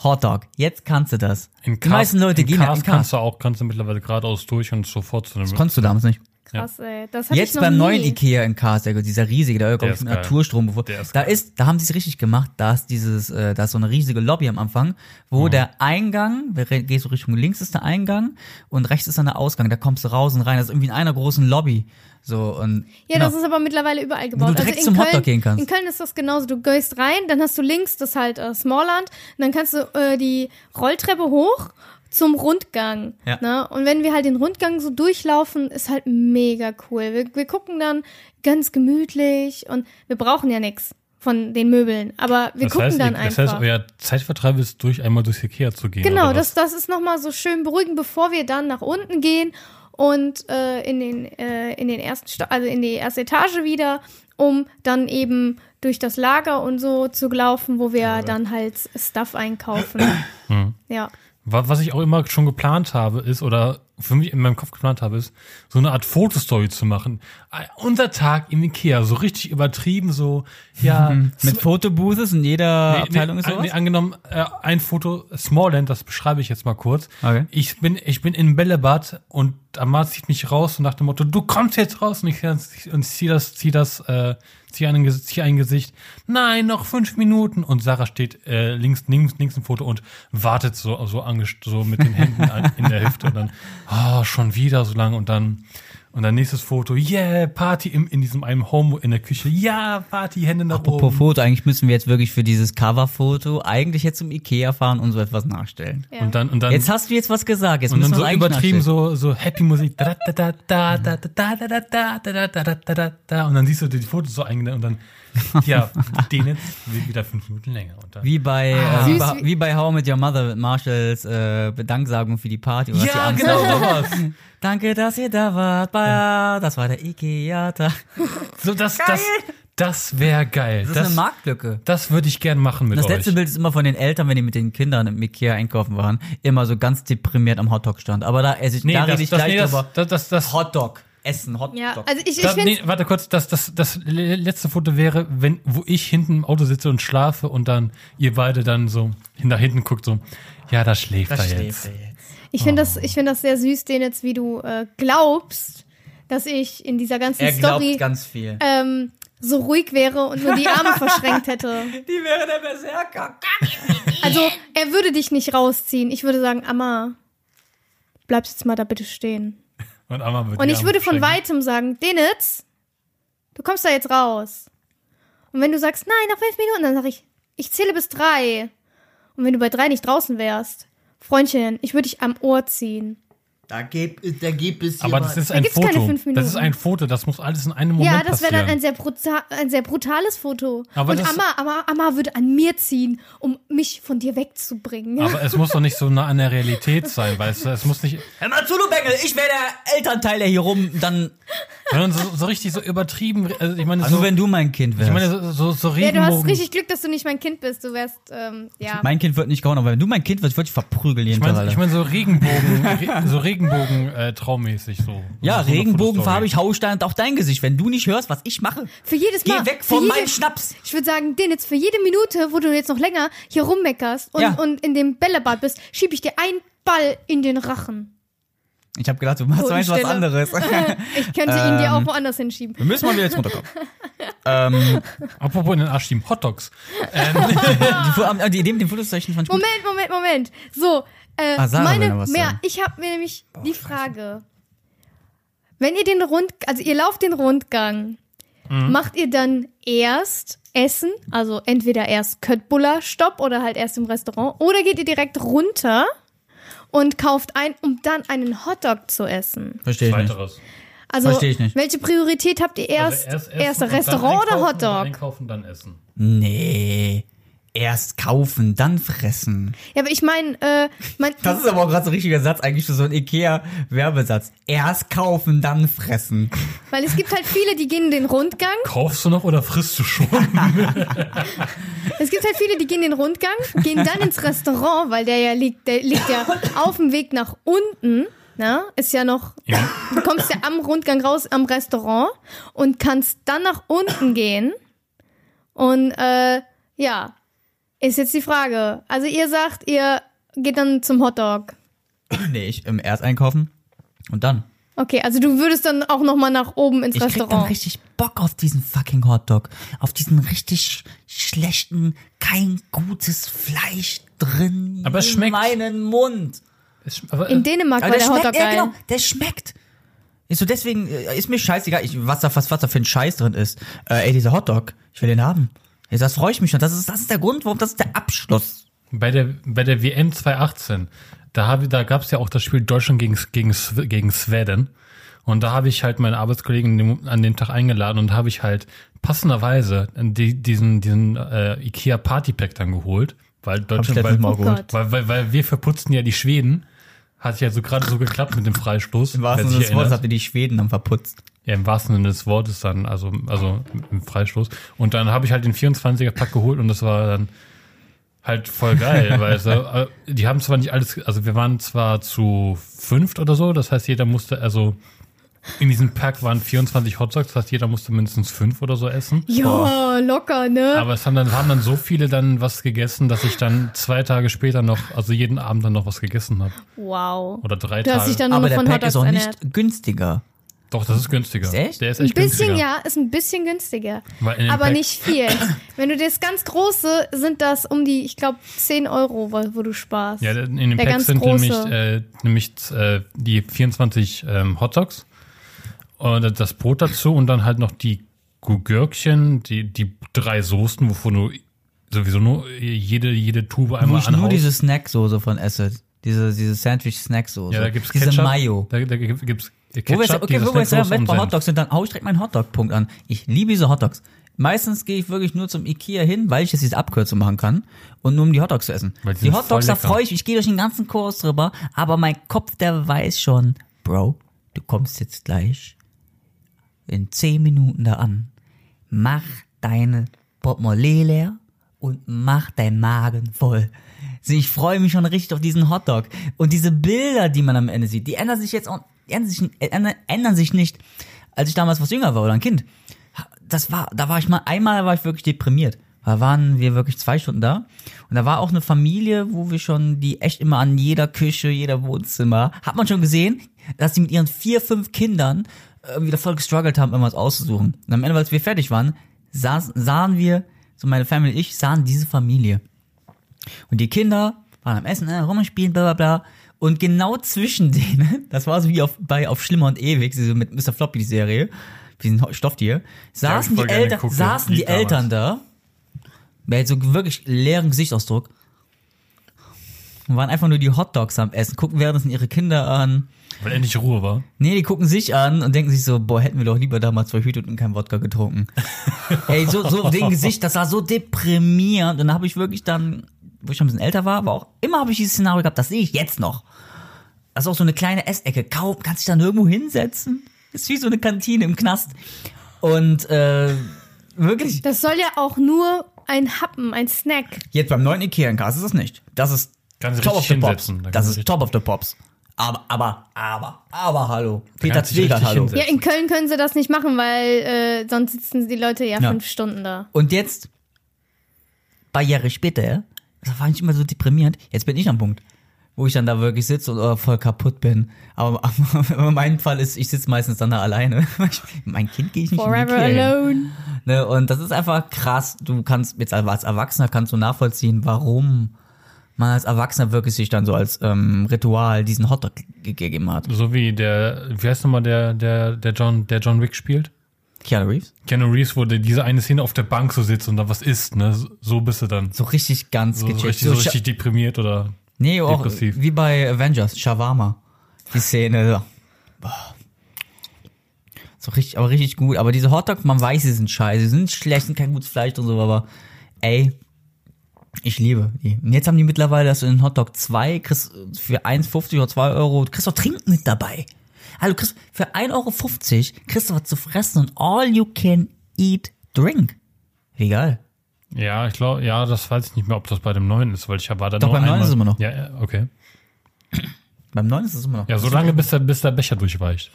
Speaker 1: Hotdog. Jetzt kannst du das. Die meisten Leute
Speaker 3: in
Speaker 1: gehen ja
Speaker 3: Cars
Speaker 1: in Cars.
Speaker 3: kannst du auch, kannst du mittlerweile geradeaus durch und sofort zu einem.
Speaker 1: Das konntest du damals nicht.
Speaker 2: Krass, ey. Das hatte ich
Speaker 1: Jetzt
Speaker 2: noch
Speaker 1: beim
Speaker 2: nie.
Speaker 1: neuen Ikea in Karlsruhe, also dieser riesige, da glaube
Speaker 3: Der
Speaker 1: ich
Speaker 3: ist
Speaker 1: mit
Speaker 3: geil.
Speaker 1: Naturstrom bevor.
Speaker 3: Der ist
Speaker 1: Da
Speaker 3: geil.
Speaker 1: ist, da haben sie es richtig gemacht, da ist dieses, äh, da ist so eine riesige Lobby am Anfang,
Speaker 3: Mhm.
Speaker 1: wo der Eingang, wir re- gehst so Richtung links ist der Eingang und rechts ist dann der Ausgang, da kommst du raus und rein, das ist irgendwie in einer großen Lobby. So und
Speaker 2: Ja,
Speaker 1: genau.
Speaker 2: das ist aber mittlerweile überall gebaut.
Speaker 1: du direkt
Speaker 2: also
Speaker 1: zum
Speaker 2: in Köln,
Speaker 1: Hotdog gehen kannst.
Speaker 2: In Köln ist das genauso. Du gehst rein, dann hast du links das halt äh, Smallland und dann kannst du äh, die Rolltreppe hoch zum Rundgang.
Speaker 1: Ja.
Speaker 2: Ne? Und wenn wir halt den Rundgang so durchlaufen, ist halt mega cool. Wir, wir gucken dann ganz gemütlich und wir brauchen ja nichts von den Möbeln, aber wir
Speaker 3: das
Speaker 2: gucken
Speaker 3: heißt,
Speaker 2: dann
Speaker 3: ihr-
Speaker 2: einfach.
Speaker 3: das heißt, euer Zeitvertreib ist durch einmal durchs Ikea zu gehen.
Speaker 2: Genau,
Speaker 3: oder
Speaker 2: das,
Speaker 3: was?
Speaker 2: das ist nochmal so schön beruhigend, bevor wir dann nach unten gehen und äh, in, den, äh, in den ersten Sto also in die erste Etage wieder, um dann eben durch das Lager und so zu laufen, wo wir dann halt Stuff einkaufen. ja.
Speaker 3: Wa- Was ich auch immer schon geplant habe, ist, oder für mich in meinem Kopf geplant habe, ist, so eine Art Fotostory zu machen. Ein- Unser Tag im Ikea, so richtig übertrieben, so, ja.
Speaker 1: <laughs> Mit Fotobooths in jeder Abteilung ist
Speaker 3: nee,
Speaker 1: sowas?
Speaker 3: nee, angenommen, äh, ein Foto, Smallland, das beschreibe ich jetzt mal kurz.
Speaker 1: Okay.
Speaker 3: Ich bin, ich bin in Bällebad und Amar zieht mich raus und nach dem Motto, du kommst jetzt raus und ich, und ich zieh das, zieh das, äh, zieh, ein, Gesi- zieh ein Gesicht. Nein, noch fünf Minuten. Und Sarah steht äh, links, links, links im Foto und wartet so, so, angest so mit den Händen an, in der Hüfte und dann, oh, schon wieder so lange und dann, und dann nächstes Foto, yeah, Party im, in diesem einem Home in der Küche, ja, Party, Hände nach oben.
Speaker 1: Apropos Foto, eigentlich müssen wir jetzt wirklich für dieses Coverfoto eigentlich jetzt zum Ikea fahren und so etwas nachstellen.
Speaker 2: Ja.
Speaker 3: Und dann, und dann,
Speaker 1: Jetzt hast du jetzt was gesagt, jetzt
Speaker 3: und
Speaker 1: müssen
Speaker 3: dann
Speaker 1: wir
Speaker 3: so
Speaker 1: eigentlich
Speaker 3: übertrieben
Speaker 1: nachstellen.
Speaker 3: so, so Happy Musik. Da, da, da, da, da, da, da, da, da, da, da, da, da, da, da, da. Und dann siehst du die Fotos so eingenommen und dann,
Speaker 1: <laughs>
Speaker 3: ja, den jetzt wieder fünf Minuten länger. Und dann,
Speaker 1: Wie bei,
Speaker 3: Ah.
Speaker 1: äh,
Speaker 2: Süß,
Speaker 1: bei-
Speaker 2: wie-
Speaker 1: wie bei How I Met Your Mother mit Marshalls äh, Bedanksagung für die Party. oder was die
Speaker 3: ja,
Speaker 1: abends
Speaker 3: genau
Speaker 1: machen.
Speaker 3: sowas.
Speaker 1: Danke, dass ihr da wart. Ba, Das war der Ikea-Tag.
Speaker 3: So, das, das, das wäre geil.
Speaker 1: Das, ist
Speaker 3: Das,
Speaker 1: eine Marktlücke.
Speaker 3: das würde ich gern machen mit
Speaker 1: Das
Speaker 3: euch.
Speaker 1: letzte Bild ist immer von den Eltern, wenn die mit den Kindern im Ikea einkaufen waren, immer so ganz deprimiert am Hotdog stand. Aber da, esse ich,
Speaker 3: nee,
Speaker 1: da
Speaker 3: das,
Speaker 1: rede ich
Speaker 3: das,
Speaker 1: gleich
Speaker 3: nee, das,
Speaker 1: drüber.
Speaker 3: das, das, das,
Speaker 1: Hotdog. Essen, Hotdog.
Speaker 2: Ja, also ich, ich
Speaker 3: Das,
Speaker 2: finde
Speaker 3: nee, warte kurz, das, das, das le- letzte Foto wäre, wenn, wo ich hinten im Auto sitze und schlafe und dann ihr beide dann so hin- nach hinten guckt, so, ja, da schläft
Speaker 1: das
Speaker 3: er
Speaker 1: steht
Speaker 3: jetzt.
Speaker 1: da jetzt.
Speaker 2: Ich finde das, ich finde das sehr süß, den jetzt, wie du äh, glaubst, dass ich in dieser ganzen
Speaker 1: Er glaubt
Speaker 2: Story
Speaker 1: ganz viel.
Speaker 2: ähm, so ruhig wäre und nur die Arme verschränkt hätte.
Speaker 1: Die wäre der Berserker.
Speaker 2: Also er würde dich nicht rausziehen. Ich würde sagen, Amma, bleibst jetzt mal da bitte stehen.
Speaker 3: Und, einmal wird
Speaker 2: Und
Speaker 3: die
Speaker 2: ich
Speaker 3: Arme
Speaker 2: würde von
Speaker 3: verschränken.
Speaker 2: weitem sagen, Denitz, du kommst da jetzt raus. Und wenn du sagst, nein, noch fünf Minuten, dann sage ich, ich zähle bis drei. Und wenn du bei drei nicht draußen wärst, Freundchen, ich würde dich am Ohr ziehen.
Speaker 1: Da gibt, da gibt es
Speaker 3: Aber das ist ein
Speaker 2: gibt's keine
Speaker 3: Foto.
Speaker 2: fünf Minuten.
Speaker 3: Das ist ein Foto. Das muss alles in einem Moment
Speaker 2: ja, das wäre
Speaker 3: passieren.
Speaker 2: dann ein sehr, bruta ein sehr brutales Foto.
Speaker 3: Aber
Speaker 2: und
Speaker 3: das-
Speaker 2: Amma, Amma, Amma würde an mir ziehen, um mich von dir wegzubringen.
Speaker 3: aber es muss doch nicht so nah an der Realität sein, weißt du? Es muss nicht,
Speaker 1: Herr Matsulu Bengel, ich wäre der Elternteil, der hier rum dann.
Speaker 3: sondern so, so richtig so übertrieben. Also ich meine,
Speaker 1: Also
Speaker 3: so,
Speaker 1: wenn du mein Kind wärst.
Speaker 3: ich meine, so, so, so
Speaker 2: ja, du hast
Speaker 3: Regenbogen.
Speaker 2: richtig Glück, dass du nicht mein Kind bist. Du wärst, ähm, ja.
Speaker 1: mein Kind wird nicht gehauen, aber wenn du mein Kind wärst, würde ich verprügeln jeden
Speaker 3: ich
Speaker 1: Tag,
Speaker 3: meine,
Speaker 1: Alter.
Speaker 3: ich meine so
Speaker 1: <laughs>
Speaker 3: Regenbogen, Re- so Regenbogen äh, traummäßig so.
Speaker 1: ja,
Speaker 3: so eine
Speaker 1: Regenbogenfarbe,
Speaker 3: Fotostory.
Speaker 1: ich haue Stein auf dein Gesicht. Wenn du nicht hörst, was ich mache,
Speaker 2: Für jedes
Speaker 1: geh
Speaker 2: Mal.
Speaker 1: weg
Speaker 2: für
Speaker 1: von
Speaker 2: jede-
Speaker 1: meinem Schnaps.
Speaker 2: Ich würde sagen, Denitz, für jede Minute, wo du jetzt noch länger hier rummeckerst und,
Speaker 1: Ja.
Speaker 2: und in dem Bällebad bist, schiebe ich dir einen Ball in den Rachen.
Speaker 1: Ich habe gedacht, du machst
Speaker 2: Totenstille.
Speaker 1: meinst was
Speaker 2: <laughs>
Speaker 1: anderes. Wir
Speaker 2: Ich könnte
Speaker 1: Ähm.
Speaker 2: ihn dir auch woanders hinschieben.
Speaker 1: müssen mal wieder jetzt runterkommen. ähm,
Speaker 3: Apropos in den Arsch schieben, Hotdogs.
Speaker 1: die, Fu- am- die Idee mit dem Fotozeichen fand ich gut.
Speaker 2: Moment, Moment, Moment. So, äh,
Speaker 1: Ah, Sarah will
Speaker 2: meine,
Speaker 1: noch was
Speaker 2: mehr,
Speaker 1: sagen.
Speaker 2: ich habe mir nämlich die Frage, wenn ihr den Rund, also ihr lauft den Rundgang,
Speaker 1: Mhm.
Speaker 2: macht ihr dann erst Essen, also entweder erst Köttbullar Stopp oder halt erst im Restaurant, oder geht ihr direkt runter und kauft ein, um dann einen Hotdog zu essen?
Speaker 1: Verstehe ich nicht.
Speaker 3: Weiteres.
Speaker 2: Also,
Speaker 1: Versteh ich nicht.
Speaker 2: welche Priorität habt ihr erst?
Speaker 3: Also essen
Speaker 2: erst
Speaker 3: und dann
Speaker 2: Restaurant oder
Speaker 3: einkaufen und dann
Speaker 2: Hotdog?
Speaker 3: Einkaufen, dann essen.
Speaker 1: Nee. Erst kaufen, dann fressen.
Speaker 2: Ja, aber ich meine, äh, mein,
Speaker 1: Das ist aber auch gerade so ein richtiger Satz eigentlich für so einen Ikea-Werbesatz. Erst kaufen, dann fressen.
Speaker 2: weil es gibt halt viele, die gehen den Rundgang
Speaker 3: Kaufst du noch oder frisst du schon?
Speaker 2: <laughs> Es gibt halt viele, die gehen den Rundgang, gehen dann ins Restaurant, weil der ja liegt, der liegt ja auf dem Weg nach unten. Na, ist ja noch, du kommst ja am Rundgang raus am Restaurant und kannst dann nach unten gehen. Und äh, ja, ist jetzt die Frage. Also ihr sagt, ihr geht dann zum Hotdog.
Speaker 1: Nee, ich ähm, erst einkaufen und dann.
Speaker 2: Okay, also du würdest dann auch noch mal nach oben ins
Speaker 1: Ich krieg dann
Speaker 2: Restaurant.
Speaker 1: richtig Bock auf diesen fucking Hotdog. Auf diesen richtig sch- schlechten, kein gutes Fleisch drin.
Speaker 3: Aber es
Speaker 1: in
Speaker 3: schmeckt.
Speaker 1: meinen Mund.
Speaker 3: Es sch- aber, äh,
Speaker 2: In Dänemark
Speaker 1: Aber der,
Speaker 2: war der Hotdog
Speaker 1: schmeckt, ja,
Speaker 2: geil.
Speaker 1: genau, der schmeckt. Ist so deswegen, äh, ist mir scheißegal, ich, was, da, was, was da für ein Scheiß drin ist. Äh, ey, dieser Hotdog, ich will den haben. Ey, das freue ich mich schon. Das ist, das ist der Grund, warum das ist der Abschluss.
Speaker 3: Bei der, bei der WM 2018, da, hab ich- da gab es ja auch das Spiel Deutschland gegen, gegen, Sw- gegen Schweden. Und da habe ich halt meine Arbeitskollegen an dem- an dem Tag eingeladen und habe ich halt passenderweise die, diesen, diesen äh, IKEA Party Pack dann geholt, weil Deutschland,
Speaker 1: letztes
Speaker 3: weil,
Speaker 1: Mal
Speaker 2: Oh geholt. Gott.
Speaker 3: weil, weil, weil wir verputzten ja die Schweden. Hat ja so gerade so geklappt mit dem Freistoß.
Speaker 1: Im
Speaker 3: wer
Speaker 1: wahrsten
Speaker 3: sich
Speaker 1: Sinne des Wortes
Speaker 3: erinnert.
Speaker 1: habt ihr die Schweden dann verputzt.
Speaker 3: Ja, im wahrsten Sinne des Wortes dann, also, also im Freistoß. Und dann habe ich halt den 24er-Pack geholt und das war dann halt voll geil, <laughs> weißt du. Äh, Die haben zwar nicht alles, also wir waren zwar zu fünft oder so, das heißt, jeder musste, also in diesem Pack waren 24 Hotdogs, das heißt, jeder musste mindestens fünf oder so
Speaker 1: genau-
Speaker 3: essen.
Speaker 2: Ja, locker, ne?
Speaker 3: Aber es haben dann, haben dann so viele dann was gegessen, dass ich dann zwei Tage später noch, also jeden Abend dann noch was gegessen habe.
Speaker 2: wow.
Speaker 3: Oder drei
Speaker 2: Du hast
Speaker 3: Tage.
Speaker 2: dich dann nur
Speaker 1: Aber
Speaker 2: noch
Speaker 1: der
Speaker 2: von
Speaker 1: Pack
Speaker 2: Hotdogs
Speaker 1: ist auch
Speaker 2: ernährt.
Speaker 1: nicht günstiger.
Speaker 3: Doch, das ist günstiger.
Speaker 1: Ist echt?
Speaker 3: Der ist
Speaker 2: Ein
Speaker 3: echt
Speaker 2: bisschen,
Speaker 3: günstiger.
Speaker 2: ja, ist ein bisschen günstiger.
Speaker 3: Weil in dem
Speaker 2: Aber
Speaker 3: Pack-
Speaker 2: nicht
Speaker 1: <coughs>
Speaker 2: viel. Wenn du das ganz große, sind das um die, ich glaube, 10 Euro, wo, wo du sparst.
Speaker 3: Ja, in
Speaker 2: Der
Speaker 3: dem Pack
Speaker 2: ganz
Speaker 3: sind
Speaker 2: große.
Speaker 3: nämlich, äh, nämlich äh, die 24 ähm, Hot Dogs und das Brot dazu und dann halt noch die Gürkchen, die, die drei Soßen, wovon du sowieso nur jede, jede Tube
Speaker 1: Wo
Speaker 3: einmal
Speaker 1: ich nur
Speaker 3: anhaust.
Speaker 1: diese Snacksoße von esse. Diese, diese Sandwich-Snacksoße.
Speaker 3: ja, da gibt's
Speaker 1: diese
Speaker 3: Ketchup.
Speaker 1: Mayo.
Speaker 3: Da, da gibt's
Speaker 1: Wo wir jetzt,
Speaker 3: Ketchup,
Speaker 1: okay,
Speaker 3: diese
Speaker 1: wo wir äh, jetzt ja
Speaker 3: Snacksoße
Speaker 1: bei
Speaker 3: und Senf.
Speaker 1: Hotdogs sind, dann hau ich direkt meinen Hotdog-Punkt an. Ich liebe diese Hotdogs. Meistens gehe ich wirklich nur zum Ikea hin, weil ich jetzt diese Abkürzung machen kann und nur um die Hotdogs zu essen.
Speaker 3: Weil die
Speaker 1: die
Speaker 3: sind
Speaker 1: Hotdogs,
Speaker 3: voll
Speaker 1: da
Speaker 3: lecker.
Speaker 1: freue ich mich, ich gehe durch den ganzen Kurs drüber, aber mein Kopf, der weiß schon, Bro, du kommst jetzt gleich in 10 Minuten da an. Mach deine Portemonnaie leer und mach deinen Magen voll. Ich freue mich schon richtig auf diesen Hotdog. Und diese Bilder, die man am Ende sieht, die ändern sich jetzt auch, die ändern sich, äh, ändern, ändern sich nicht. Als ich damals was jünger war oder ein Kind, das war, da war ich mal, einmal war ich wirklich deprimiert. Da waren wir wirklich zwei Stunden da. Und da war auch eine Familie, wo wir schon, die echt immer an jeder Küche, jeder Wohnzimmer, hat man schon gesehen, dass die mit ihren vier, fünf Kindern äh, wieder voll gestruggelt haben, irgendwas auszusuchen. Und am Ende, als wir fertig waren, saß, sahen wir, so meine Family und ich, sahen diese Familie. Und die Kinder waren am Essen, äh, rumspielen, bla bla bla. Und genau zwischen denen, <laughs> das war so wie auf, bei Auf Schlimmer und Ewig, diese mit Mr. Floppy die Serie, diesen Ho- Stofftier, saßen
Speaker 3: voll
Speaker 1: die,
Speaker 3: gerne
Speaker 1: Eltern,
Speaker 3: geguckt, ja.
Speaker 1: saßen die
Speaker 3: Lieb damals.
Speaker 1: Eltern da, mit so wirklich leeren Gesichtsausdruck, und waren einfach nur die Hotdogs am Essen, gucken währenddessen ihre Kinder an.
Speaker 3: Weil endlich Ruhe war.
Speaker 1: Nee, die gucken sich an und denken sich so, boah, hätten wir doch lieber damals verhütet und kein Wodka
Speaker 3: <laughs>
Speaker 1: getrunken. Ey, so, so den Gesicht, das war so deprimierend. Und da habe ich wirklich dann, wo ich schon ein bisschen älter war, aber auch immer habe ich dieses Szenario gehabt, das sehe ich jetzt noch. Das ist auch so eine kleine Essecke. Kaum, kannst dich dann irgendwo hinsetzen. Ist wie so eine Kantine im Knast. Und äh, wirklich,
Speaker 2: Das soll ja auch nur ein Happen, ein Snack.
Speaker 1: Jetzt beim neuen Ikea-Cast ist es nicht. Das ist
Speaker 3: Kannst du
Speaker 1: Top of
Speaker 3: richtig
Speaker 1: the Pops.
Speaker 3: hinsetzen. Da
Speaker 1: Das
Speaker 3: kannst du
Speaker 1: ist
Speaker 3: richtig-
Speaker 1: Top of the Pops. Aber, aber, aber, aber, hallo. Peter
Speaker 3: kannst du dich
Speaker 1: Zwegert,
Speaker 3: richtig
Speaker 1: hallo.
Speaker 3: hinsetzen.
Speaker 2: Ja, in Köln können sie das nicht machen, weil äh, sonst sitzen die Leute ja,
Speaker 1: Ja.
Speaker 2: fünf Stunden da.
Speaker 1: Und jetzt, paar Jahre später, das war ich immer so deprimierend, jetzt bin ich am Punkt, wo ich dann da wirklich sitze und äh, voll kaputt bin. Aber, <laughs> aber mein Fall ist, ich sitze meistens dann da alleine. <laughs> mein Kind gehe ich nicht
Speaker 2: Forever
Speaker 1: in die Ikea.
Speaker 2: alone.
Speaker 1: Ne, und das ist einfach krass. Du kannst jetzt als Erwachsener kannst du nachvollziehen, warum man als Erwachsener wirklich sich dann so als ähm, Ritual diesen Hotdog ge- gegeben hat.
Speaker 3: So wie der, wie heißt nochmal der, der, der John, der John Wick spielt?
Speaker 1: Keanu Reeves?
Speaker 3: Keanu Reeves, wo der diese eine Szene auf der Bank so sitzt und dann was isst, ne? So- So bist du dann.
Speaker 1: So richtig ganz
Speaker 3: So, so
Speaker 1: gechillt.
Speaker 3: richtig, so
Speaker 1: Scha-
Speaker 3: richtig deprimiert oder.
Speaker 1: nee, auch
Speaker 3: depressiv.
Speaker 1: wie bei Avengers, Shawarma. Die Szene. So. Boah. so richtig, aber richtig gut. Aber diese Hotdogs, man weiß, sie sind scheiße, sie sind schlecht, sind kein gutes Fleisch und so, aber ey, Ich liebe die. Und jetzt haben die mittlerweile, dass du in Hotdog 2 kriegst für 1,50 oder 2 Euro, du kriegst auch Trinken mit dabei. Also du kriegst für 1,50 Euro kriegst du was zu fressen und all you can eat drink. Wie geil.
Speaker 3: Ja, ich glaube, ja, das weiß ich nicht mehr, ob das bei dem neuen ist, weil ich war da
Speaker 1: Doch,
Speaker 3: nur
Speaker 1: beim neuen
Speaker 3: einmal.
Speaker 1: ist es immer noch.
Speaker 3: Ja, Ja, okay.
Speaker 1: Beim neuen ist es immer noch.
Speaker 3: Ja, so lange, bis der, bis der
Speaker 2: <laughs>
Speaker 3: Becher durchweicht.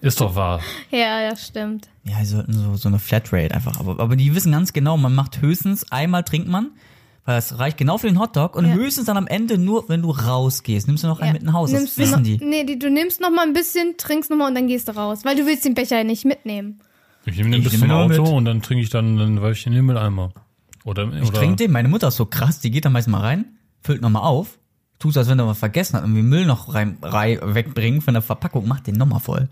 Speaker 3: ist doch wahr.
Speaker 2: Ja, ja, stimmt.
Speaker 1: Ja, die sollten so, so eine Flatrate einfach. Aber, aber die wissen ganz genau, man macht höchstens einmal trinkt man, weil das reicht genau für den Hotdog und
Speaker 2: Ja.
Speaker 1: höchstens dann am Ende nur, wenn du rausgehst. Nimmst du noch einen
Speaker 2: Ja.
Speaker 1: mit nach Hause. Das
Speaker 2: Nimmst du noch-
Speaker 1: wissen die.
Speaker 2: Nee, die, du nimmst noch mal ein bisschen, trinkst noch mal und dann gehst du raus, weil du willst den Becher ja nicht mitnehmen.
Speaker 3: Ich nehme den
Speaker 1: Ich
Speaker 3: bis
Speaker 1: nehme
Speaker 3: zum
Speaker 1: nur
Speaker 3: Auto
Speaker 1: mit.
Speaker 3: und dann trinke ich dann einen Wölfchen in den Mülleimer. Oder,
Speaker 1: Ich
Speaker 3: oder
Speaker 1: trinke den, meine Mutter ist so krass, die geht da meistens mal rein, füllt nochmal auf, tut so, als wenn er was vergessen hat, irgendwie Müll noch rein, rein wegbringen von der Verpackung, macht den nochmal
Speaker 2: <laughs>
Speaker 1: voll.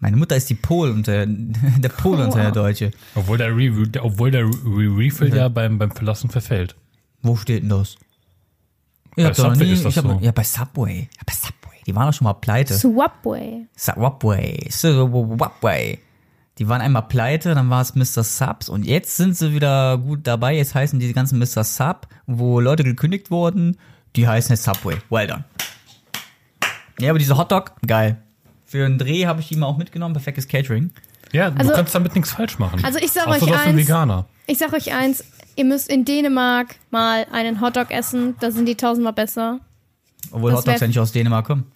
Speaker 1: Meine Mutter ist die Pol und der, <laughs> der Pol unter der Deutsche.
Speaker 3: obwohl der, Re der- obwohl der Re Re Refill ja beim, beim Verlassen verfällt.
Speaker 1: Wo steht denn das? Ich
Speaker 3: Bei
Speaker 1: hab doch noch
Speaker 3: Subway
Speaker 1: nie,
Speaker 3: ist das
Speaker 1: ich hab,
Speaker 3: so.
Speaker 1: Ja, bei Subway. Ja, bei Subway. Die waren doch schon mal pleite.
Speaker 2: Swapway.
Speaker 1: Subway. Subway. Die waren einmal pleite, dann war es Mr. Subs und jetzt sind sie wieder gut dabei. Jetzt heißen diese ganzen Mr. Sub, wo Leute gekündigt wurden, die heißen jetzt Subway. Well done. Ja, aber diese Hotdog, geil. Für einen Dreh habe ich die mal auch mitgenommen. Perfektes Catering.
Speaker 3: Ja,
Speaker 2: Also-
Speaker 3: du kannst damit nichts falsch machen.
Speaker 2: also ich sag
Speaker 3: Außer,
Speaker 2: euch
Speaker 3: dass du
Speaker 2: eins.
Speaker 3: Veganer.
Speaker 2: Ich sag euch eins, ihr müsst in Dänemark mal einen Hotdog essen, da sind die tausendmal besser.
Speaker 1: Obwohl
Speaker 2: Das
Speaker 1: Hotdogs
Speaker 2: wär-
Speaker 1: ja nicht aus Dänemark kommen.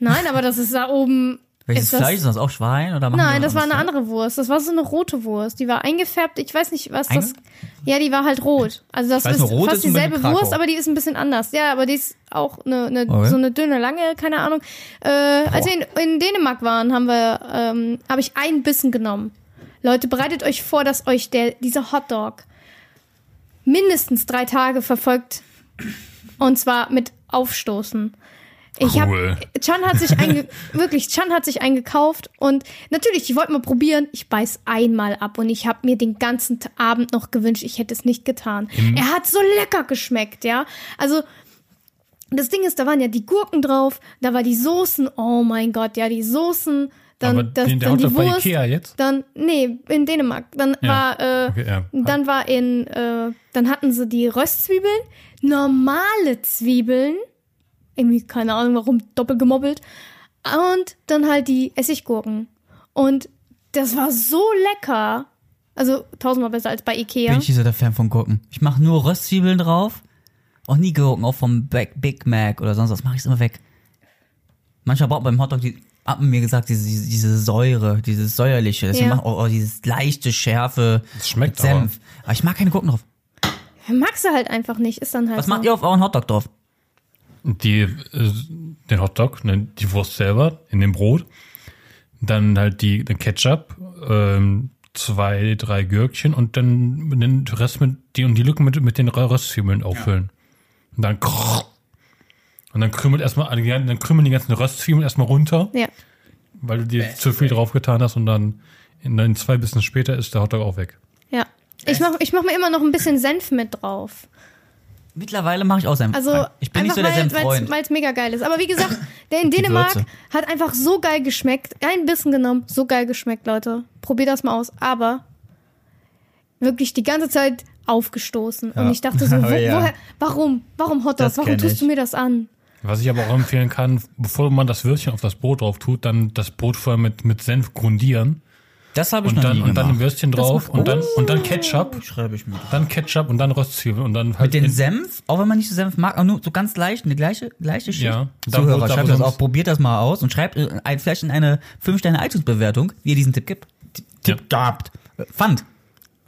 Speaker 2: Nein, aber das ist da oben.
Speaker 1: Welches
Speaker 2: ist das,
Speaker 1: Fleisch ist das? Auch Schwein oder machen die
Speaker 2: Nein, das war
Speaker 1: anderes
Speaker 2: eine
Speaker 1: Fleisch?
Speaker 2: andere Wurst. Das war so eine rote Wurst. Die war eingefärbt. Ich weiß nicht, was das.
Speaker 1: Einge-
Speaker 2: Ja, die war halt rot. Also das
Speaker 1: Ich weiß
Speaker 2: ist
Speaker 1: nur, rot
Speaker 2: fast
Speaker 1: ist ein bisschen
Speaker 2: dieselbe
Speaker 1: Krakau.
Speaker 2: Wurst, aber die ist ein bisschen anders. Ja, aber die ist auch eine, eine
Speaker 1: Okay.
Speaker 2: so eine dünne, lange, keine Ahnung. Äh, als wir in, in Dänemark waren, haben wir, ähm, habe ich einen Bissen genommen. Leute, bereitet euch vor, dass euch der dieser Hotdog mindestens drei Tage verfolgt. Und zwar mit Aufstoßen. Ich hab,
Speaker 3: Cool.
Speaker 2: Chan hat
Speaker 3: <laughs>
Speaker 2: sich einge wirklich Chan hat sich eingekauft und natürlich, ich wollte mal probieren. Ich beiß einmal ab und ich habe mir den ganzen T- Abend noch gewünscht, ich hätte es nicht getan. Er hat so lecker geschmeckt, ja. Also das Ding ist, da waren ja die Gurken drauf, da war die Soßen. Oh mein Gott, ja die Soßen, dann
Speaker 3: Aber
Speaker 2: das,
Speaker 3: den, der
Speaker 2: dann die
Speaker 3: Hotdog bei
Speaker 2: Wurst,
Speaker 3: Ikea jetzt?
Speaker 2: dann nee in Dänemark, dann
Speaker 3: Ja.
Speaker 2: war äh,
Speaker 3: Okay, ja.
Speaker 2: dann war in, äh, dann hatten sie die Röstzwiebeln, normale Zwiebeln, irgendwie keine Ahnung warum, doppelt gemobbelt, und dann halt die Essiggurken. Und das war so lecker. Also tausendmal besser als bei Ikea.
Speaker 1: Bin ich nicht so der Fan von Gurken. Ich mache nur Röstzwiebeln drauf. Auch nie Gurken, auch vom Big, Big Mac oder sonst was. Mache ich es immer weg. Manchmal braucht beim Hotdog, die haben mir gesagt, diese, diese, diese Säure, dieses Säuerliche. Deswegen
Speaker 2: Ja.
Speaker 1: mach ich auch, auch dieses leichte, schärfe
Speaker 3: Das schmeckt
Speaker 1: mit Senf. Aber. ich mag keine Gurken drauf.
Speaker 2: Magst du halt einfach nicht, ist dann halt
Speaker 1: Was
Speaker 2: so.
Speaker 1: macht ihr auf euren Hotdog drauf?
Speaker 3: die, äh, den Hotdog, ne, die Wurst selber in dem Brot, dann halt die den Ketchup, ähm, zwei, drei Gürkchen und dann den Rest mit die und die Lücken mit, mit den Röstzwiebeln auffüllen. Und dann krrr. und dann krümelt erstmal alle die ganzen- dann krümeln die ganzen Röstzwiebeln erstmal runter,
Speaker 2: Ja.
Speaker 3: weil du dir zu viel drauf getan hast und dann in, dann zwei Bissen später ist der Hotdog auch weg.
Speaker 2: Ja. Ich mach, ich mach mir immer noch ein bisschen Senf mit drauf.
Speaker 1: Mittlerweile mache ich auch Senf.
Speaker 2: Also
Speaker 1: rein. ich bin nicht
Speaker 2: einfach
Speaker 1: so der
Speaker 2: weil
Speaker 1: Senffreund.
Speaker 2: weil es mega geil ist. Aber
Speaker 1: <coughs>
Speaker 2: wie gesagt, der in Dänemark
Speaker 1: Würze.
Speaker 2: hat einfach so geil geschmeckt. Ein Bissen genommen, so geil geschmeckt, Leute. Probier das mal aus. Aber wirklich die ganze Zeit aufgestoßen.
Speaker 1: Ja.
Speaker 2: Und ich dachte
Speaker 1: <laughs>
Speaker 2: so,
Speaker 1: Oh
Speaker 2: wo,
Speaker 1: ja.
Speaker 2: woher, warum, warum Hotdog,
Speaker 1: Das
Speaker 2: warum
Speaker 1: kenn
Speaker 2: tust du
Speaker 1: ich.
Speaker 2: mir das an?
Speaker 3: Was ich aber auch empfehlen kann, bevor man das Würstchen auf das Brot drauf tut, dann das Brot vorher mit, mit Senf grundieren
Speaker 1: Das habe ich
Speaker 3: und
Speaker 1: noch
Speaker 3: dann,
Speaker 1: nie
Speaker 3: und dann ein
Speaker 1: gemacht.
Speaker 3: Würstchen drauf und dann, und dann Ketchup,
Speaker 1: Schreibe ich mir.
Speaker 3: dann Ketchup und dann Röstzwiebeln und dann halt
Speaker 1: Mit dem
Speaker 3: in-
Speaker 1: Senf, auch wenn man nicht so Senf mag, aber nur so ganz leicht, eine gleiche, gleiche Schicht.
Speaker 3: Ja, da wo-
Speaker 1: Zuhörer,
Speaker 3: da wo
Speaker 1: schreibt das
Speaker 3: sonst-
Speaker 1: auch, probiert das mal aus und schreibt äh, ein, vielleicht in eine 5-Sterne-iTunes-Bewertung, wie ihr diesen Tipp gibt. Tipp
Speaker 3: Ja.
Speaker 1: gehabt. Äh, Fand.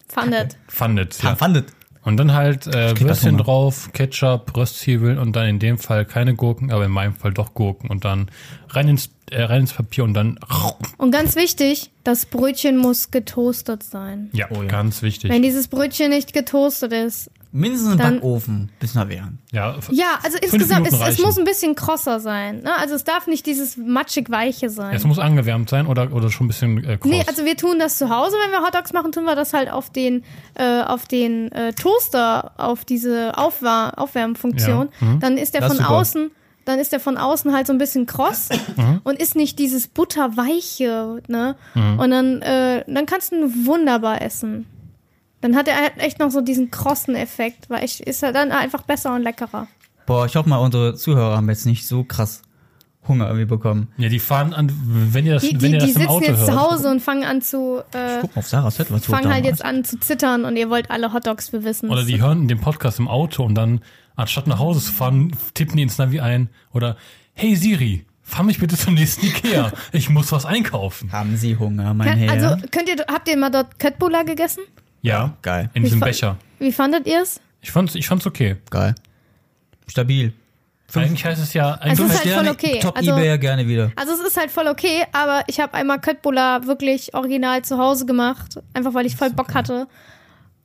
Speaker 2: Fandet.
Speaker 3: Pfandet.
Speaker 1: Ja.
Speaker 3: Ja.
Speaker 1: Fandet.
Speaker 3: Und dann halt äh,
Speaker 1: krieg das
Speaker 3: Würstchen
Speaker 1: Hunger.
Speaker 3: drauf, Ketchup, Röstzwiebeln und dann in dem Fall keine Gurken, aber in meinem Fall doch Gurken und dann rein ins, äh, rein ins Papier und dann
Speaker 2: Und ganz wichtig, das Brötchen muss getoastet sein.
Speaker 3: ja,
Speaker 1: Oh ja.
Speaker 3: ganz wichtig.
Speaker 2: Wenn dieses Brötchen nicht getoastet ist.
Speaker 1: Mindestens im
Speaker 2: Dann-
Speaker 1: Backofen, bis nachher.
Speaker 3: ja, f-
Speaker 2: Ja, also
Speaker 3: Fünf
Speaker 2: insgesamt, es,
Speaker 3: Minuten
Speaker 2: es
Speaker 3: reichen.
Speaker 2: muss ein bisschen krosser sein. Ne? Also es darf nicht dieses matschig-weiche sein.
Speaker 3: es muss angewärmt sein oder, oder schon ein bisschen äh, kross.
Speaker 2: Nee, also wir tun das zu Hause, wenn wir Hotdogs machen, tun wir das halt auf den, äh, auf den äh, Toaster, auf diese Aufwar Aufwärmfunktion. Dann ist der
Speaker 3: Mhm. Das ist
Speaker 2: von
Speaker 3: super.
Speaker 2: außen, dann ist der von außen halt so ein bisschen
Speaker 3: <clears throat>
Speaker 2: kross
Speaker 3: Mhm.
Speaker 2: und ist nicht dieses butterweiche, ne? Und dann, äh, dann kannst du ihn wunderbar essen. Dann hat er halt echt noch so diesen krossen Effekt, weil ich ist er dann einfach besser und leckerer.
Speaker 1: Boah, ich hoffe mal, unsere Zuhörer haben jetzt nicht so krass Hunger irgendwie bekommen.
Speaker 3: ja, die fahren an, wenn ihr das,
Speaker 2: Die,
Speaker 3: wenn
Speaker 2: die, die
Speaker 3: ihr das im
Speaker 2: sitzen
Speaker 3: Auto
Speaker 2: jetzt
Speaker 3: hört.
Speaker 2: zu Hause und fangen an zu äh,
Speaker 1: Guck mal auf Sarahs Hütte, was du
Speaker 2: fangen
Speaker 1: da
Speaker 2: halt
Speaker 1: machst.
Speaker 2: jetzt an zu zittern und ihr wollt alle Hotdogs bewissen.
Speaker 3: Oder die hören den Podcast im Auto und dann, anstatt nach Hause zu fahren, tippen die ins Navi ein. Oder, hey Siri, fahr mich bitte zum nächsten Ikea. Ich muss was einkaufen.
Speaker 1: Haben Sie Hunger, mein
Speaker 2: Kann,
Speaker 1: Herr?
Speaker 2: also könnt ihr, habt ihr mal dort Köttbullar gegessen?
Speaker 3: Ja,
Speaker 1: Geil.
Speaker 3: in diesem
Speaker 2: fa-
Speaker 3: Becher.
Speaker 2: Wie fandet ihr es?
Speaker 3: Ich fand's, ich fand's okay.
Speaker 1: Geil. Stabil.
Speaker 3: Eigentlich heißt es ja,
Speaker 2: Es
Speaker 3: eigentlich
Speaker 2: ist halt voll okay.
Speaker 1: Top
Speaker 2: Also-
Speaker 1: eBay gerne wieder.
Speaker 2: Also es ist halt voll okay, aber ich habe einmal Köttbullar wirklich original zu Hause gemacht, einfach weil ich voll Bock hatte.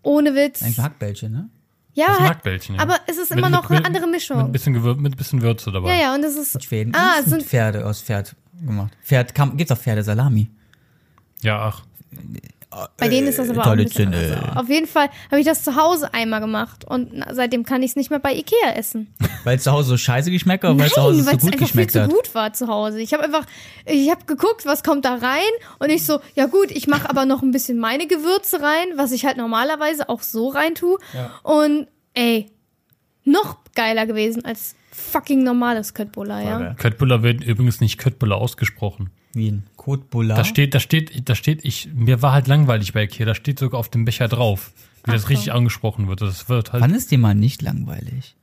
Speaker 2: Ohne Witz.
Speaker 1: Ein Hackbällchen, ne?
Speaker 2: Ja,
Speaker 3: das
Speaker 2: halt,
Speaker 3: Marktbällchen. Ja.
Speaker 2: aber es ist immer noch eine andere
Speaker 3: Mit ein
Speaker 2: Mischung.
Speaker 3: bisschen, Gewür mit bisschen Würze dabei.
Speaker 2: Ja, ja, und es ist
Speaker 1: Schweden. Ah,
Speaker 2: Ah, es sind-
Speaker 1: sind Pferde aus Pferd gemacht. Pferd, kam, gibt's auch Pferdesalami.
Speaker 3: Ja, ach.
Speaker 2: bei denen
Speaker 3: Äh,
Speaker 2: ist das aber auch ein bisschen
Speaker 1: traditionell.
Speaker 2: anders. Auf jeden Fall habe ich das zu Hause einmal gemacht und na, seitdem kann ich es nicht mehr bei Ikea essen.
Speaker 1: Weil es zu Hause so scheiße geschmeckt hat, oder weil es zu Hause
Speaker 2: Nein,
Speaker 1: so
Speaker 2: weil es
Speaker 1: gut
Speaker 2: einfach viel
Speaker 1: geschmeckt
Speaker 2: zu
Speaker 1: hat.
Speaker 2: gut war zu Hause. Ich habe einfach, ich habe geguckt, was kommt da rein und ich so, ja gut, ich mache aber noch ein bisschen meine Gewürze rein, was ich halt normalerweise auch so rein tue. Und ey, noch geiler gewesen als fucking normales Köttbullar, ja.
Speaker 1: geil.
Speaker 3: Köttbullar wird übrigens nicht Köttbullar ausgesprochen.
Speaker 1: Wie ein Kotbullar.
Speaker 3: Da steht, da steht, da steht, ich, mir war halt langweilig bei Ikea. Da steht sogar auf dem Becher drauf. wie das
Speaker 2: Ach so.
Speaker 3: richtig angesprochen wird. Das wird halt.
Speaker 1: Wann ist dir mal nicht langweilig?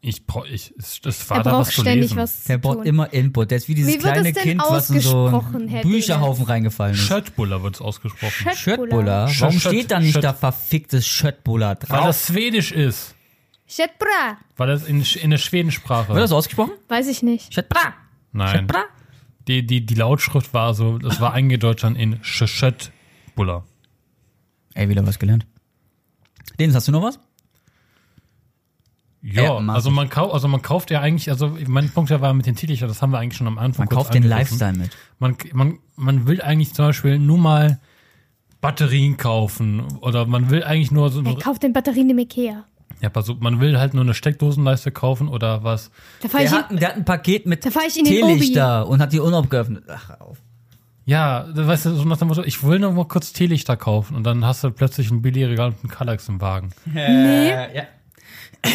Speaker 3: Ich, brau- ich, es, es war
Speaker 2: Er
Speaker 3: da was
Speaker 2: braucht
Speaker 3: zu
Speaker 2: ständig
Speaker 3: lesen.
Speaker 2: was
Speaker 1: Der
Speaker 2: zu
Speaker 1: braucht
Speaker 2: tun.
Speaker 1: immer Input. Der ist wie dieses
Speaker 2: Wie wird
Speaker 1: kleine
Speaker 2: es denn
Speaker 1: Kind, was in so
Speaker 2: ausgesprochen,
Speaker 1: einen
Speaker 2: Herr
Speaker 1: Bücherhaufen reingefallen ist.
Speaker 3: Schöttbuller wird es ausgesprochen.
Speaker 2: Schöttbuller.
Speaker 1: Schöttbuller? Warum
Speaker 3: Schött-
Speaker 1: steht da nicht
Speaker 3: Schött-
Speaker 1: da verficktes Schöttbuller
Speaker 3: Weil
Speaker 1: drauf?
Speaker 3: das Schwedisch ist.
Speaker 2: Schöttbra.
Speaker 3: Weil das in, Sch- in der Schwedensprache.
Speaker 1: Wird das ausgesprochen?
Speaker 2: Weiß ich nicht.
Speaker 1: Schöttbra.
Speaker 3: Nein.
Speaker 1: Schöttbra.
Speaker 3: Die, die, die Lautschrift war so, das war eingedeutscht dann in Sch- Schöttbuller.
Speaker 1: Ey, wieder was gelernt. Dennis, hast du noch was?
Speaker 3: Ja,
Speaker 1: Ja, Äh, mach
Speaker 3: also
Speaker 1: ich.
Speaker 3: man kauft, also man kauft ja eigentlich, also mein Punkt ja war mit den Titeln, das haben wir eigentlich schon am Anfang.
Speaker 1: Man
Speaker 3: kurz
Speaker 1: kauft den
Speaker 3: angerissen.
Speaker 1: Lifestyle mit.
Speaker 3: Man, man, man will eigentlich zum Beispiel nur mal Batterien kaufen oder man will eigentlich nur so,
Speaker 2: Wer kauft denn Batterien im Ikea?
Speaker 3: ja, pass auf, man will halt nur eine Steckdosenleiste kaufen oder was.
Speaker 2: Da fahre
Speaker 1: Der
Speaker 2: ich,
Speaker 1: hat,
Speaker 2: in-
Speaker 1: ein- der hat ein Paket mit
Speaker 2: Da fahr ich in den
Speaker 1: Teelichter und hat die Urlaub geöffnet. Ach, auf.
Speaker 3: Ja, das- weißt du, so nach dem Motto, ich will nur mal kurz Teelichter kaufen und dann hast du plötzlich ein Billigregal und einen Kallax im Wagen.
Speaker 1: Äh, ja.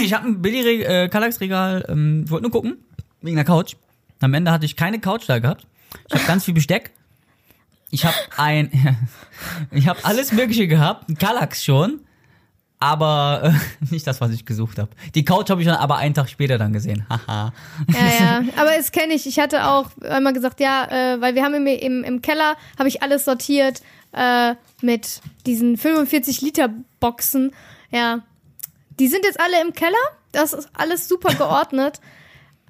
Speaker 1: Ich habe ein billig äh, Kallax-Regal, ähm, wollte nur gucken, wegen der Couch. Am Ende hatte ich keine Couch da gehabt. Ich habe ganz viel Besteck. Ich habe ein, <laughs> ich habe alles Mögliche gehabt, ein Kallax schon, aber äh, <laughs> nicht das, was ich gesucht habe. Die Couch habe ich dann aber einen Tag später dann gesehen. Haha.
Speaker 2: ja, ja. Aber es kenne ich. Ich hatte auch einmal gesagt, ja, äh, weil wir haben im, im, im Keller, habe ich alles sortiert äh, mit diesen 45-Liter-Boxen. Ja, die sind jetzt alle im Keller. Das ist alles super geordnet.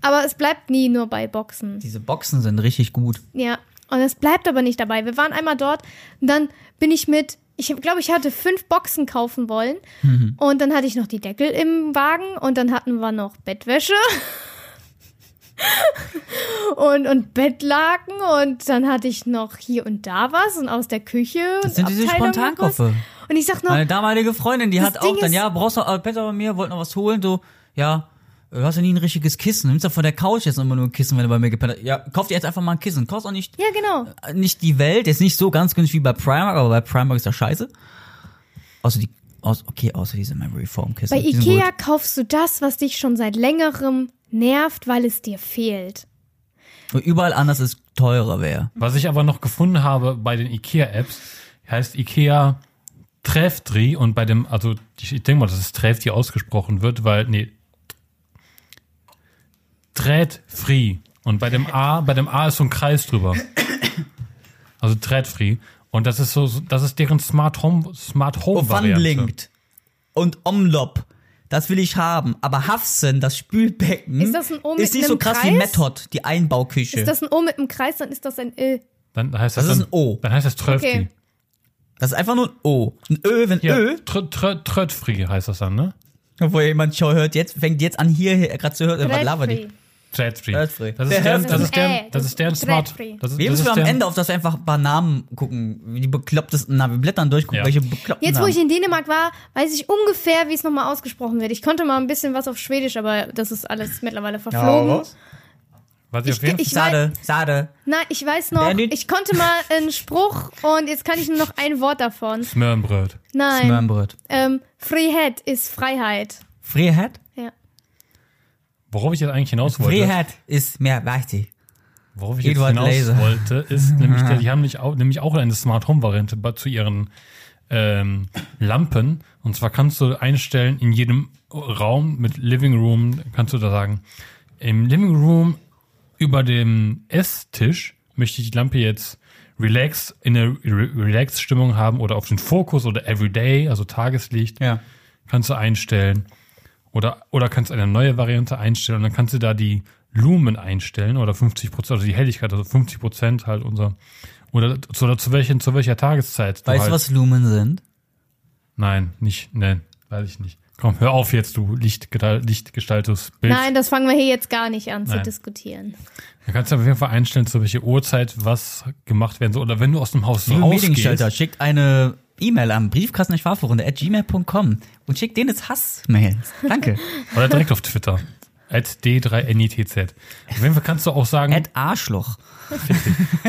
Speaker 2: aber es bleibt nie nur bei Boxen.
Speaker 1: Diese Boxen sind richtig gut.
Speaker 2: Ja, und es bleibt aber nicht dabei. Wir waren einmal dort und dann bin ich mit, ich glaube, ich hatte fünf Boxen kaufen wollen.
Speaker 1: Mhm.
Speaker 2: Und dann hatte ich noch die Deckel im Wagen und dann hatten wir noch Bettwäsche. <laughs> Und, und Bettlaken und dann hatte ich noch hier und da was und aus der Küche.
Speaker 1: Das sind
Speaker 2: und
Speaker 1: diese
Speaker 2: Abteilung noch was.
Speaker 1: Spontankoffe.
Speaker 2: Und ich sag noch,
Speaker 1: Meine damalige Freundin, die
Speaker 2: Das
Speaker 1: hat
Speaker 2: Ding
Speaker 1: auch dann,
Speaker 2: ist-
Speaker 1: ja, brauchst du äh, Bett bei mir, wollte noch was holen, so, ja, du hast ja nie ein richtiges Kissen, nimmst ja von der Couch jetzt immer nur ein Kissen, wenn du bei mir gepennt hast. Ja, kauf dir jetzt einfach mal ein Kissen, kaufst auch nicht,
Speaker 2: ja genau.
Speaker 1: äh, nicht die Welt, jetzt nicht so ganz günstig wie bei Primark, aber bei Primark ist das scheiße. Außer die, aus, okay, außer diese Memory Foam Kissen.
Speaker 2: Bei
Speaker 1: die sind gut.
Speaker 2: Ikea kaufst du das, was dich schon seit längerem nervt, weil es dir fehlt.
Speaker 1: Und überall anders ist teurer wäre.
Speaker 3: Was ich aber noch gefunden habe bei den IKEA-Apps, heißt IKEA Treffdri und bei dem, also ich, ich denke mal, dass es Treffdri ausgesprochen wird, weil, nee, Trätfri. Und bei dem A, bei dem A ist so ein Kreis drüber. Also Trätfri. Und das ist so, so- das ist deren Smart Home, Smart
Speaker 1: Oh,
Speaker 3: Home Oh, Variante.
Speaker 1: Offanlinkt und Omlop. Das will ich haben. Aber Hafsen, das Spülbecken,
Speaker 2: Ist das ein O mit
Speaker 1: ist nicht so
Speaker 2: einem
Speaker 1: krass wie
Speaker 2: Kreis?
Speaker 1: Method, die Einbauküche.
Speaker 2: Ist das ein O mit einem Kreis, dann ist das ein äh, Ö.
Speaker 3: Dann heißt
Speaker 1: Das
Speaker 3: das,
Speaker 1: ist
Speaker 3: dann,
Speaker 1: ein O.
Speaker 3: Dann heißt das Treffdri.
Speaker 2: Okay.
Speaker 1: Das ist einfach nur ein O. Ein Ö, wenn
Speaker 3: Ja,
Speaker 1: Ö.
Speaker 3: Tr- Tr- Tröttfri heißt das dann, ne?
Speaker 1: Obwohl jemand schon hört, jetzt fängt jetzt an, hier gerade zu hören, äh, was labert die?
Speaker 2: Dreadfree.
Speaker 1: Trätfri.
Speaker 3: Trätfri. Das
Speaker 1: Wer
Speaker 3: ist deren,
Speaker 1: hört
Speaker 3: das
Speaker 2: das?
Speaker 3: ist deren,
Speaker 2: Ey,
Speaker 3: das ist deren Smart.
Speaker 2: Trätfri.
Speaker 3: Das ist,
Speaker 1: Wir
Speaker 3: das
Speaker 1: müssen
Speaker 3: ist
Speaker 1: wir am
Speaker 3: deren-
Speaker 1: Ende auf, dass wir einfach ein paar Namen gucken, wie die beklopptesten Namen. Wir blättern durch, gucken,
Speaker 3: Ja.
Speaker 1: welche bekloppten
Speaker 2: Jetzt, wo
Speaker 1: Namen.
Speaker 2: ich in Dänemark war, weiß ich ungefähr, wie es nochmal ausgesprochen wird. Ich konnte mal ein bisschen was auf Schwedisch, aber das ist alles mittlerweile verflogen.
Speaker 3: Was ich, auf
Speaker 2: Ich-
Speaker 3: jeden
Speaker 2: ich-
Speaker 1: Sade, Sade.
Speaker 2: Nein, ich weiß noch,
Speaker 1: Wer nicht-
Speaker 2: ich konnte mal
Speaker 1: <laughs>
Speaker 2: einen Spruch und jetzt kann ich nur noch ein Wort davon.
Speaker 3: Smörnbröt.
Speaker 2: Nein.
Speaker 1: Smörnbröt.
Speaker 2: Ähm, Frihet ist Freiheit.
Speaker 1: Freiheit?
Speaker 2: Ja.
Speaker 3: Worauf ich jetzt eigentlich hinaus wollte,
Speaker 1: Freiheit ist mehr wichtig.
Speaker 3: worauf ich jetzt
Speaker 1: Eduard
Speaker 3: hinaus
Speaker 1: Laser.
Speaker 3: wollte,
Speaker 1: <laughs>
Speaker 3: ist nämlich, der- die haben nämlich auch, nämlich auch eine Smart Home Variante bei- zu ihren ähm, Lampen. Und zwar kannst du einstellen in jedem Raum mit Living Room kannst du da sagen, im Living Room über dem Esstisch möchte ich die Lampe jetzt relax in eine Re relax Stimmung haben oder auf den Fokus oder Everyday, also Tageslicht.
Speaker 1: Ja.
Speaker 3: kannst du einstellen. Oder, oder kannst eine neue Variante einstellen und dann kannst du da die Lumen einstellen oder 50 Prozent, also die Helligkeit, also 50 Prozent halt unser. Oder zu, oder zu, welchen, zu welcher Tageszeit? du
Speaker 1: Weißt
Speaker 3: halt,
Speaker 1: du, was Lumen sind?
Speaker 3: Nein, nicht, nein, weiß ich nicht. Komm, hör auf jetzt, du Lichtgestalt- Lichtgestaltungsbild.
Speaker 2: Nein, das fangen wir hier jetzt gar nicht an zu
Speaker 3: Nein.
Speaker 2: diskutieren.
Speaker 3: Da kannst du auf jeden Fall einstellen, zu welcher Uhrzeit was gemacht werden soll. Oder wenn du aus dem Haus
Speaker 1: Liebe
Speaker 3: rausgehst.
Speaker 1: Mediengestalter, schickt eine E-Mail an briefkastenschwafelrunde at gmail.com und schickt denen jetzt Hassmails.
Speaker 2: <laughs>
Speaker 1: Danke.
Speaker 3: Oder direkt auf Twitter. At D3NITZ. Auf jeden Fall kannst du auch sagen.
Speaker 1: at Arschloch.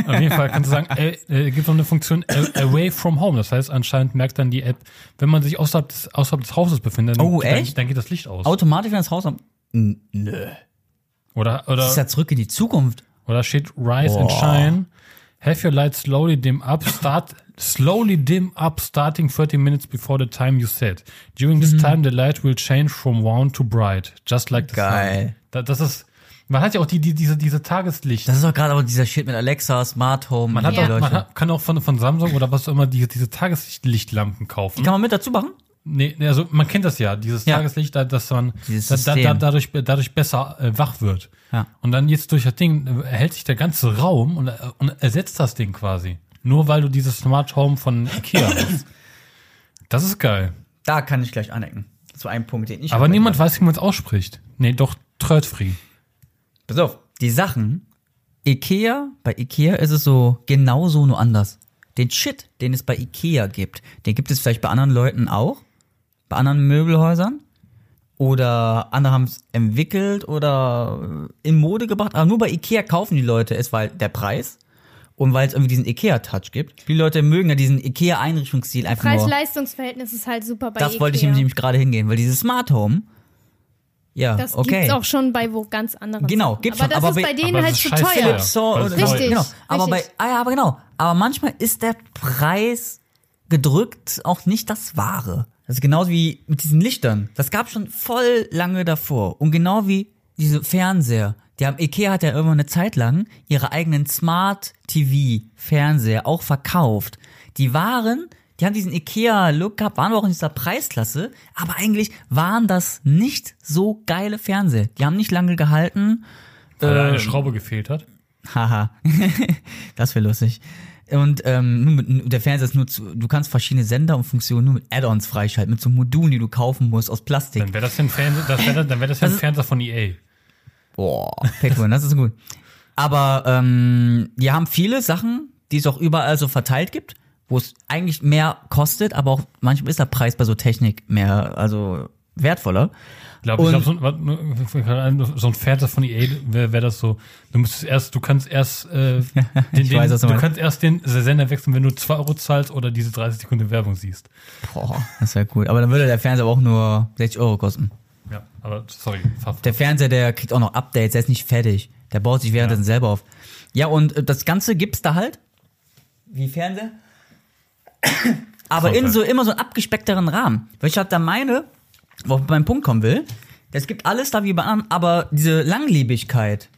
Speaker 3: Auf jeden Fall kannst du sagen, äh, äh, gibt noch eine Funktion äh, Away from Home. Das heißt, anscheinend merkt dann die App, wenn man sich außerhalb des, außerhalb des Hauses befindet, dann,
Speaker 1: Oh,
Speaker 3: dann,
Speaker 1: echt?
Speaker 3: dann geht das Licht aus.
Speaker 1: Automatisch, wenn das Haus am... N- Nö.
Speaker 3: Oder,
Speaker 1: Das ist ja
Speaker 3: oder,
Speaker 1: zurück in die Zukunft.
Speaker 3: oder steht Rise and
Speaker 1: Boah.
Speaker 3: Shine. Have your light slowly dim up, start slowly dim up starting 30 minutes before the time you set. During
Speaker 1: Mhm.
Speaker 3: this time the light will change from wound to bright, just like the sun.
Speaker 1: Geil.
Speaker 3: Da, das ist, man hat ja auch die, die, diese, diese Tageslicht.
Speaker 1: Das ist auch gerade aber dieser Shit mit Alexa, Smart Home.
Speaker 3: man hat
Speaker 1: die
Speaker 2: Ja.
Speaker 3: auch, man
Speaker 1: Beleuchtung.
Speaker 3: hat, kann auch von, von Samsung oder was auch immer diese, diese Tageslichtlampen kaufen.
Speaker 1: Die kann man mit dazu machen?
Speaker 3: Nee, nee, also man kennt das ja, dieses
Speaker 1: Ja.
Speaker 3: Tageslicht, da- dass man
Speaker 1: Dieses
Speaker 3: da, da, da,
Speaker 1: System.
Speaker 3: dadurch, dadurch besser äh, wach wird.
Speaker 1: Ja.
Speaker 3: Und dann jetzt durch das Ding äh, erhält sich der ganze Raum und, äh, und ersetzt das Ding quasi. Nur weil du dieses Smart Home von
Speaker 1: <laughs>
Speaker 3: Ikea hast. Das ist geil.
Speaker 1: Da kann ich gleich anecken. Zu einem Punkt, den ich.
Speaker 3: Aber
Speaker 1: habe.
Speaker 3: niemand weiß, wie man es ausspricht. Nee, doch Trödfri.
Speaker 1: Pass auf. Die Sachen. Ikea, bei Ikea ist es so genauso nur anders. Den Shit, den es bei Ikea gibt, den gibt es vielleicht bei anderen Leuten auch. Bei anderen Möbelhäusern. Oder andere haben es entwickelt oder äh, in Mode gebracht. Aber nur bei Ikea kaufen die Leute es, weil der Preis. Und weil es irgendwie diesen Ikea-Touch gibt. Viele Leute mögen ja diesen Ikea-Einrichtungsstil einfach nur.
Speaker 2: Preis-Leistungs-Verhältnis ist halt super bei
Speaker 1: Das wollte ich
Speaker 2: Ikea.
Speaker 1: nämlich gerade hingehen, weil dieses Smart Home. Ja,
Speaker 2: Das
Speaker 1: okay.
Speaker 2: gibt's auch schon bei wo ganz anderen.
Speaker 1: Genau,
Speaker 2: Sachen.
Speaker 1: gibt's
Speaker 2: aber
Speaker 1: schon,
Speaker 2: das
Speaker 1: aber
Speaker 2: ist
Speaker 1: bei-
Speaker 2: bei denen
Speaker 3: aber
Speaker 2: halt
Speaker 3: das
Speaker 2: zu
Speaker 3: ist scheiße
Speaker 2: teuer.
Speaker 3: teuer.
Speaker 1: So,
Speaker 3: Weil es
Speaker 1: oder-
Speaker 3: neu
Speaker 2: Richtig.
Speaker 1: Genau. Aber
Speaker 2: richtig.
Speaker 1: bei, ah ja, aber genau. Aber manchmal ist der Preis gedrückt auch nicht das Wahre. Das ist genauso wie mit diesen Lichtern. Das gab schon voll lange davor. Und genau wie diese Fernseher. Die haben, Ikea hat ja irgendwann eine Zeit lang ihre eigenen Smart TV Fernseher auch verkauft. Die waren, die haben diesen Ikea Look gehabt, waren aber auch in dieser Preisklasse. Aber eigentlich waren das nicht so geile Fernseher. Die haben nicht lange gehalten.
Speaker 3: Weil da
Speaker 1: Ähm.
Speaker 3: eine Schraube gefehlt hat.
Speaker 1: Haha, <laughs> das wäre lustig. Und ähm, nur mit, der Fernseher ist nur zu, du kannst verschiedene Sender und Funktionen nur mit Add-ons freischalten, mit so Modulen, die du kaufen musst aus Plastik.
Speaker 3: Dann wäre das ja ein Fernseher, das wär, dann wäre das
Speaker 1: Also
Speaker 3: ja ein Fernseher von E EA.
Speaker 1: Boah, Pac-Man, das ist gut. Aber ähm, die haben viele Sachen, die es auch überall so verteilt gibt, wo es eigentlich mehr kostet, aber auch manchmal ist der Preis bei so Technik mehr, also wertvoller.
Speaker 3: Ich glaube, ich
Speaker 1: Und-
Speaker 3: glaub, so, ein- warte, nur- so ein Fernseher von EA wäre wär das so. Du müsstest erst, du kannst
Speaker 1: <laughs>
Speaker 3: erst, äh, den,
Speaker 1: Ich
Speaker 3: den,
Speaker 1: weiß, was du
Speaker 3: du
Speaker 1: meinst.
Speaker 3: kannst erst den Sender wechseln, wenn du 2 Euro zahlst oder diese 30 Sekunden Werbung siehst.
Speaker 1: Boah, das wäre cool. Aber dann würde der Fernseher aber auch nur 60 Euro kosten.
Speaker 3: Ja, aber sorry, fahr-
Speaker 1: Der Fernseher, der kriegt auch noch Updates, der ist nicht fertig. Der baut sich währenddessen selber auf. Ja, und äh, das Ganze gibt's da halt. Wie Fernseher? Aber in
Speaker 3: Gesundheit.
Speaker 1: so immer so einen abgespeckteren Rahmen. Weil ich hab da meine, wo ich auf meinen Punkt kommen will, es gibt alles da wie bei anderen, aber diese Langlebigkeit,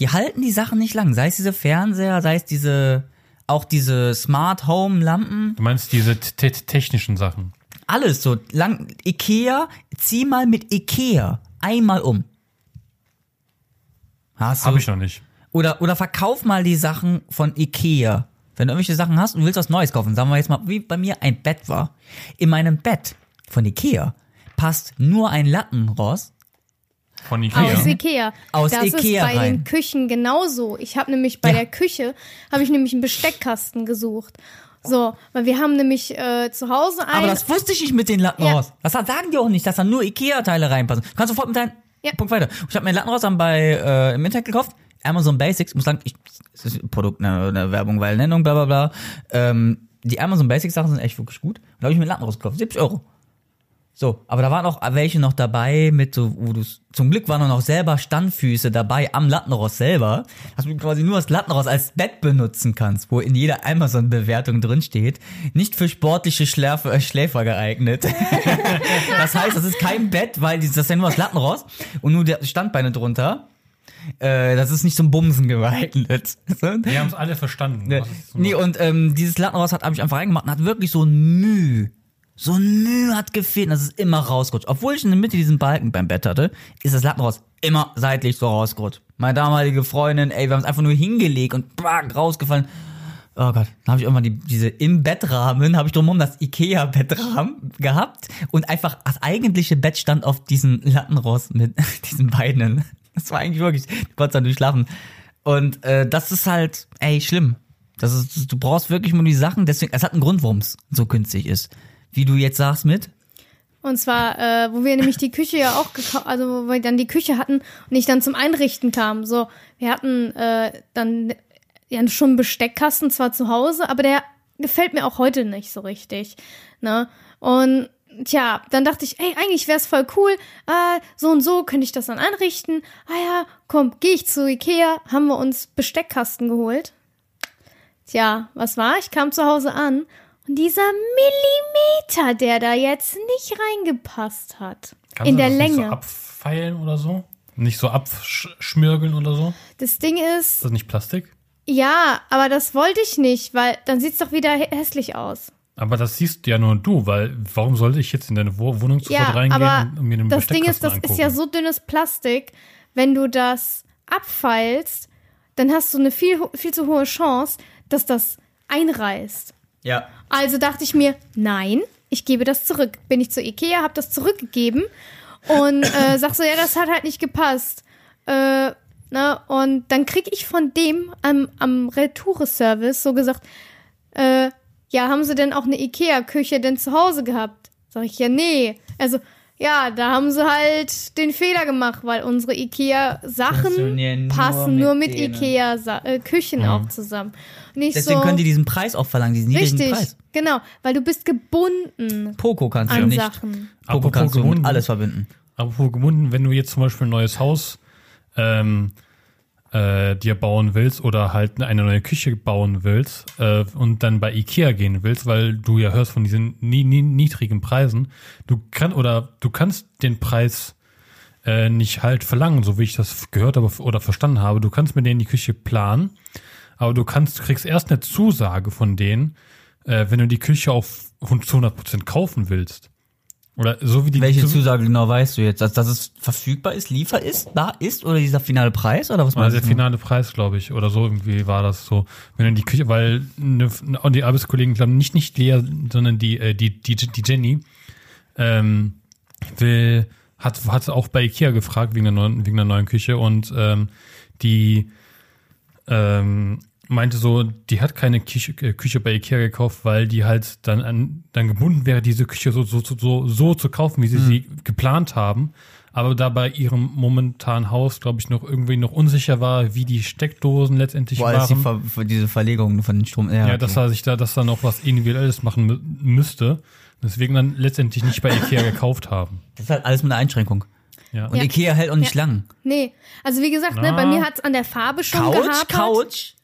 Speaker 1: die halten die Sachen nicht lang. Sei es diese Fernseher, sei es diese, auch diese Smart Home Lampen
Speaker 3: Du meinst diese te te technischen Sachen.
Speaker 1: alles so lang Ikea, zieh mal mit Ikea einmal um. Hast
Speaker 3: Habe
Speaker 1: du?
Speaker 3: ich noch nicht.
Speaker 1: Oder oder verkauf mal die Sachen von Ikea. Wenn du irgendwelche Sachen hast und willst was Neues kaufen, sagen wir jetzt mal, wie bei mir ein Bett war. In meinem Bett von Ikea passt nur ein Lattenrost.
Speaker 3: Von
Speaker 2: Aus
Speaker 3: Ikea.
Speaker 2: Ikea.
Speaker 1: Aus
Speaker 2: das
Speaker 1: Ikea
Speaker 2: ist bei
Speaker 1: rein.
Speaker 2: den Küchen genauso. Ich habe nämlich bei
Speaker 1: Ja.
Speaker 2: der Küche habe ich nämlich einen Besteckkasten gesucht. So, weil wir haben nämlich äh, zu Hause einen.
Speaker 1: Aber das wusste ich nicht mit den Lattenrost. Das sagen die auch nicht, dass da nur Ikea-Teile reinpassen. Du kannst sofort mit deinem
Speaker 2: Ja.
Speaker 1: Punkt weiter. Ich habe mir Lattenrost dann bei äh, im Internet gekauft. Amazon Basics, muss sagen, ich, es ist ein Produkt, eine, eine Werbung, weil Nennung, bla bla bla. Ähm, die Amazon Basics Sachen sind echt wirklich gut. Und da habe ich mir Lattenrost gekauft, 70 Euro. So, aber da waren auch welche noch dabei mit so, wo du zum Glück waren auch noch selber Standfüße dabei am Lattenrost selber, dass du quasi nur das Lattenrost als Bett benutzen kannst, wo in jeder Amazon-Bewertung drin steht, nicht für sportliche Schläfer, äh, Schläfer geeignet. das heißt, das ist kein Bett, weil die- das ist ja nur das Lattenrost und nur die Standbeine drunter. Äh, das ist nicht zum Bumsen geeignet. <laughs>
Speaker 3: Wir haben es alle verstanden.
Speaker 1: Ne,
Speaker 3: Was ist so-
Speaker 1: nee, und ähm, dieses Lattenrost hat hab ich einfach reingemacht und hat wirklich so ein Mühe. So ein Mühe hat gefehlt, und das ist immer rausgerutscht. Obwohl ich in der Mitte diesen Balken beim Bett hatte, ist das Lattenrost immer seitlich so rausgerutscht. Meine damalige Freundin, ey, wir haben es einfach nur hingelegt und bang, rausgefallen. Oh Gott, dann habe ich irgendwann die, diese im Bettrahmen, habe ich drumherum das Ikea-Bettrahmen gehabt und einfach das eigentliche Bett stand auf diesem Lattenrost mit <laughs> diesen Beinen. Das war eigentlich wirklich, du konntest dann nicht schlafen. Und äh, das ist halt, ey, schlimm. Das ist, du brauchst wirklich nur die Sachen, deswegen, es hat einen Grund, warum es so günstig ist. Wie du jetzt sagst mit,
Speaker 2: Und zwar, äh, wo wir nämlich die Küche ja auch gekauft, also wo wir dann die Küche hatten und ich dann zum Einrichten kam. So, wir hatten äh, dann ja schon einen Besteckkasten zwar zu Hause, aber der gefällt mir auch heute nicht so richtig. Ne? Und tja, dann dachte ich, ey, eigentlich wäre es voll cool, äh, so und so könnte ich das dann einrichten. Ah ja, komm, gehe ich zu Ikea, haben wir uns Besteckkasten geholt. Tja, was war? Ich kam zu Hause an und dieser Millimeter, der da jetzt nicht reingepasst hat,
Speaker 3: Kannst
Speaker 2: in
Speaker 3: du
Speaker 2: der
Speaker 3: das Nicht so
Speaker 2: Länge.
Speaker 3: abfeilen oder so? Nicht so abschmirgeln oder so?
Speaker 2: das Ding
Speaker 3: Ist
Speaker 2: ist,
Speaker 3: das nicht Plastik?
Speaker 2: ja, aber das wollte ich nicht, weil dann sieht's doch wieder hä- hässlich aus.
Speaker 3: Aber das siehst ja nur du, weil warum sollte ich jetzt in deine Wo- Wohnung sofort
Speaker 2: Ja,
Speaker 3: reingehen
Speaker 2: aber
Speaker 3: und, und mir den
Speaker 2: das Ding ist, das
Speaker 3: Besteckkasten
Speaker 2: ist ja
Speaker 3: angucken?
Speaker 2: so dünnes Plastik, wenn du das abfeilst, dann hast du eine viel, ho- viel zu hohe Chance, dass das einreißt.
Speaker 1: Ja.
Speaker 2: Also dachte ich mir, nein, ich gebe das zurück. Bin ich zu Ikea, habe das zurückgegeben
Speaker 1: <laughs>
Speaker 2: und äh, sag so, ja, das hat halt nicht gepasst. Äh, ne? Und dann krieg ich von dem am, am Retoure-Service so gesagt, äh, ja, haben sie denn auch eine Ikea-Küche denn zu Hause gehabt? Sag ich, ja, nee. Also, ja, da haben sie halt den Fehler gemacht, weil unsere Ikea-Sachen
Speaker 1: Funktionieren nur
Speaker 2: passen
Speaker 1: mit
Speaker 2: nur mit,
Speaker 1: denen. Mhm.
Speaker 2: Ikea-Küchen auch zusammen. Nicht
Speaker 1: Deswegen
Speaker 2: so,
Speaker 1: können die diesen Preis auch verlangen, diesen niedrigen
Speaker 2: Richtig,
Speaker 1: Preis.
Speaker 2: genau, weil du bist gebunden
Speaker 1: Poco kannst du
Speaker 2: an
Speaker 1: nicht.
Speaker 2: Sachen.
Speaker 1: Poco
Speaker 3: Apropos
Speaker 1: kannst du mit
Speaker 3: gebunden.
Speaker 1: alles verbinden.
Speaker 3: Apropos gebunden, wenn du jetzt zum Beispiel ein neues Haus ähm, äh, dir bauen willst oder halt eine neue Küche bauen willst äh, und dann bei Ikea gehen willst, weil du ja hörst von diesen ni ni niedrigen Preisen, du kann oder du kannst den Preis äh, nicht halt verlangen, so wie ich das gehört habe oder verstanden habe. Du kannst mit denen die Küche planen, aber du kannst, kriegst erst eine Zusage von denen, äh, wenn du die Küche auf hund- zu 100% kaufen willst. Oder so wie die
Speaker 1: Welche
Speaker 3: zu-
Speaker 1: Zusage genau weißt du jetzt? Dass, dass es verfügbar ist, liefer ist, da ist oder dieser finale Preis oder was
Speaker 3: War der
Speaker 1: meinst du?
Speaker 3: finale Preis, glaube ich, oder so irgendwie war das so. Wenn du die Küche, weil ne, und die Arbeitskollegen, glaube nicht nicht Lea, sondern die äh, die die, die Jenny ähm, will hat hat auch bei Ikea gefragt wegen der neuen wegen der neuen Küche und ähm, die ähm, meinte so, die hat keine Küche, äh, Küche bei Ikea gekauft, weil die halt dann an, dann gebunden wäre, diese Küche so so so so, so zu kaufen, wie sie sie geplant haben. Aber da bei ihrem momentanen Haus, glaube ich, noch irgendwie noch unsicher war, wie die Steckdosen letztendlich
Speaker 1: Boah, das ist die
Speaker 3: waren.
Speaker 1: Ver für diese Verlegung von den Strom. Ja,
Speaker 3: ja, dass er sich da, dass er noch was Individuelles machen mü müsste. Deswegen dann letztendlich nicht bei Ikea gekauft haben.
Speaker 1: das ist halt alles mit einer Einschränkung.
Speaker 3: Ja.
Speaker 1: Und Ikea hält auch nicht lang.
Speaker 2: Nee, also wie gesagt, ne,
Speaker 3: Na.
Speaker 2: bei mir hat's an der Farbe schon
Speaker 1: Ah. Couch,
Speaker 2: gehapert.
Speaker 1: Couch.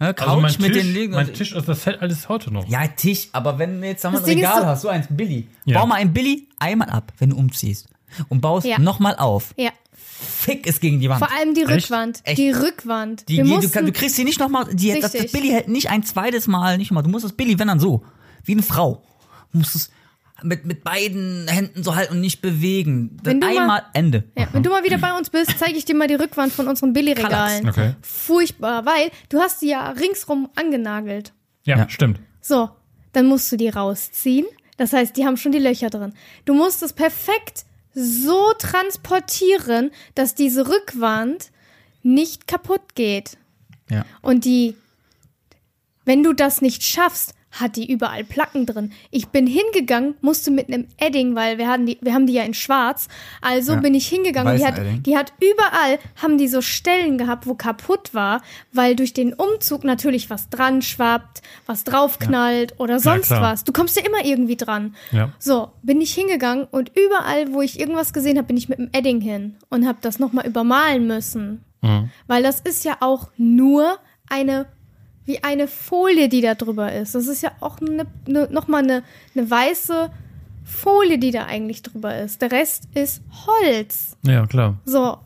Speaker 1: Ja, Couch
Speaker 3: also mein
Speaker 1: mit
Speaker 3: Tisch,
Speaker 1: den Liegen.
Speaker 3: mein Tisch, also das fällt alles heute noch.
Speaker 1: Ja, Tisch, aber wenn du jetzt sagen wir, ein
Speaker 2: Das Ding ist
Speaker 1: Regal
Speaker 2: so-
Speaker 1: hast, so eins, Billy.
Speaker 3: Ja.
Speaker 1: Bau mal ein Billy einmal ab, wenn du umziehst. Und baust
Speaker 2: Ja.
Speaker 1: nochmal auf.
Speaker 2: Ja,
Speaker 1: Fick es gegen die Wand.
Speaker 2: vor allem die
Speaker 3: Echt?
Speaker 2: Rückwand.
Speaker 1: Echt?
Speaker 2: Die Rückwand.
Speaker 1: Die,
Speaker 2: wir
Speaker 1: die, du,
Speaker 2: mussten,
Speaker 1: kann, du kriegst sie nicht nochmal, die, das, das
Speaker 2: Richtig.
Speaker 1: Billy hält nicht ein zweites Mal, nicht mal. Du musst das Billy, wenn dann so, wie eine Frau, du musst es mit, mit beiden Händen so halten und nicht bewegen.
Speaker 2: Wenn
Speaker 1: Dann
Speaker 2: du mal-
Speaker 1: einmal Ende.
Speaker 2: ja, wenn du mal wieder bei uns bist, zeige ich dir mal die Rückwand von unseren Billigregalen.
Speaker 3: Okay.
Speaker 2: Furchtbar, weil du hast die ja ringsrum angenagelt.
Speaker 3: Ja,
Speaker 1: Ja.
Speaker 3: stimmt.
Speaker 2: So, dann musst du die rausziehen. Das heißt, die haben schon die Löcher drin. Du musst es perfekt so transportieren, dass diese Rückwand nicht kaputt geht.
Speaker 1: Ja.
Speaker 2: Und die, wenn du das nicht schaffst, hat die überall Placken drin. Ich bin hingegangen, musste mit einem Edding, weil wir hatten die, wir haben die ja in Schwarz. Also
Speaker 1: Ja.
Speaker 2: bin ich hingegangen. Die
Speaker 1: Weißen
Speaker 2: hat,
Speaker 3: Mhm.
Speaker 1: Edding.
Speaker 2: die hat überall haben die so Stellen gehabt, wo kaputt war, weil durch den Umzug natürlich was dran schwappt, was draufknallt oder sonst
Speaker 3: klar.
Speaker 2: was. Du kommst ja immer irgendwie dran.
Speaker 3: Ja.
Speaker 2: So, bin ich hingegangen und überall, wo ich irgendwas gesehen habe, bin ich mit dem Edding hin und habe das nochmal übermalen müssen.
Speaker 3: Mhm.
Speaker 2: Weil das ist ja auch nur eine, wie eine Folie, die da drüber ist. Das ist ja auch ne, eine, eine, nochmal eine, eine weiße Folie, die da eigentlich drüber ist. Der Rest ist Holz.
Speaker 3: Ja, klar.
Speaker 2: So.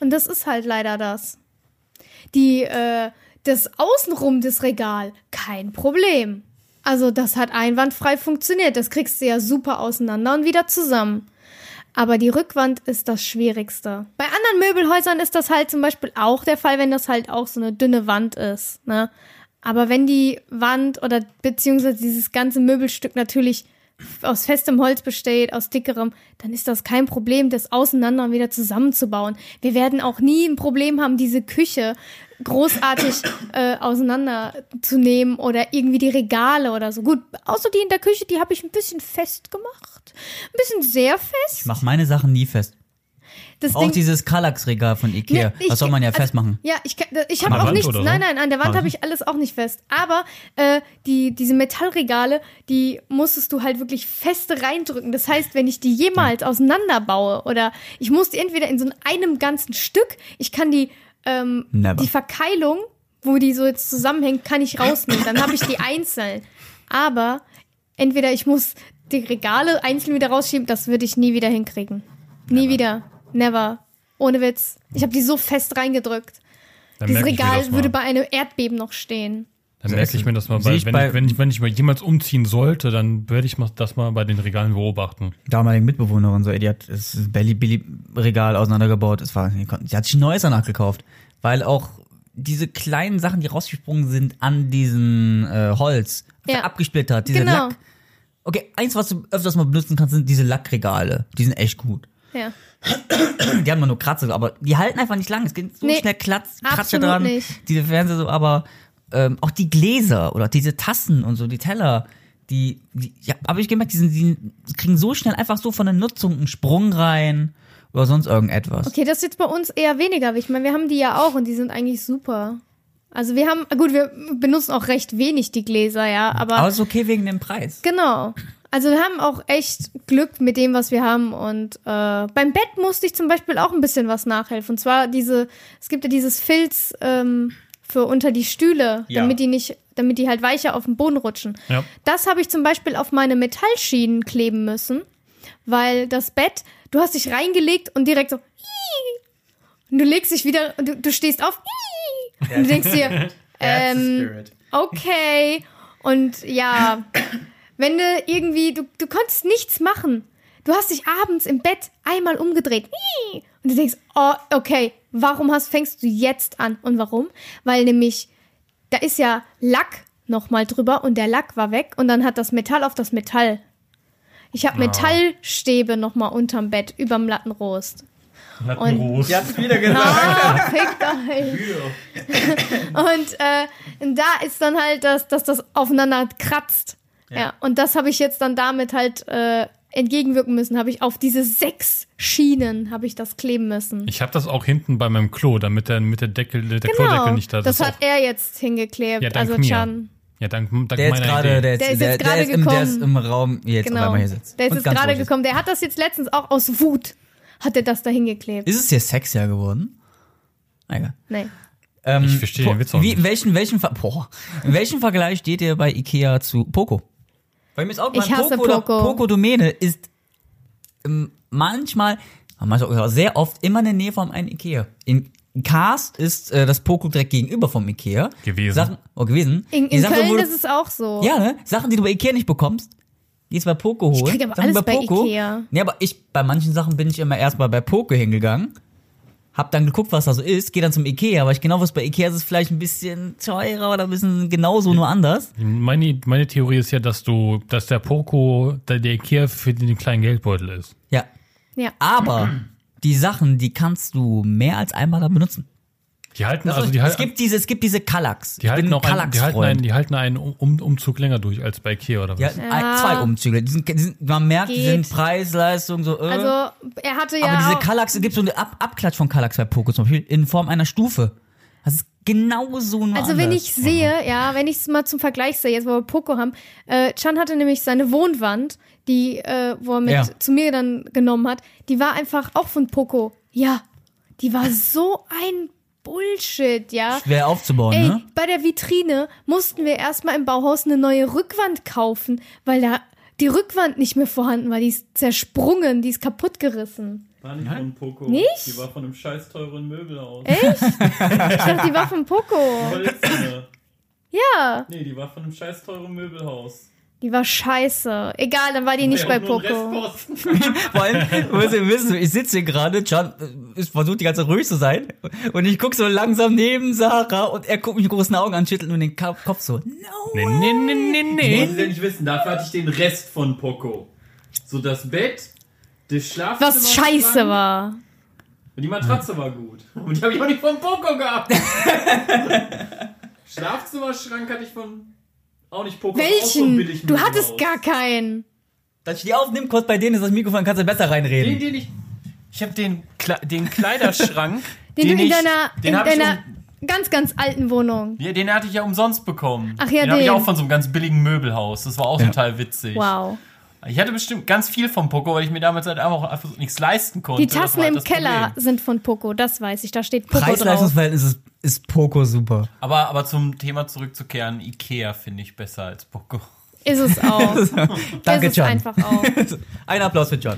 Speaker 2: Und das ist halt leider das. Die, äh, das Außenrum des Regal, kein Problem. Also, das hat einwandfrei funktioniert. Das kriegst du ja super auseinander und wieder zusammen. Aber die Rückwand ist das Schwierigste. Bei anderen Möbelhäusern ist das halt zum Beispiel auch der Fall, wenn das halt auch so eine dünne Wand ist. Ne? Aber wenn die Wand oder beziehungsweise dieses ganze Möbelstück natürlich aus festem Holz besteht, aus dickerem, dann ist das kein Problem, das auseinander und wieder zusammenzubauen. Wir werden auch nie ein Problem haben, diese Küche großartig äh, auseinanderzunehmen oder irgendwie die Regale oder so. Gut, außer die in der Küche, die habe ich ein bisschen fest gemacht. Ein bisschen sehr fest.
Speaker 1: Ich mach meine Sachen nie fest.
Speaker 2: Das
Speaker 1: Auch dieses Kallax-Regal von Ikea,
Speaker 2: Ne, ich-
Speaker 1: das soll man ja festmachen.
Speaker 2: Ja, ich, kann- ich habe
Speaker 3: der
Speaker 2: auch
Speaker 3: Wand
Speaker 2: nichts.
Speaker 3: oder so?
Speaker 2: Nein, nein, an der Wand
Speaker 3: Ah.
Speaker 2: habe ich alles auch nicht fest. Aber äh, die, diese Metallregale, die musstest du halt wirklich feste reindrücken. Das heißt, wenn ich die jemals auseinanderbaue oder ich muss die entweder in so einem ganzen Stück, ich kann die, ähm,
Speaker 1: Never.
Speaker 2: die Verkeilung wo die so jetzt zusammenhängen, kann ich rausnehmen. Dann habe ich die einzeln. Aber entweder ich muss die Regale einzeln wieder rausschieben, das würde ich nie wieder hinkriegen. Nie wieder. Never. Ohne Witz. Ich habe die so fest reingedrückt.
Speaker 3: Dann
Speaker 2: Dieses
Speaker 3: merke ich mir
Speaker 2: Regal
Speaker 3: das mal.
Speaker 2: würde bei einem Erdbeben noch stehen.
Speaker 3: Dann merke ich mir das mal,
Speaker 1: Sehe
Speaker 3: bei,
Speaker 1: ich
Speaker 3: wenn,
Speaker 1: bei-
Speaker 3: ich, wenn, ich, wenn ich mal jemals umziehen sollte, dann werde ich mal- das mal bei den Regalen beobachten.
Speaker 1: damaligen Mitbewohnerin so, ey, die hat das Belly Billy Regal auseinandergebaut. Es war, die konnten- sie hat sich ein neues danach gekauft, weil auch diese kleinen Sachen, die rausgesprungen sind an diesem äh, Holz,
Speaker 2: Ja.
Speaker 1: abgesplittert, diese
Speaker 2: genau.
Speaker 1: Lack. Okay, eins, was du öfters mal benutzen kannst, sind diese Lackregale. Die sind echt gut.
Speaker 2: Ja.
Speaker 1: Die haben nur Kratzer, aber die halten einfach nicht lang. Es geht so
Speaker 2: Nee,
Speaker 1: schnell Klatz, Kratzer
Speaker 2: absolut
Speaker 1: dran.
Speaker 2: nicht.
Speaker 1: Diese Fernseher so, aber ähm, auch die Gläser oder diese Tassen und so, die Teller, die, die ja, habe ich gemerkt, die, sind, die kriegen so schnell einfach so von der Nutzung einen Sprung rein oder sonst irgendetwas.
Speaker 2: Okay, das ist jetzt bei uns eher weniger. aber Ich meine, wir haben die ja auch und die sind eigentlich super. Also wir haben, gut, wir benutzen auch recht wenig die Gläser, ja, aber.
Speaker 1: Aber es ist okay wegen dem Preis.
Speaker 2: Genau. Also wir haben auch echt Glück mit dem, was wir haben. Und äh, beim Bett musste ich zum Beispiel auch ein bisschen was nachhelfen. Und zwar diese, es gibt ja dieses Filz ähm, für unter die Stühle,
Speaker 1: Ja.
Speaker 2: damit die nicht, damit die halt weicher auf den Boden rutschen.
Speaker 3: Ja.
Speaker 2: Das habe ich zum Beispiel auf meine Metallschienen kleben müssen, weil das Bett, du hast dich reingelegt und direkt so. Und du legst dich wieder und du, du stehst auf. Und du denkst dir, ähm, okay. Und ja, wenn du irgendwie, du, du konntest nichts machen. Du hast dich abends im Bett einmal umgedreht. Und du denkst, oh, okay, warum hast, fängst du jetzt an? Und warum? Weil nämlich, da ist ja Lack nochmal drüber und der Lack war weg und dann hat das Metall auf das Metall. Ich habe Metallstäbe nochmal unterm Bett, überm Lattenrost.
Speaker 3: Lattenrost.
Speaker 1: wieder gesagt.
Speaker 2: Ah, fickt euch. und äh, da ist dann halt, das, dass das aufeinander kratzt. Ja. und das habe ich jetzt dann damit halt äh, entgegenwirken müssen. Habe ich auf diese sechs Schienen habe ich das kleben müssen.
Speaker 3: Ich habe das auch hinten bei meinem Klo, damit der mit der Deckel, der Klodeckel nicht da ist.
Speaker 2: Genau. das,
Speaker 3: ist.
Speaker 2: hat
Speaker 3: auch,
Speaker 2: er jetzt hingeklebt.
Speaker 3: ja, dank
Speaker 2: also
Speaker 3: mir.
Speaker 2: Chan.
Speaker 3: Ja, dank, dank
Speaker 1: Der jetzt
Speaker 3: meiner
Speaker 1: gerade,
Speaker 3: Idee.
Speaker 1: der,
Speaker 2: Der
Speaker 1: jetzt-
Speaker 2: ist
Speaker 1: der,
Speaker 2: jetzt
Speaker 1: der,
Speaker 2: gerade
Speaker 1: ist im- der ist im
Speaker 2: gekommen.
Speaker 1: Raum, jetzt auf
Speaker 2: Genau.
Speaker 1: einmal hier sitzt.
Speaker 2: Der ist
Speaker 1: Und
Speaker 2: jetzt
Speaker 1: ganz
Speaker 2: gerade
Speaker 1: ruhig
Speaker 2: gekommen. Der hat das jetzt letztens auch aus Wut, hat er das da hingeklebt.
Speaker 1: Ist es hier sexier geworden? Ah, Egal.
Speaker 2: nee.
Speaker 1: Ähm,
Speaker 3: Ich verstehe den
Speaker 1: po-
Speaker 3: Witz auch
Speaker 1: wie,
Speaker 3: nicht.
Speaker 1: welchen, welchen, Ver boah, in welchem Vergleich steht ihr bei Ikea zu Poco? Bei mir ist auch
Speaker 2: Ich
Speaker 1: mein
Speaker 2: hasse
Speaker 1: Poco, oder
Speaker 2: Poco.
Speaker 1: Poco Domäne ist ähm, manchmal, manchmal oder sehr oft immer in der Nähe von einem Ikea. In Karst ist äh, das Poco direkt gegenüber vom Ikea.
Speaker 3: Gewesen.
Speaker 1: Sachen, oh, gewesen.
Speaker 2: In,
Speaker 1: Die
Speaker 2: in
Speaker 1: Sachen, wo
Speaker 2: Köln
Speaker 1: du-
Speaker 2: ist es auch so.
Speaker 1: ja, ne? Sachen, die du bei Ikea nicht bekommst, die ist bei Poco holen.
Speaker 2: krieg aber
Speaker 1: Sachen
Speaker 2: alles bei Ikea.
Speaker 1: Nee, aber ich, bei manchen Sachen bin ich immer erstmal bei Poco hingegangen, hab dann geguckt, was da so ist, geh dann zum Ikea, weil ich genau wusste, bei Ikea ist es vielleicht ein bisschen teurer oder ein bisschen genauso, nur anders.
Speaker 3: Meine, meine Theorie ist ja, dass du, dass der Poco, der, der Ikea für den kleinen Geldbeutel ist.
Speaker 1: Ja.
Speaker 2: ja.
Speaker 1: Aber die Sachen, die kannst du mehr als einmal da benutzen.
Speaker 3: Die halten,
Speaker 1: Das
Speaker 3: also
Speaker 1: ist-
Speaker 3: die
Speaker 1: es,
Speaker 3: halten,
Speaker 1: gibt diese, es gibt diese Kallaks.
Speaker 3: die halten, auch einen, die, halten einen,
Speaker 1: Kallax-Freund.
Speaker 3: die halten einen um, Um- Umzug länger durch als bei Ikea oder was?
Speaker 1: Die halten ein, zwei Umzüge. Die sind, die sind, man merkt, die
Speaker 2: Geht.
Speaker 1: sind Preis, Leistung, so. Äh.
Speaker 2: Also er hatte ja
Speaker 1: Aber diese
Speaker 2: auch,
Speaker 1: Kallax, es gibt so eine Ab Abklatsch von Kallax bei Poco zum Beispiel in Form einer Stufe. Das ist genauso nur
Speaker 2: Also wenn
Speaker 1: anders.
Speaker 2: ich sehe, ja, wenn ich es mal zum Vergleich sehe, jetzt wo wir Poco haben, äh, Chan hatte nämlich seine Wohnwand, die, äh, wo er mit
Speaker 1: Ja.
Speaker 2: zu mir dann genommen hat, die war einfach auch von Poco. Ja, die war so ein Bullshit, ja.
Speaker 1: Schwer aufzubauen,
Speaker 2: Ey,
Speaker 1: ne?
Speaker 2: bei der Vitrine mussten wir erstmal im Bauhaus eine neue Rückwand kaufen, weil da die Rückwand nicht mehr vorhanden war. Die ist zersprungen, die ist kaputtgerissen.
Speaker 4: War nicht von Poco.
Speaker 2: Nicht? Äh.
Speaker 4: Die war von einem scheiß teuren Möbelhaus.
Speaker 2: Ich dachte, die war von Poco.
Speaker 4: Holzene.
Speaker 2: Ja,
Speaker 4: Nee, die war von einem scheiß teuren Möbelhaus.
Speaker 2: die war scheiße. Egal, dann war die nicht
Speaker 4: Ja,
Speaker 2: bei
Speaker 4: und nur ein
Speaker 2: Poco.
Speaker 4: Restposten.
Speaker 1: Vor allem, müsst ihr wissen, ich sitze hier gerade, Can äh, ist- versucht die ganze Zeit ruhig zu sein und ich gucke so langsam neben Sarah und er guckt mich mit großen Augen an, schüttelt nur den Ka- Kopf so. No.
Speaker 3: Nee, nee, nee, nee,
Speaker 4: Muss
Speaker 3: nee.
Speaker 4: ich ja nicht wissen, dafür hatte ich den Rest von Poco. So das Bett, das Schlafzimmer.
Speaker 2: Was scheiße war.
Speaker 4: Und die Matratze war gut. Und die habe ich auch nicht von
Speaker 2: <laughs>
Speaker 4: Poco gehabt. Schlafzimmerschrank hatte ich von. Auch nicht Poco. Auch so ein billig
Speaker 2: Welchen? Du hattest
Speaker 4: Möbelhaus.
Speaker 2: gar keinen.
Speaker 1: Dass ich die aufnehme, kurz bei denen ist das Mikrofon, kannst du besser
Speaker 4: Den,
Speaker 1: reinreden.
Speaker 4: den ich.
Speaker 5: Ich habe den, Kle den
Speaker 4: <laughs>
Speaker 5: Kleiderschrank,
Speaker 2: Den, du in
Speaker 5: ich,
Speaker 2: deiner,
Speaker 5: den
Speaker 2: in
Speaker 5: hab ich
Speaker 2: deiner
Speaker 5: um,
Speaker 2: ganz, ganz alten Wohnung.
Speaker 5: ja, den hatte ich ja umsonst bekommen.
Speaker 2: Ach ja,
Speaker 5: den habe ich
Speaker 2: den.
Speaker 5: auch von so einem ganz billigen Möbelhaus. Das war auch total witzig.
Speaker 2: Wow.
Speaker 5: Ich hatte bestimmt ganz viel vom Poco, weil ich mir damals halt einfach auch einfach nichts leisten konnte.
Speaker 2: Die
Speaker 5: Das
Speaker 2: Tassen
Speaker 5: war halt
Speaker 2: im
Speaker 5: das
Speaker 2: Keller
Speaker 5: Problem.
Speaker 2: sind von Poco, das weiß ich. Da steht Poco drauf.
Speaker 1: Preis-Leistungsverhältnis ist ist Poco super.
Speaker 5: Aber, aber zum Thema zurückzukehren, Ikea finde ich besser als Poco.
Speaker 2: Ist
Speaker 5: <laughs>
Speaker 2: es auch.
Speaker 1: Danke,
Speaker 2: ist es
Speaker 1: John.
Speaker 2: einfach auch.
Speaker 1: Ein Applaus für
Speaker 3: <laughs>
Speaker 1: John.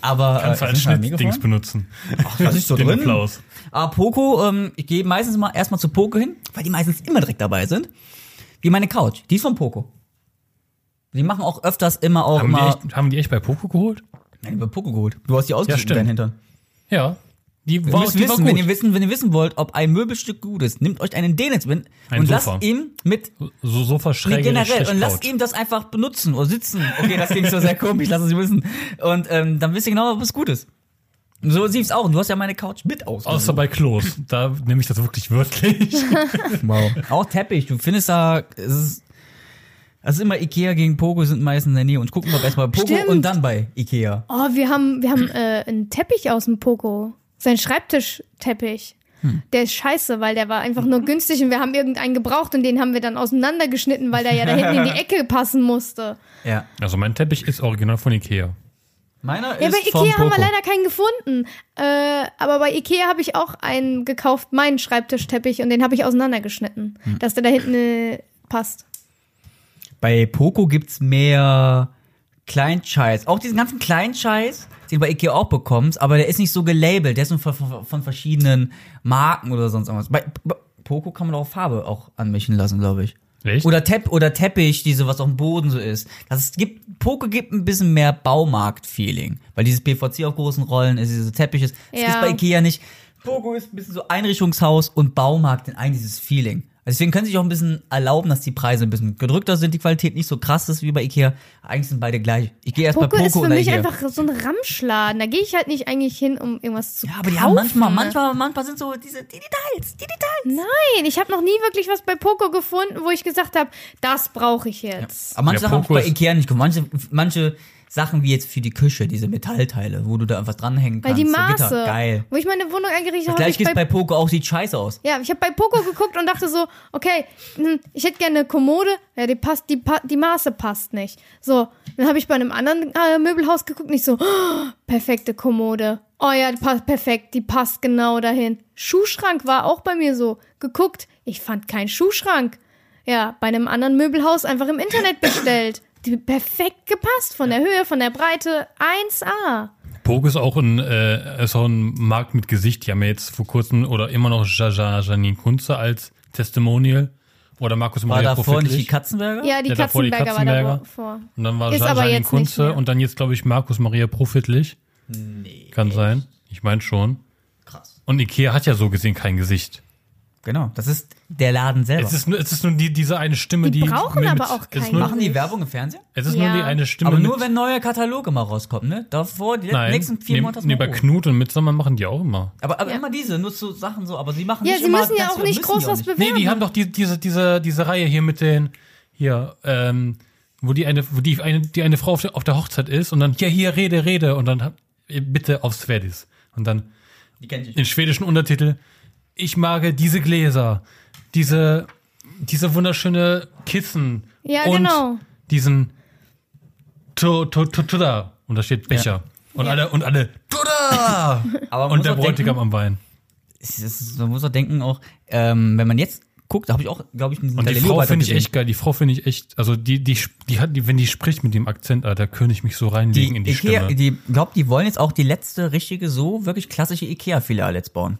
Speaker 1: Aber
Speaker 3: Kannst du
Speaker 1: äh,
Speaker 3: als
Speaker 1: ist das ein Mikrofon?
Speaker 3: Schnittdings benutzen. Ach,
Speaker 1: was ist so
Speaker 3: Den
Speaker 1: drin?
Speaker 3: Applaus.
Speaker 1: Aber Poco, ähm, ich gehe meistens mal erstmal zu Poco hin, weil die meistens immer direkt dabei sind. Wie meine Couch, die ist von Poco. Die machen auch öfters immer auch
Speaker 3: Haben die,
Speaker 1: mal.
Speaker 3: echt, haben die echt bei Poco geholt?
Speaker 1: Nein, über Poco geholt. Du hast die ausgeschnitten,
Speaker 3: stimmt.
Speaker 1: dein Hintern.
Speaker 3: Ja. Die
Speaker 1: Ihr
Speaker 3: war,
Speaker 1: müsst
Speaker 3: die war
Speaker 1: wissen, wenn ihr
Speaker 3: gut.
Speaker 1: wissen, wenn ihr wissen wollt, ob ein Möbelstück gut ist, nehmt euch einen Dänitz mit
Speaker 3: Ein
Speaker 1: und
Speaker 3: Sofa.
Speaker 1: lasst ihn mit
Speaker 3: So, so
Speaker 1: Nee,
Speaker 3: verschräg
Speaker 1: generell. Und lasst ihm das einfach benutzen oder sitzen. Okay, das klingt so sehr komisch, lass es wissen. Und ähm, dann wisst ihr genau, ob es gut ist. Und so siehst auch. Und du hast ja meine Couch mit aus.
Speaker 3: Außer bei Klos. Da nehme ich das wirklich wörtlich.
Speaker 1: wow. Auch Teppich. Du findest da, es ist, also immer Ikea gegen Pogo sind meistens in der Nähe. Und gucken wir erstmal Pogo
Speaker 2: Stimmt.
Speaker 1: und dann bei Ikea.
Speaker 2: Oh, wir haben, wir haben äh, einen Teppich aus dem Poco. Sein Schreibtischteppich.
Speaker 5: Hm.
Speaker 2: Der ist scheiße, weil der war einfach nur günstig und wir haben irgendeinen gebraucht und den haben wir dann auseinandergeschnitten, weil der ja da hinten in
Speaker 5: <laughs>
Speaker 2: die Ecke passen musste.
Speaker 1: Ja.
Speaker 3: <laughs> Also mein Teppich ist original von Ikea.
Speaker 1: Meiner ist
Speaker 2: Ja, bei
Speaker 1: von
Speaker 2: Ikea
Speaker 1: Poco.
Speaker 2: haben wir leider keinen gefunden. Äh, aber bei Ikea habe ich auch einen gekauft, meinen Schreibtischteppich, und den habe ich auseinandergeschnitten,
Speaker 1: Hm.
Speaker 2: dass der da hinten äh, passt.
Speaker 1: Bei Poco gibt's mehr Kleinscheiß. Auch diesen ganzen Kleinscheiß, den du bei Ikea auch bekommst, aber der ist nicht so gelabelt. Der ist nur von, von, von verschiedenen Marken oder sonst irgendwas. Bei, bei Poco kann man auch Farbe auch anmischen lassen, glaube ich.
Speaker 3: Echt?
Speaker 1: Oder, Tepp oder Teppich, die sowas auf dem Boden so ist. Das ist, gibt, Poco gibt ein bisschen mehr Baumarkt-Feeling. Weil dieses PVC auf großen Rollen ist, diese Teppiche. Das
Speaker 2: Ja.
Speaker 1: ist bei Ikea nicht. Poco ist ein bisschen so Einrichtungshaus und Baumarkt in ein dieses Feeling. Also Deswegen können sie sich auch ein bisschen erlauben, dass die Preise ein bisschen gedrückter sind, die Qualität nicht so krass ist wie bei Ikea. Eigentlich sind beide gleich. Ich gehe erst
Speaker 2: Poco,
Speaker 1: bei Poco
Speaker 2: ist für
Speaker 1: oder
Speaker 2: mich
Speaker 1: Ikea.
Speaker 2: einfach so ein Ramschladen. Da gehe ich halt nicht eigentlich hin, um irgendwas zu
Speaker 1: ja, aber die
Speaker 2: kaufen.
Speaker 1: haben manchmal, manchmal, manchmal sind so diese die Details, die Details.
Speaker 2: Nein, ich habe noch nie wirklich was bei Poco gefunden, wo ich gesagt habe, das brauche ich jetzt.
Speaker 1: Aber manche
Speaker 3: Ja,
Speaker 1: Sachen habe ich
Speaker 3: Poco
Speaker 1: bei
Speaker 3: ist-
Speaker 1: Ikea nicht gefunden. Manche, manche Sachen wie jetzt für die Küche, diese Metallteile, wo du da einfach dranhängen
Speaker 2: Weil
Speaker 1: kannst.
Speaker 2: die
Speaker 1: so Gitter.
Speaker 2: Maße,
Speaker 1: Geil.
Speaker 2: wo ich meine Wohnung eingerichtet habe, habe
Speaker 1: Gleich
Speaker 2: ich
Speaker 1: geht's bei
Speaker 2: bei
Speaker 1: Poco auch, sieht scheiße aus.
Speaker 2: Ja, ich habe bei Poco geguckt und dachte so, okay, hm, ich hätte gerne eine Kommode, ja, die passt, die, pa die Maße passt nicht. So, dann habe ich bei einem anderen äh, Möbelhaus geguckt, nicht so, oh, perfekte Kommode. Oh ja, die passt perfekt, die passt genau dahin. Schuhschrank war auch bei mir so. Geguckt, ich fand keinen Schuhschrank. Ja, bei einem anderen Möbelhaus einfach im Internet bestellt. Die perfekt gepasst von der Höhe, von der Breite 1A.
Speaker 3: Pogo ist auch ein, äh, ist auch ein Markt mit Gesicht. Die haben ja jetzt vor kurzem oder immer noch Jaja Janine Kunze als Testimonial. Oder Markus
Speaker 1: War
Speaker 3: Maria
Speaker 1: da vorne nicht die
Speaker 3: Profitlich.
Speaker 1: Katzenberger?
Speaker 2: Ja, die
Speaker 3: Ja, davor die
Speaker 2: Katzenberger, war
Speaker 3: Katzenberger.
Speaker 2: davor.
Speaker 3: Und dann war
Speaker 2: Ist aber
Speaker 3: Janine
Speaker 2: jetzt nicht
Speaker 3: Kunze
Speaker 2: mehr.
Speaker 3: und dann jetzt, glaube ich, Markus Maria Profitlich. Nee. Kann sein. Ich meine schon.
Speaker 1: Krass.
Speaker 3: Und Ikea hat ja so gesehen kein Gesicht.
Speaker 1: Genau. Das ist der Laden selber.
Speaker 3: Es ist nur, es ist nur die, diese eine Stimme,
Speaker 2: Die
Speaker 3: die.
Speaker 2: brauchen aber auch
Speaker 3: es ist
Speaker 2: kein
Speaker 3: nur,
Speaker 1: Machen die Werbung im Fernsehen?
Speaker 3: Es ist
Speaker 2: Ja.
Speaker 3: nur die eine Stimme.
Speaker 1: Aber nur
Speaker 3: mit-
Speaker 1: wenn neue Kataloge mal rauskommen, ne? Davor, die
Speaker 3: Nein,
Speaker 1: nächsten vier
Speaker 3: neben-
Speaker 1: Monate. ist mal
Speaker 3: neben bei
Speaker 1: Ruhe.
Speaker 3: Knut und Mitsommer machen die auch immer.
Speaker 1: Aber, aber
Speaker 2: Ja.
Speaker 1: immer diese, nur zu Sachen so, aber sie machen
Speaker 2: Ja,
Speaker 1: nicht
Speaker 2: sie
Speaker 1: immer
Speaker 2: müssen ja
Speaker 1: ganz-
Speaker 2: auch nicht
Speaker 1: müssen
Speaker 2: groß
Speaker 1: die
Speaker 2: was
Speaker 1: nicht.
Speaker 2: bewerben.
Speaker 3: Nee, die haben doch die, diese, diese, diese Reihe hier mit den, hier, ähm, wo die eine, wo die eine, die eine Frau auf der, auf der Hochzeit ist und dann, ja, hier, rede, rede und dann, hab- bitte auf Sverdis. Und dann
Speaker 1: Die kenn ich.
Speaker 3: in schwedischen Untertitel, ich mag diese Gläser, diese, diese wunderschöne Kissen
Speaker 2: Ja,
Speaker 3: und
Speaker 2: genau.
Speaker 3: diesen to, to, to, Tuda und da steht Becher. Und alle, und alle, Tuda!
Speaker 1: <laughs> Aber man
Speaker 3: und
Speaker 1: muss
Speaker 3: der
Speaker 1: auch denken-
Speaker 3: Bräutigam am Wein.
Speaker 1: Es ist- Man muss auch denken, auch, ähm, wenn man jetzt guckt, da habe ich auch, glaube ich, einen
Speaker 3: Und die
Speaker 1: Galileo
Speaker 3: Frau
Speaker 1: Beitrag
Speaker 3: finde ich
Speaker 1: gesehen.
Speaker 3: echt geil. Die Frau finde ich echt, also die, die, die hat, die, wenn die spricht mit dem Akzent, Alter, könnte ich mich so reinlegen in die
Speaker 1: Ikea,
Speaker 3: Stimme.
Speaker 1: die glaubt, die wollen jetzt auch die letzte richtige, so wirklich klassische Ikea-Filiale jetzt bauen.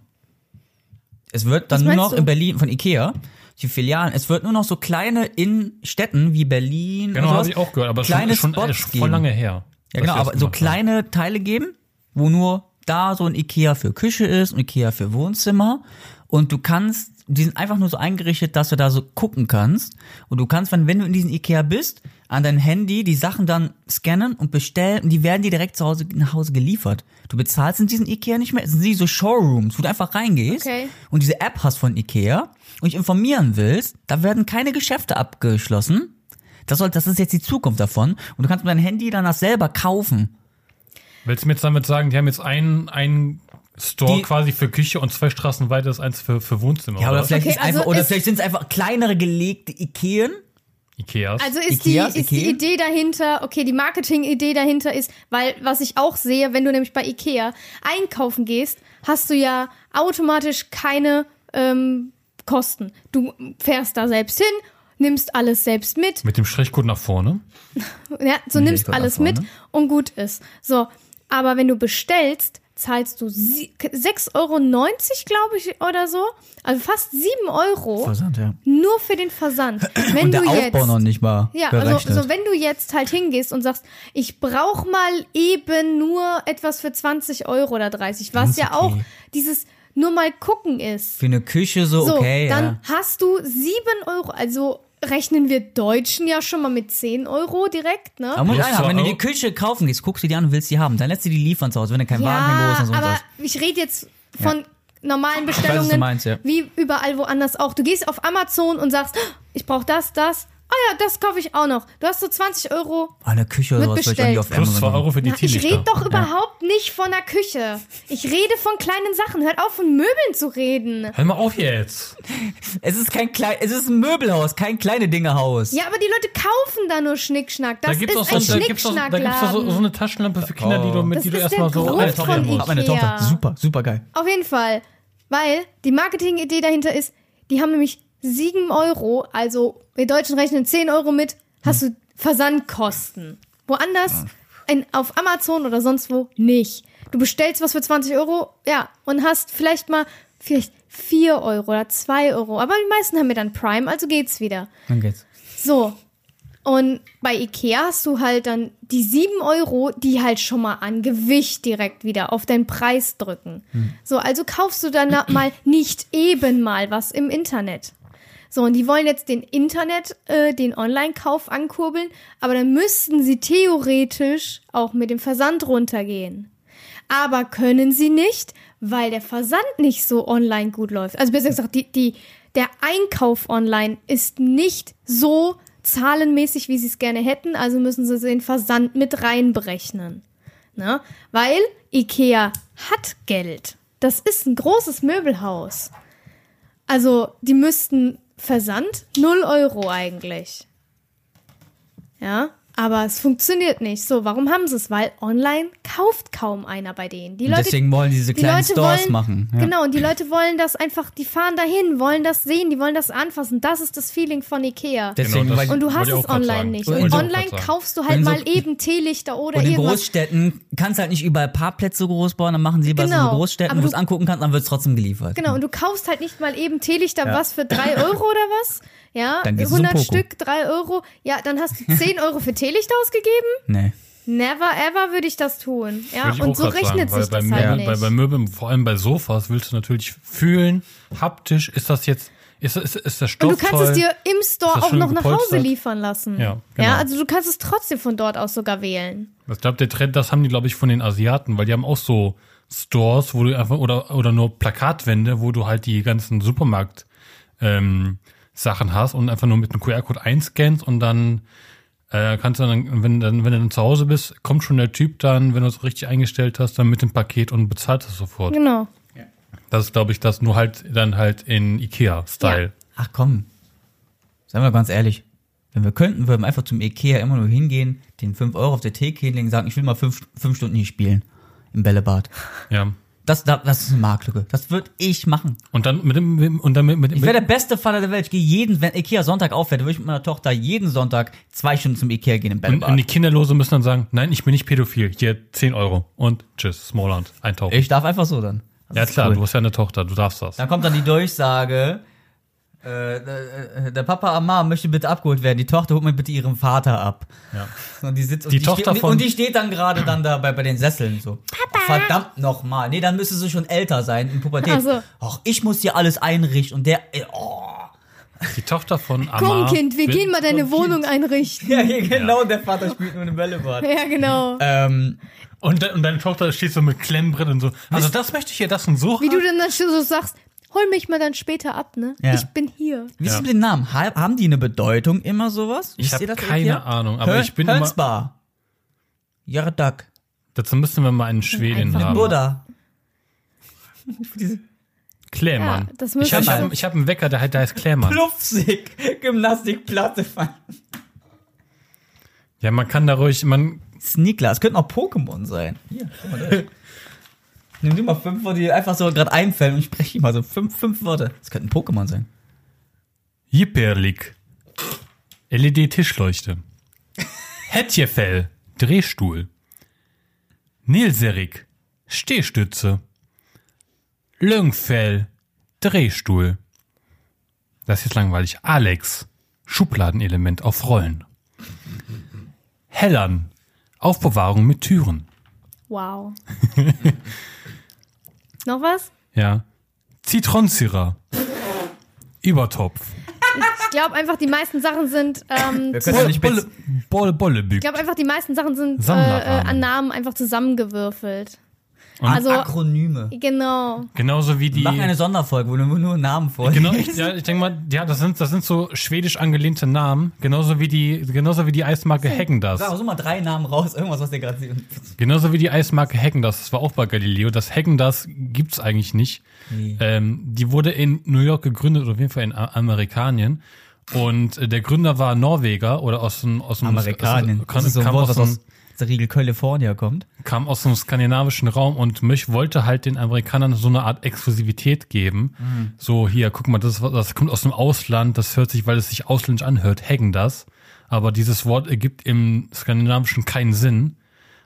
Speaker 1: Es wird dann
Speaker 2: Was
Speaker 1: nur
Speaker 2: meinst
Speaker 1: noch
Speaker 2: du?
Speaker 1: in Berlin von Ikea die Filialen. Es wird nur noch so kleine in Städten wie Berlin.
Speaker 3: genau,
Speaker 1: und sowas,
Speaker 3: habe ich auch gehört, aber
Speaker 1: kleine
Speaker 3: schon, schon, äh,
Speaker 1: Also Spots
Speaker 3: schon
Speaker 1: geben.
Speaker 3: voll lange her.
Speaker 1: Ja
Speaker 3: dass
Speaker 1: genau,
Speaker 3: wir das
Speaker 1: aber so
Speaker 3: gemacht haben.
Speaker 1: kleine Teile geben, wo nur da so ein Ikea für Küche ist, ein Ikea für Wohnzimmer und du kannst, die sind einfach nur so eingerichtet, dass du da so gucken kannst und du kannst, wenn, wenn du in diesem Ikea bist, an dein Handy die Sachen dann scannen und bestellen und die werden dir direkt zu Hause, nach Hause geliefert. Du bezahlst in diesen Ikea nicht mehr, es sind nicht so Showrooms, wo du einfach reingehst
Speaker 2: Okay.
Speaker 1: und diese App hast von Ikea und dich informieren willst, da werden keine Geschäfte abgeschlossen, das, soll, das ist jetzt die Zukunft davon. Und du kannst mit deinem Handy danach selber kaufen.
Speaker 3: Willst du mir jetzt damit sagen, die haben jetzt einen, einen Store
Speaker 1: Die-
Speaker 3: quasi für Küche und zwei Straßen weiter ist eins für, für Wohnzimmer?
Speaker 1: Ja, oder vielleicht,
Speaker 2: Okay,
Speaker 1: ist einfach,
Speaker 2: also
Speaker 1: oder
Speaker 2: ist-
Speaker 1: vielleicht sind es einfach kleinere gelegte Ikeen,
Speaker 3: Ikeas.
Speaker 2: Also ist,
Speaker 1: Ikeas,
Speaker 2: die, ist
Speaker 1: Ikea?
Speaker 2: die Idee dahinter, okay, die Marketing-Idee dahinter ist, weil was ich auch sehe, wenn du nämlich bei Ikea einkaufen gehst, hast du ja automatisch keine ähm, Kosten. Du fährst da selbst hin, nimmst alles selbst mit,
Speaker 3: mit dem Strichcode nach vorne.
Speaker 2: ja, so nimmst
Speaker 1: Hilfe
Speaker 2: alles
Speaker 1: davon,
Speaker 2: mit
Speaker 1: ne?
Speaker 2: und gut ist. So, aber wenn du bestellst, zahlst du sie- 6,90 Euro, glaube ich, oder so. Also fast 7 Euro
Speaker 1: Versand, ja.
Speaker 2: nur für
Speaker 1: <clears throat>
Speaker 2: den Versand. Wenn
Speaker 1: Und der
Speaker 2: du
Speaker 1: Aufbau
Speaker 2: jetzt,
Speaker 1: noch nicht mal
Speaker 2: ja,
Speaker 1: berechnet.
Speaker 2: also so wenn du jetzt halt hingehst und sagst, ich brauche mal eben nur etwas für 20 Euro oder 30, was
Speaker 1: Ganz
Speaker 2: ja
Speaker 1: okay.
Speaker 2: auch dieses nur mal gucken ist.
Speaker 1: Für eine Küche so,
Speaker 2: So,
Speaker 1: okay,
Speaker 2: dann
Speaker 1: ja.
Speaker 2: hast du 7 Euro, also rechnen wir Deutschen ja schon mal mit 10 Euro direkt, ne?
Speaker 1: Aber muss ich
Speaker 3: Plus
Speaker 1: einhaken, wenn du
Speaker 3: zwei
Speaker 1: die Küche kaufen gehst, guckst du die an und willst die haben, dann lässt du die liefern zu Hause, wenn du kein Wagen, kein Groß und so
Speaker 2: aber
Speaker 1: hast.
Speaker 2: ich rede jetzt von normalen
Speaker 1: du
Speaker 2: Bestellungen,
Speaker 1: meinst, ja.
Speaker 2: wie überall woanders auch. Du gehst auf Amazon und sagst, "Oh, ich brauche das, das. Ah ja, das kaufe ich auch noch. Du hast so 20 Euro.
Speaker 1: Ah, eine Küche oder
Speaker 2: Wird
Speaker 1: sowas würde ich auch nicht auf
Speaker 2: bestellt.
Speaker 3: Plus
Speaker 1: Amazon
Speaker 3: 2 Euro für die
Speaker 2: Na, ich
Speaker 3: Teelichter.
Speaker 2: rede doch überhaupt nicht von der Küche. Ich rede von kleinen Sachen. Hört auf, von Möbeln zu reden.
Speaker 3: Hör mal auf jetzt.
Speaker 1: Es ist kein klein, es ist ein Möbelhaus, kein kleine Dingehaus.
Speaker 2: Ja, aber die Leute kaufen da nur Schnickschnack. Das
Speaker 3: da gibt's
Speaker 2: ist
Speaker 3: auch so,
Speaker 2: ein
Speaker 3: da gibt's auch, so- da gibt's auch so, so
Speaker 2: Schnickschnackladen.
Speaker 3: eine Taschenlampe für Kinder, die du, mit
Speaker 2: Das
Speaker 3: die du
Speaker 2: ist
Speaker 3: erstmal
Speaker 2: der
Speaker 3: so
Speaker 2: Grund
Speaker 3: eintappen
Speaker 2: von
Speaker 3: musst.
Speaker 1: Hat meine
Speaker 2: Ikea.
Speaker 1: Tochter. Super, super geil.
Speaker 2: Auf jeden Fall. Weil die Marketingidee dahinter ist, die haben nämlich 7 Euro, also wir Deutschen rechnen 10 Euro mit, hast
Speaker 1: Hm.
Speaker 2: du Versandkosten. Woanders, in, auf Amazon oder sonst wo, nicht. Du bestellst was für 20 Euro, ja, und hast vielleicht mal, vielleicht 4 Euro oder 2 Euro. Aber die meisten haben ja dann Prime, also geht's wieder.
Speaker 1: Dann geht's.
Speaker 2: So. Und bei Ikea hast du halt dann die 7 Euro, die halt schon mal an Gewicht direkt wieder auf deinen Preis drücken. So, also kaufst du dann mal nicht eben mal was im Internet. So, und die wollen jetzt den Internet, äh, den Online-Kauf ankurbeln, aber dann müssten sie theoretisch auch mit dem Versand runtergehen. Aber können sie nicht, weil der Versand nicht so online gut läuft. Also besser gesagt, die, die, der Einkauf online ist nicht so zahlenmäßig, wie sie es gerne hätten. Also müssen sie den Versand mit reinberechnen. Ne? Weil Ikea hat Geld. Das ist ein großes Möbelhaus. Also die müssten Versand 0 Euro eigentlich. Ja, aber es funktioniert nicht. So, warum haben sie es? Weil online kauft kaum einer bei denen. Die
Speaker 1: Und
Speaker 2: Leute,
Speaker 1: deswegen wollen die diese
Speaker 2: die
Speaker 1: kleinen
Speaker 2: Leute
Speaker 1: Stores
Speaker 2: wollen,
Speaker 1: machen. Ja.
Speaker 2: Genau, und die Leute wollen das einfach, die fahren dahin, wollen das sehen, die wollen das anfassen. Das ist das Feeling von Ikea.
Speaker 1: Deswegen,
Speaker 3: Genau, das-
Speaker 1: weil,
Speaker 2: und du
Speaker 3: Wollte
Speaker 2: hast
Speaker 3: ich auch
Speaker 2: es
Speaker 3: grad
Speaker 2: online
Speaker 3: sagen.
Speaker 2: nicht.
Speaker 1: Wollte
Speaker 2: Und
Speaker 1: ich auch
Speaker 2: online
Speaker 3: grad sagen.
Speaker 2: kaufst du halt
Speaker 1: Wenn so-
Speaker 2: mal eben Teelichter oder
Speaker 1: und in
Speaker 2: irgendwas.
Speaker 1: Großstädten kannst du halt nicht überall Parkplätze so groß bauen, dann machen sie bei
Speaker 2: Genau,
Speaker 1: so Großstädten,
Speaker 2: aber
Speaker 1: wo du es
Speaker 2: du-
Speaker 1: angucken kannst, dann wird's trotzdem geliefert.
Speaker 2: Genau, und du kaufst halt nicht mal eben Teelichter was
Speaker 1: <laughs>
Speaker 2: für 3 Euro oder was. Ja,
Speaker 1: Dann geht's
Speaker 2: 100
Speaker 1: zum Poco.
Speaker 2: Stück, 3 Euro. Ja, dann hast du 10 Euro für Teelichter ausgegeben.
Speaker 1: Nee.
Speaker 2: Never ever würde ich das tun. Ja,
Speaker 3: Würde ich auch
Speaker 2: und so
Speaker 3: grad sagen,
Speaker 2: rechnet
Speaker 3: weil
Speaker 2: sich
Speaker 3: bei
Speaker 2: das
Speaker 3: Möbeln,
Speaker 2: halt nicht.
Speaker 3: Bei, bei Möbeln, vor allem bei Sofas, willst du natürlich fühlen, haptisch, ist das jetzt, ist, ist, ist der Stoff
Speaker 2: und du kannst
Speaker 3: toll?
Speaker 2: es dir im Store
Speaker 3: das
Speaker 2: auch
Speaker 3: schön
Speaker 2: noch nach Hause
Speaker 3: gepolstert?
Speaker 2: liefern lassen.
Speaker 3: Ja, genau.
Speaker 2: ja, also du kannst es trotzdem von dort aus sogar wählen.
Speaker 3: Ich glaube, der Trend, das haben die, glaube ich, von den Asiaten, weil die haben auch so Stores, wo du einfach, oder, oder nur Plakatwände, wo du halt die ganzen Supermarkt, ähm, Sachen hast und einfach nur mit einem QR-Code einscannst und dann äh, kannst du dann wenn, dann, wenn du dann zu Hause bist, kommt schon der Typ dann, wenn du es richtig eingestellt hast, dann mit dem Paket und bezahlt es sofort.
Speaker 2: Genau.
Speaker 3: Das ist, glaube ich, das nur halt dann halt in Ikea-Style.
Speaker 1: Ach komm. Seien wir ganz ehrlich. Wenn wir könnten, würden wir einfach zum Ikea immer nur hingehen, den 5 Euro auf der Theke hinlegen, sagen, ich will mal 5 fünf Stunden hier spielen. Im Bällebad.
Speaker 3: Ja.
Speaker 1: Das, das, das ist eine Marktlücke. Das würde ich machen.
Speaker 3: Und dann mit dem und dann mit, mit,
Speaker 1: Ich wäre der beste Vater der Welt. Ich gehe jeden, wenn Ikea Sonntag aufhört, würde ich mit meiner Tochter jeden Sonntag zwei Stunden zum Ikea gehen im
Speaker 3: und, und die
Speaker 1: Bällebad.
Speaker 3: Kinderlose müssen dann sagen, nein, ich bin nicht pädophil. Hier 10 Euro und tschüss, Smallland, eintauchen.
Speaker 1: Ich darf einfach so dann. Das
Speaker 3: ja
Speaker 1: ist
Speaker 3: klar,
Speaker 1: cool.
Speaker 3: du hast ja eine Tochter, du darfst das.
Speaker 1: Dann kommt dann die Durchsage. Äh, äh, der Papa am Mom möchte bitte abgeholt werden. Die Tochter holt mir bitte ihren Vater ab.
Speaker 3: Ja.
Speaker 1: Und die, sitzt, und
Speaker 3: Die
Speaker 1: die
Speaker 3: Tochter
Speaker 1: steht, und die-
Speaker 3: von-
Speaker 1: Und die steht dann gerade dann da bei, bei den Sesseln so. Papa. Verdammt nochmal. Nee, dann müsste sie schon älter sein, in Pubertät.
Speaker 2: Ach so.
Speaker 1: Och, ich muss dir alles einrichten. Und der. äh, Oh.
Speaker 3: Die Tochter von Amar.
Speaker 2: Komm, Kind, wir
Speaker 3: wird-
Speaker 2: gehen mal deine Wohnung
Speaker 1: <laughs>
Speaker 2: einrichten.
Speaker 1: Ja, hier genau, der Vater spielt nur eine Bällebad.
Speaker 2: Ja, genau.
Speaker 3: <laughs> Äh,
Speaker 1: ähm,
Speaker 3: Und, de- und deine Tochter steht so mit Klemmbrett und so. Also das möchte ich hier, das und so.
Speaker 2: Wie du denn dann so sagst, hol mich mal dann später ab, ne?
Speaker 1: Ja.
Speaker 2: Ich bin hier.
Speaker 1: wie ist
Speaker 3: Ja.
Speaker 1: es mit den Namen? Ha- Haben die eine Bedeutung immer sowas?
Speaker 3: ich habe keine Ahnung, aber ich bin immer.
Speaker 1: Hönsbar. Jardak.
Speaker 3: Dazu müssen wir mal einen Schweden
Speaker 2: Einfach
Speaker 3: haben.
Speaker 2: <laughs>
Speaker 1: Buddha.
Speaker 3: Klärmann.
Speaker 2: Ja, das
Speaker 3: ich halt
Speaker 2: müssen
Speaker 3: habe
Speaker 1: wir-
Speaker 3: hab, ich hab einen Wecker, der, heißt- der heißt Klärmann.
Speaker 1: Plufsig. Gymnastikplatte fallen.
Speaker 3: Ja, man kann da ruhig, man,
Speaker 1: Sneakler. Es könnten auch Pokémon sein. Hier, guck mal das. Nimm du mal fünf, Worte, die einfach so gerade einfallen und spreche ich mal so fünf, fünf Worte. Es könnten Pokémon sein.
Speaker 3: Jipperlik.
Speaker 1: <laughs>
Speaker 3: LED-Tischleuchte. E Hettjefell. Drehstuhl. Nilserik. Stehstütze. Löngfell. Drehstuhl. Das ist jetzt langweilig. Alex. Schubladenelement auf Rollen. Hellern. Aufbewahrung mit Türen.
Speaker 2: Wow. Noch was?
Speaker 3: Ja.
Speaker 1: <laughs>
Speaker 3: Zitronensirer. Übertopf.
Speaker 2: Ich glaube einfach, die meisten Sachen sind. Ähm,
Speaker 1: Wir
Speaker 2: ich
Speaker 1: können ja nicht
Speaker 3: Bolle,
Speaker 1: bis-
Speaker 3: Bolle, Bolle,
Speaker 2: glaube einfach, die meisten Sachen sind äh, äh,
Speaker 3: Sammlerrahmen.
Speaker 2: an Namen einfach zusammengewürfelt.
Speaker 3: Und-
Speaker 2: also
Speaker 1: Akronyme.
Speaker 2: genau.
Speaker 3: Genauso wie die.
Speaker 1: Mach eine Sonderfolge, wo du nur Namen vorliest. <laughs>
Speaker 3: Genau, ich, ja, ich denke mal, ja, das sind, das sind so schwedisch angelehnte Namen, genauso wie die, genauso wie die Eismarke Hecken das.
Speaker 1: Sag so mal drei Namen raus, irgendwas, was dir gerade sieht.
Speaker 3: Genauso wie die Eismarke Hecken das. Das war auch bei Galileo. Das Hecken das gibt's eigentlich nicht. Ähm, die wurde in New York gegründet, oder auf jeden Fall in A- Amerikanien. Und äh, der Gründer war Norweger oder aus dem aus dem
Speaker 1: Amerikanen.
Speaker 3: Also, kam,
Speaker 1: Das ist so ein
Speaker 3: kam,
Speaker 1: Wort,
Speaker 3: aus
Speaker 1: was
Speaker 3: dem,
Speaker 1: aus der Riegel California kommt.
Speaker 3: kam aus dem skandinavischen Raum und mich wollte halt den Amerikanern so eine Art Exklusivität geben. So hier, guck mal, das, das kommt aus dem Ausland, das hört sich, weil es sich ausländisch anhört, hacken das. Aber dieses Wort ergibt im Skandinavischen keinen Sinn.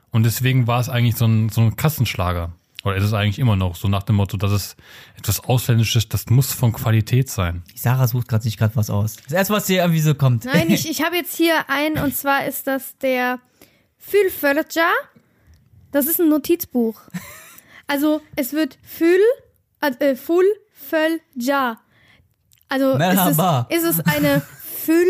Speaker 3: Und deswegen war es eigentlich so ein, so ein Kassenschlager. Oder ist es eigentlich immer noch so nach dem Motto, dass es etwas Ausländisches, das muss von Qualität sein.
Speaker 1: Die Sarah sucht gerade sich gerade was aus. Das erste, was dir irgendwie so kommt.
Speaker 2: Nein, ich, ich habe jetzt hier einen und zwar ist das der Füllfölger. Das ist ein Notizbuch. Also es wird Füll, also, äh, Füllfölger. Also
Speaker 1: Merhaba.
Speaker 2: ist es, ist es eine Füllfeder?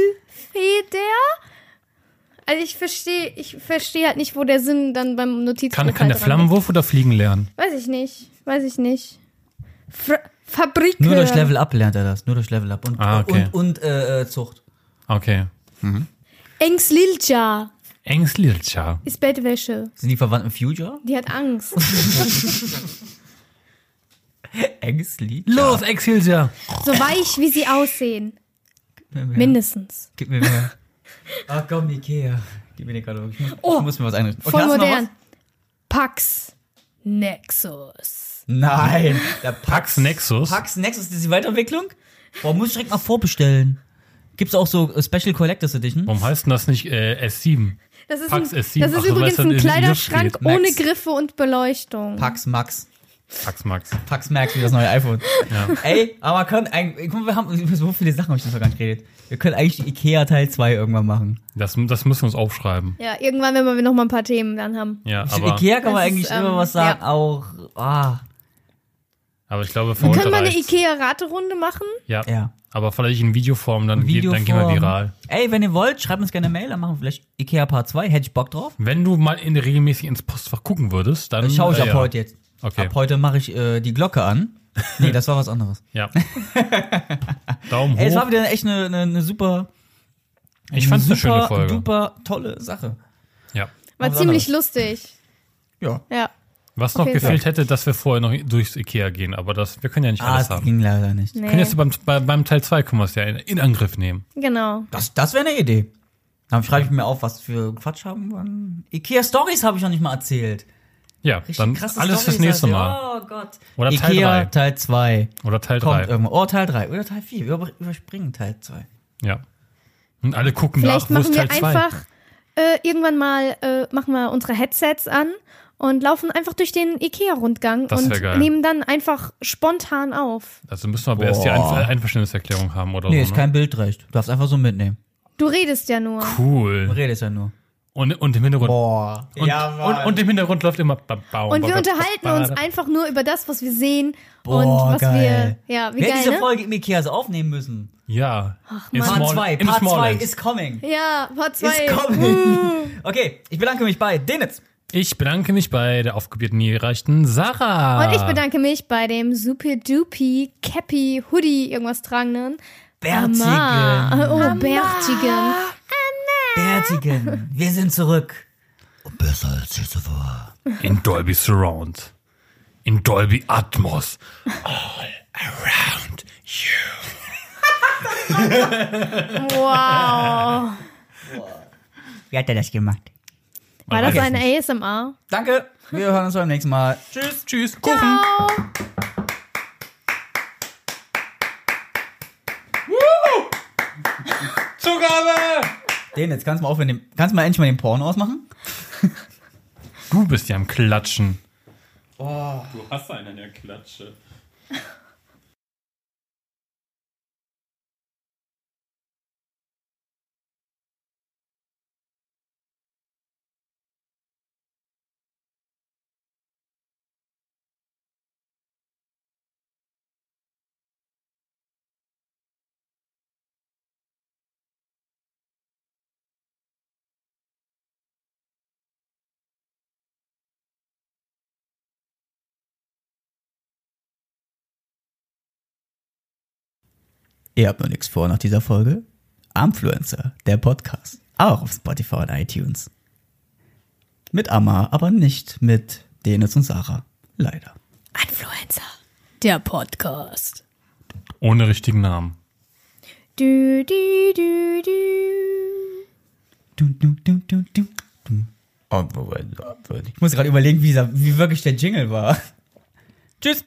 Speaker 2: Also ich verstehe, ich verstehe halt nicht, wo der Sinn dann beim Notizbuch
Speaker 3: Kann, kann
Speaker 2: halt
Speaker 3: der
Speaker 2: dran ist.
Speaker 3: Flammenwurf oder Fliegen lernen?
Speaker 2: Weiß ich nicht, weiß ich nicht. Fr Fabrik.
Speaker 1: Nur durch Level Up lernt er das. Nur durch Level Up. Und,
Speaker 3: Ah, okay.
Speaker 1: und, und äh, äh, Zucht.
Speaker 3: Okay.
Speaker 2: Engslilja
Speaker 3: Engslilcha.
Speaker 2: ist Bettwäsche.
Speaker 1: Sind die verwandt mit Future?
Speaker 2: Die hat Angst.
Speaker 1: Ängstlich.
Speaker 3: Los, Exilja!
Speaker 2: So weich, wie sie aussehen. Mindestens.
Speaker 1: Gib mir
Speaker 2: <laughs>
Speaker 1: mehr. Ach komm, Ikea. Gib mir den Katalog. Ich muss,
Speaker 2: Oh,
Speaker 1: ich muss mir was einrichten. Okay,
Speaker 2: Voll
Speaker 1: hast du noch
Speaker 2: modern.
Speaker 1: was?
Speaker 2: Pax Nexus.
Speaker 1: Nein. Der
Speaker 3: Pax Nexus.
Speaker 1: Pax Nexus ist die Weiterentwicklung? Boah, muss ich direkt mal vorbestellen. Gibt's auch so äh, Special Collectors Edition?
Speaker 3: Warum heißt denn das nicht äh, S7?
Speaker 2: Das ist,
Speaker 3: Pax
Speaker 2: ein, das
Speaker 3: S7. Ach,
Speaker 2: ist
Speaker 3: du
Speaker 2: übrigens
Speaker 3: weißt, dass
Speaker 2: ein
Speaker 3: in
Speaker 2: Kleiderschrank
Speaker 3: Illustrated Max.
Speaker 2: ohne Griffe und Beleuchtung.
Speaker 1: Pax Max.
Speaker 3: Pax Max.
Speaker 1: Pax Max wie das neue iPhone. Ey, aber man kann eigentlich, guck mal, wir haben über so viele Sachen habe ich das noch gar nicht geredet. Wir können eigentlich die Ikea Teil 2 irgendwann machen.
Speaker 3: Das, das müssen wir uns aufschreiben.
Speaker 2: Ja, irgendwann, wenn wir noch mal ein paar Themen dann haben.
Speaker 3: Ja,
Speaker 1: Zu
Speaker 3: aber,
Speaker 1: Ikea kann man
Speaker 2: Das ist,
Speaker 1: eigentlich
Speaker 2: ähm,
Speaker 1: immer was sagen,
Speaker 2: ja.
Speaker 1: auch, ah,
Speaker 3: aber ich glaube, für
Speaker 2: Wir
Speaker 3: heute
Speaker 2: können mal eine
Speaker 3: Oh, reicht's.
Speaker 2: Ikea-Raterunde machen.
Speaker 3: ja.
Speaker 1: ja.
Speaker 3: aber vielleicht in Videoform, dann, geht, dann gehen wir
Speaker 1: Videoform.
Speaker 3: viral.
Speaker 1: Ey, wenn ihr wollt, schreibt uns gerne eine Mail, dann machen wir vielleicht Ikea Part 2, hätte ich Bock drauf.
Speaker 3: Wenn du mal in regelmäßig ins Postfach gucken würdest, dann.
Speaker 1: Das schaue ich
Speaker 3: äh,
Speaker 1: ab
Speaker 3: ja.
Speaker 1: heute jetzt.
Speaker 3: Okay.
Speaker 1: Ab heute mache ich äh, die Glocke
Speaker 3: <laughs>
Speaker 1: an. Nee, das war was anderes. <laughs>
Speaker 3: Ja. Daumen hoch.
Speaker 1: Ey, es war wieder echt eine, eine, eine super,
Speaker 3: ich fand's eine
Speaker 1: super,
Speaker 3: schöne Folge.
Speaker 1: duper tolle Sache.
Speaker 3: Ja.
Speaker 2: War
Speaker 1: Was
Speaker 2: ziemlich lustig.
Speaker 1: Ja.
Speaker 2: Ja.
Speaker 3: Was noch
Speaker 2: Okay,
Speaker 3: gefehlt hätte, dass wir vorher noch durchs Ikea gehen, aber das, wir können ja nicht
Speaker 1: Ah,
Speaker 3: alles
Speaker 1: es
Speaker 3: haben.
Speaker 1: ging leider nicht.
Speaker 2: Nee.
Speaker 3: Können jetzt beim, bei, beim Teil 2 können wir es ja in, in Angriff nehmen.
Speaker 2: Genau.
Speaker 1: Das, das wäre eine Idee. Dann schreibe ich mir auf, was für Quatsch haben wir. Ikea Stories habe ich noch nicht mal erzählt.
Speaker 3: Ja,
Speaker 1: Richtig
Speaker 3: dann
Speaker 1: krasse
Speaker 3: alles
Speaker 1: Storys,
Speaker 3: fürs nächste
Speaker 1: also,
Speaker 3: Mal.
Speaker 1: Oh Gott.
Speaker 3: Oder Teil
Speaker 1: Ikea
Speaker 3: drei.
Speaker 1: Teil 2.
Speaker 3: Oder Teil
Speaker 1: Kommt
Speaker 3: 3.
Speaker 1: irgendwo. Oh, Teil 3 oder Teil 4. Wir über- überspringen Teil 2.
Speaker 3: Ja. Und alle gucken
Speaker 2: Vielleicht
Speaker 3: nach, wo
Speaker 2: machen
Speaker 3: ist
Speaker 2: wir
Speaker 3: Teil 2?
Speaker 2: einfach äh, irgendwann mal äh, machen wir unsere Headsets an und laufen einfach durch den Ikea-Rundgang
Speaker 3: Das
Speaker 2: und
Speaker 3: wär geil.
Speaker 2: nehmen dann einfach spontan auf.
Speaker 3: Also müssen wir aber erst die
Speaker 1: Boah.
Speaker 3: Einver- Einverständniserklärung haben oder
Speaker 1: Nee,
Speaker 3: so.
Speaker 1: ist
Speaker 3: Ne?
Speaker 1: kein Bildrecht. Du darfst einfach so mitnehmen.
Speaker 2: Du redest ja nur.
Speaker 1: Du
Speaker 3: Cool.
Speaker 1: redest ja nur.
Speaker 3: Und, und im Hintergrund
Speaker 1: Boah.
Speaker 3: Und, und, und im Hintergrund läuft immer. ba- ba-
Speaker 2: Und
Speaker 3: ba-
Speaker 2: wir
Speaker 3: ba-
Speaker 2: unterhalten
Speaker 3: ba-
Speaker 2: uns
Speaker 3: ba-
Speaker 2: einfach nur über das, was wir sehen
Speaker 1: Boah,
Speaker 2: und was
Speaker 1: geil.
Speaker 2: wir. Ja, wie
Speaker 1: Wir hätten diese
Speaker 2: geil, ne?
Speaker 1: Folge im Ikea so aufnehmen müssen.
Speaker 3: Ja. In
Speaker 2: Mann.
Speaker 1: Part
Speaker 3: Small-
Speaker 1: 2.
Speaker 3: in
Speaker 1: Part 2
Speaker 3: Smallland.
Speaker 1: ist coming.
Speaker 2: Ja, Part 2.
Speaker 1: Ist
Speaker 2: Uh.
Speaker 1: coming. okay, ich bedanke mich bei Denitz.
Speaker 3: Ich bedanke mich bei der aufgebierten, nie gereichten Sarah.
Speaker 2: Und ich bedanke mich bei dem Super Dupi Cappy Hoodie irgendwas tragenden.
Speaker 1: Bärtigen.
Speaker 2: Amma. Oh, Bärtigen.
Speaker 1: Bärtigen. Wir sind zurück.
Speaker 3: In Dolby Surround. In Dolby Atmos. All around you.
Speaker 1: <laughs>
Speaker 2: Wow.
Speaker 1: Wie hat er das gemacht?
Speaker 2: War das
Speaker 1: weiß
Speaker 2: eine ASMR?
Speaker 1: Danke. Wir hören uns beim nächsten Mal.
Speaker 5: Tschüss, tschüss, Kuchen.
Speaker 2: Ciao.
Speaker 5: Zugabe!
Speaker 1: Den, jetzt kannst du mal aufhören. den- Kannst du mal endlich mal den Porno ausmachen?
Speaker 3: Du bist ja am Klatschen.
Speaker 4: Du hast einen an der Klatsche.
Speaker 1: Ihr habt noch nichts vor nach dieser Folge? Armfluencer, der Podcast. Auch auf Spotify und iTunes. Mit Amma, aber nicht mit Dennis und Sarah. Leider.
Speaker 2: Influencer. Der Podcast.
Speaker 3: Ohne richtigen Namen.
Speaker 2: Du, du, du, du.
Speaker 1: Du, du, du, du, du, du. Ich muss gerade überlegen, wie, dieser- wie wirklich der Jingle war. <laughs> Tschüss.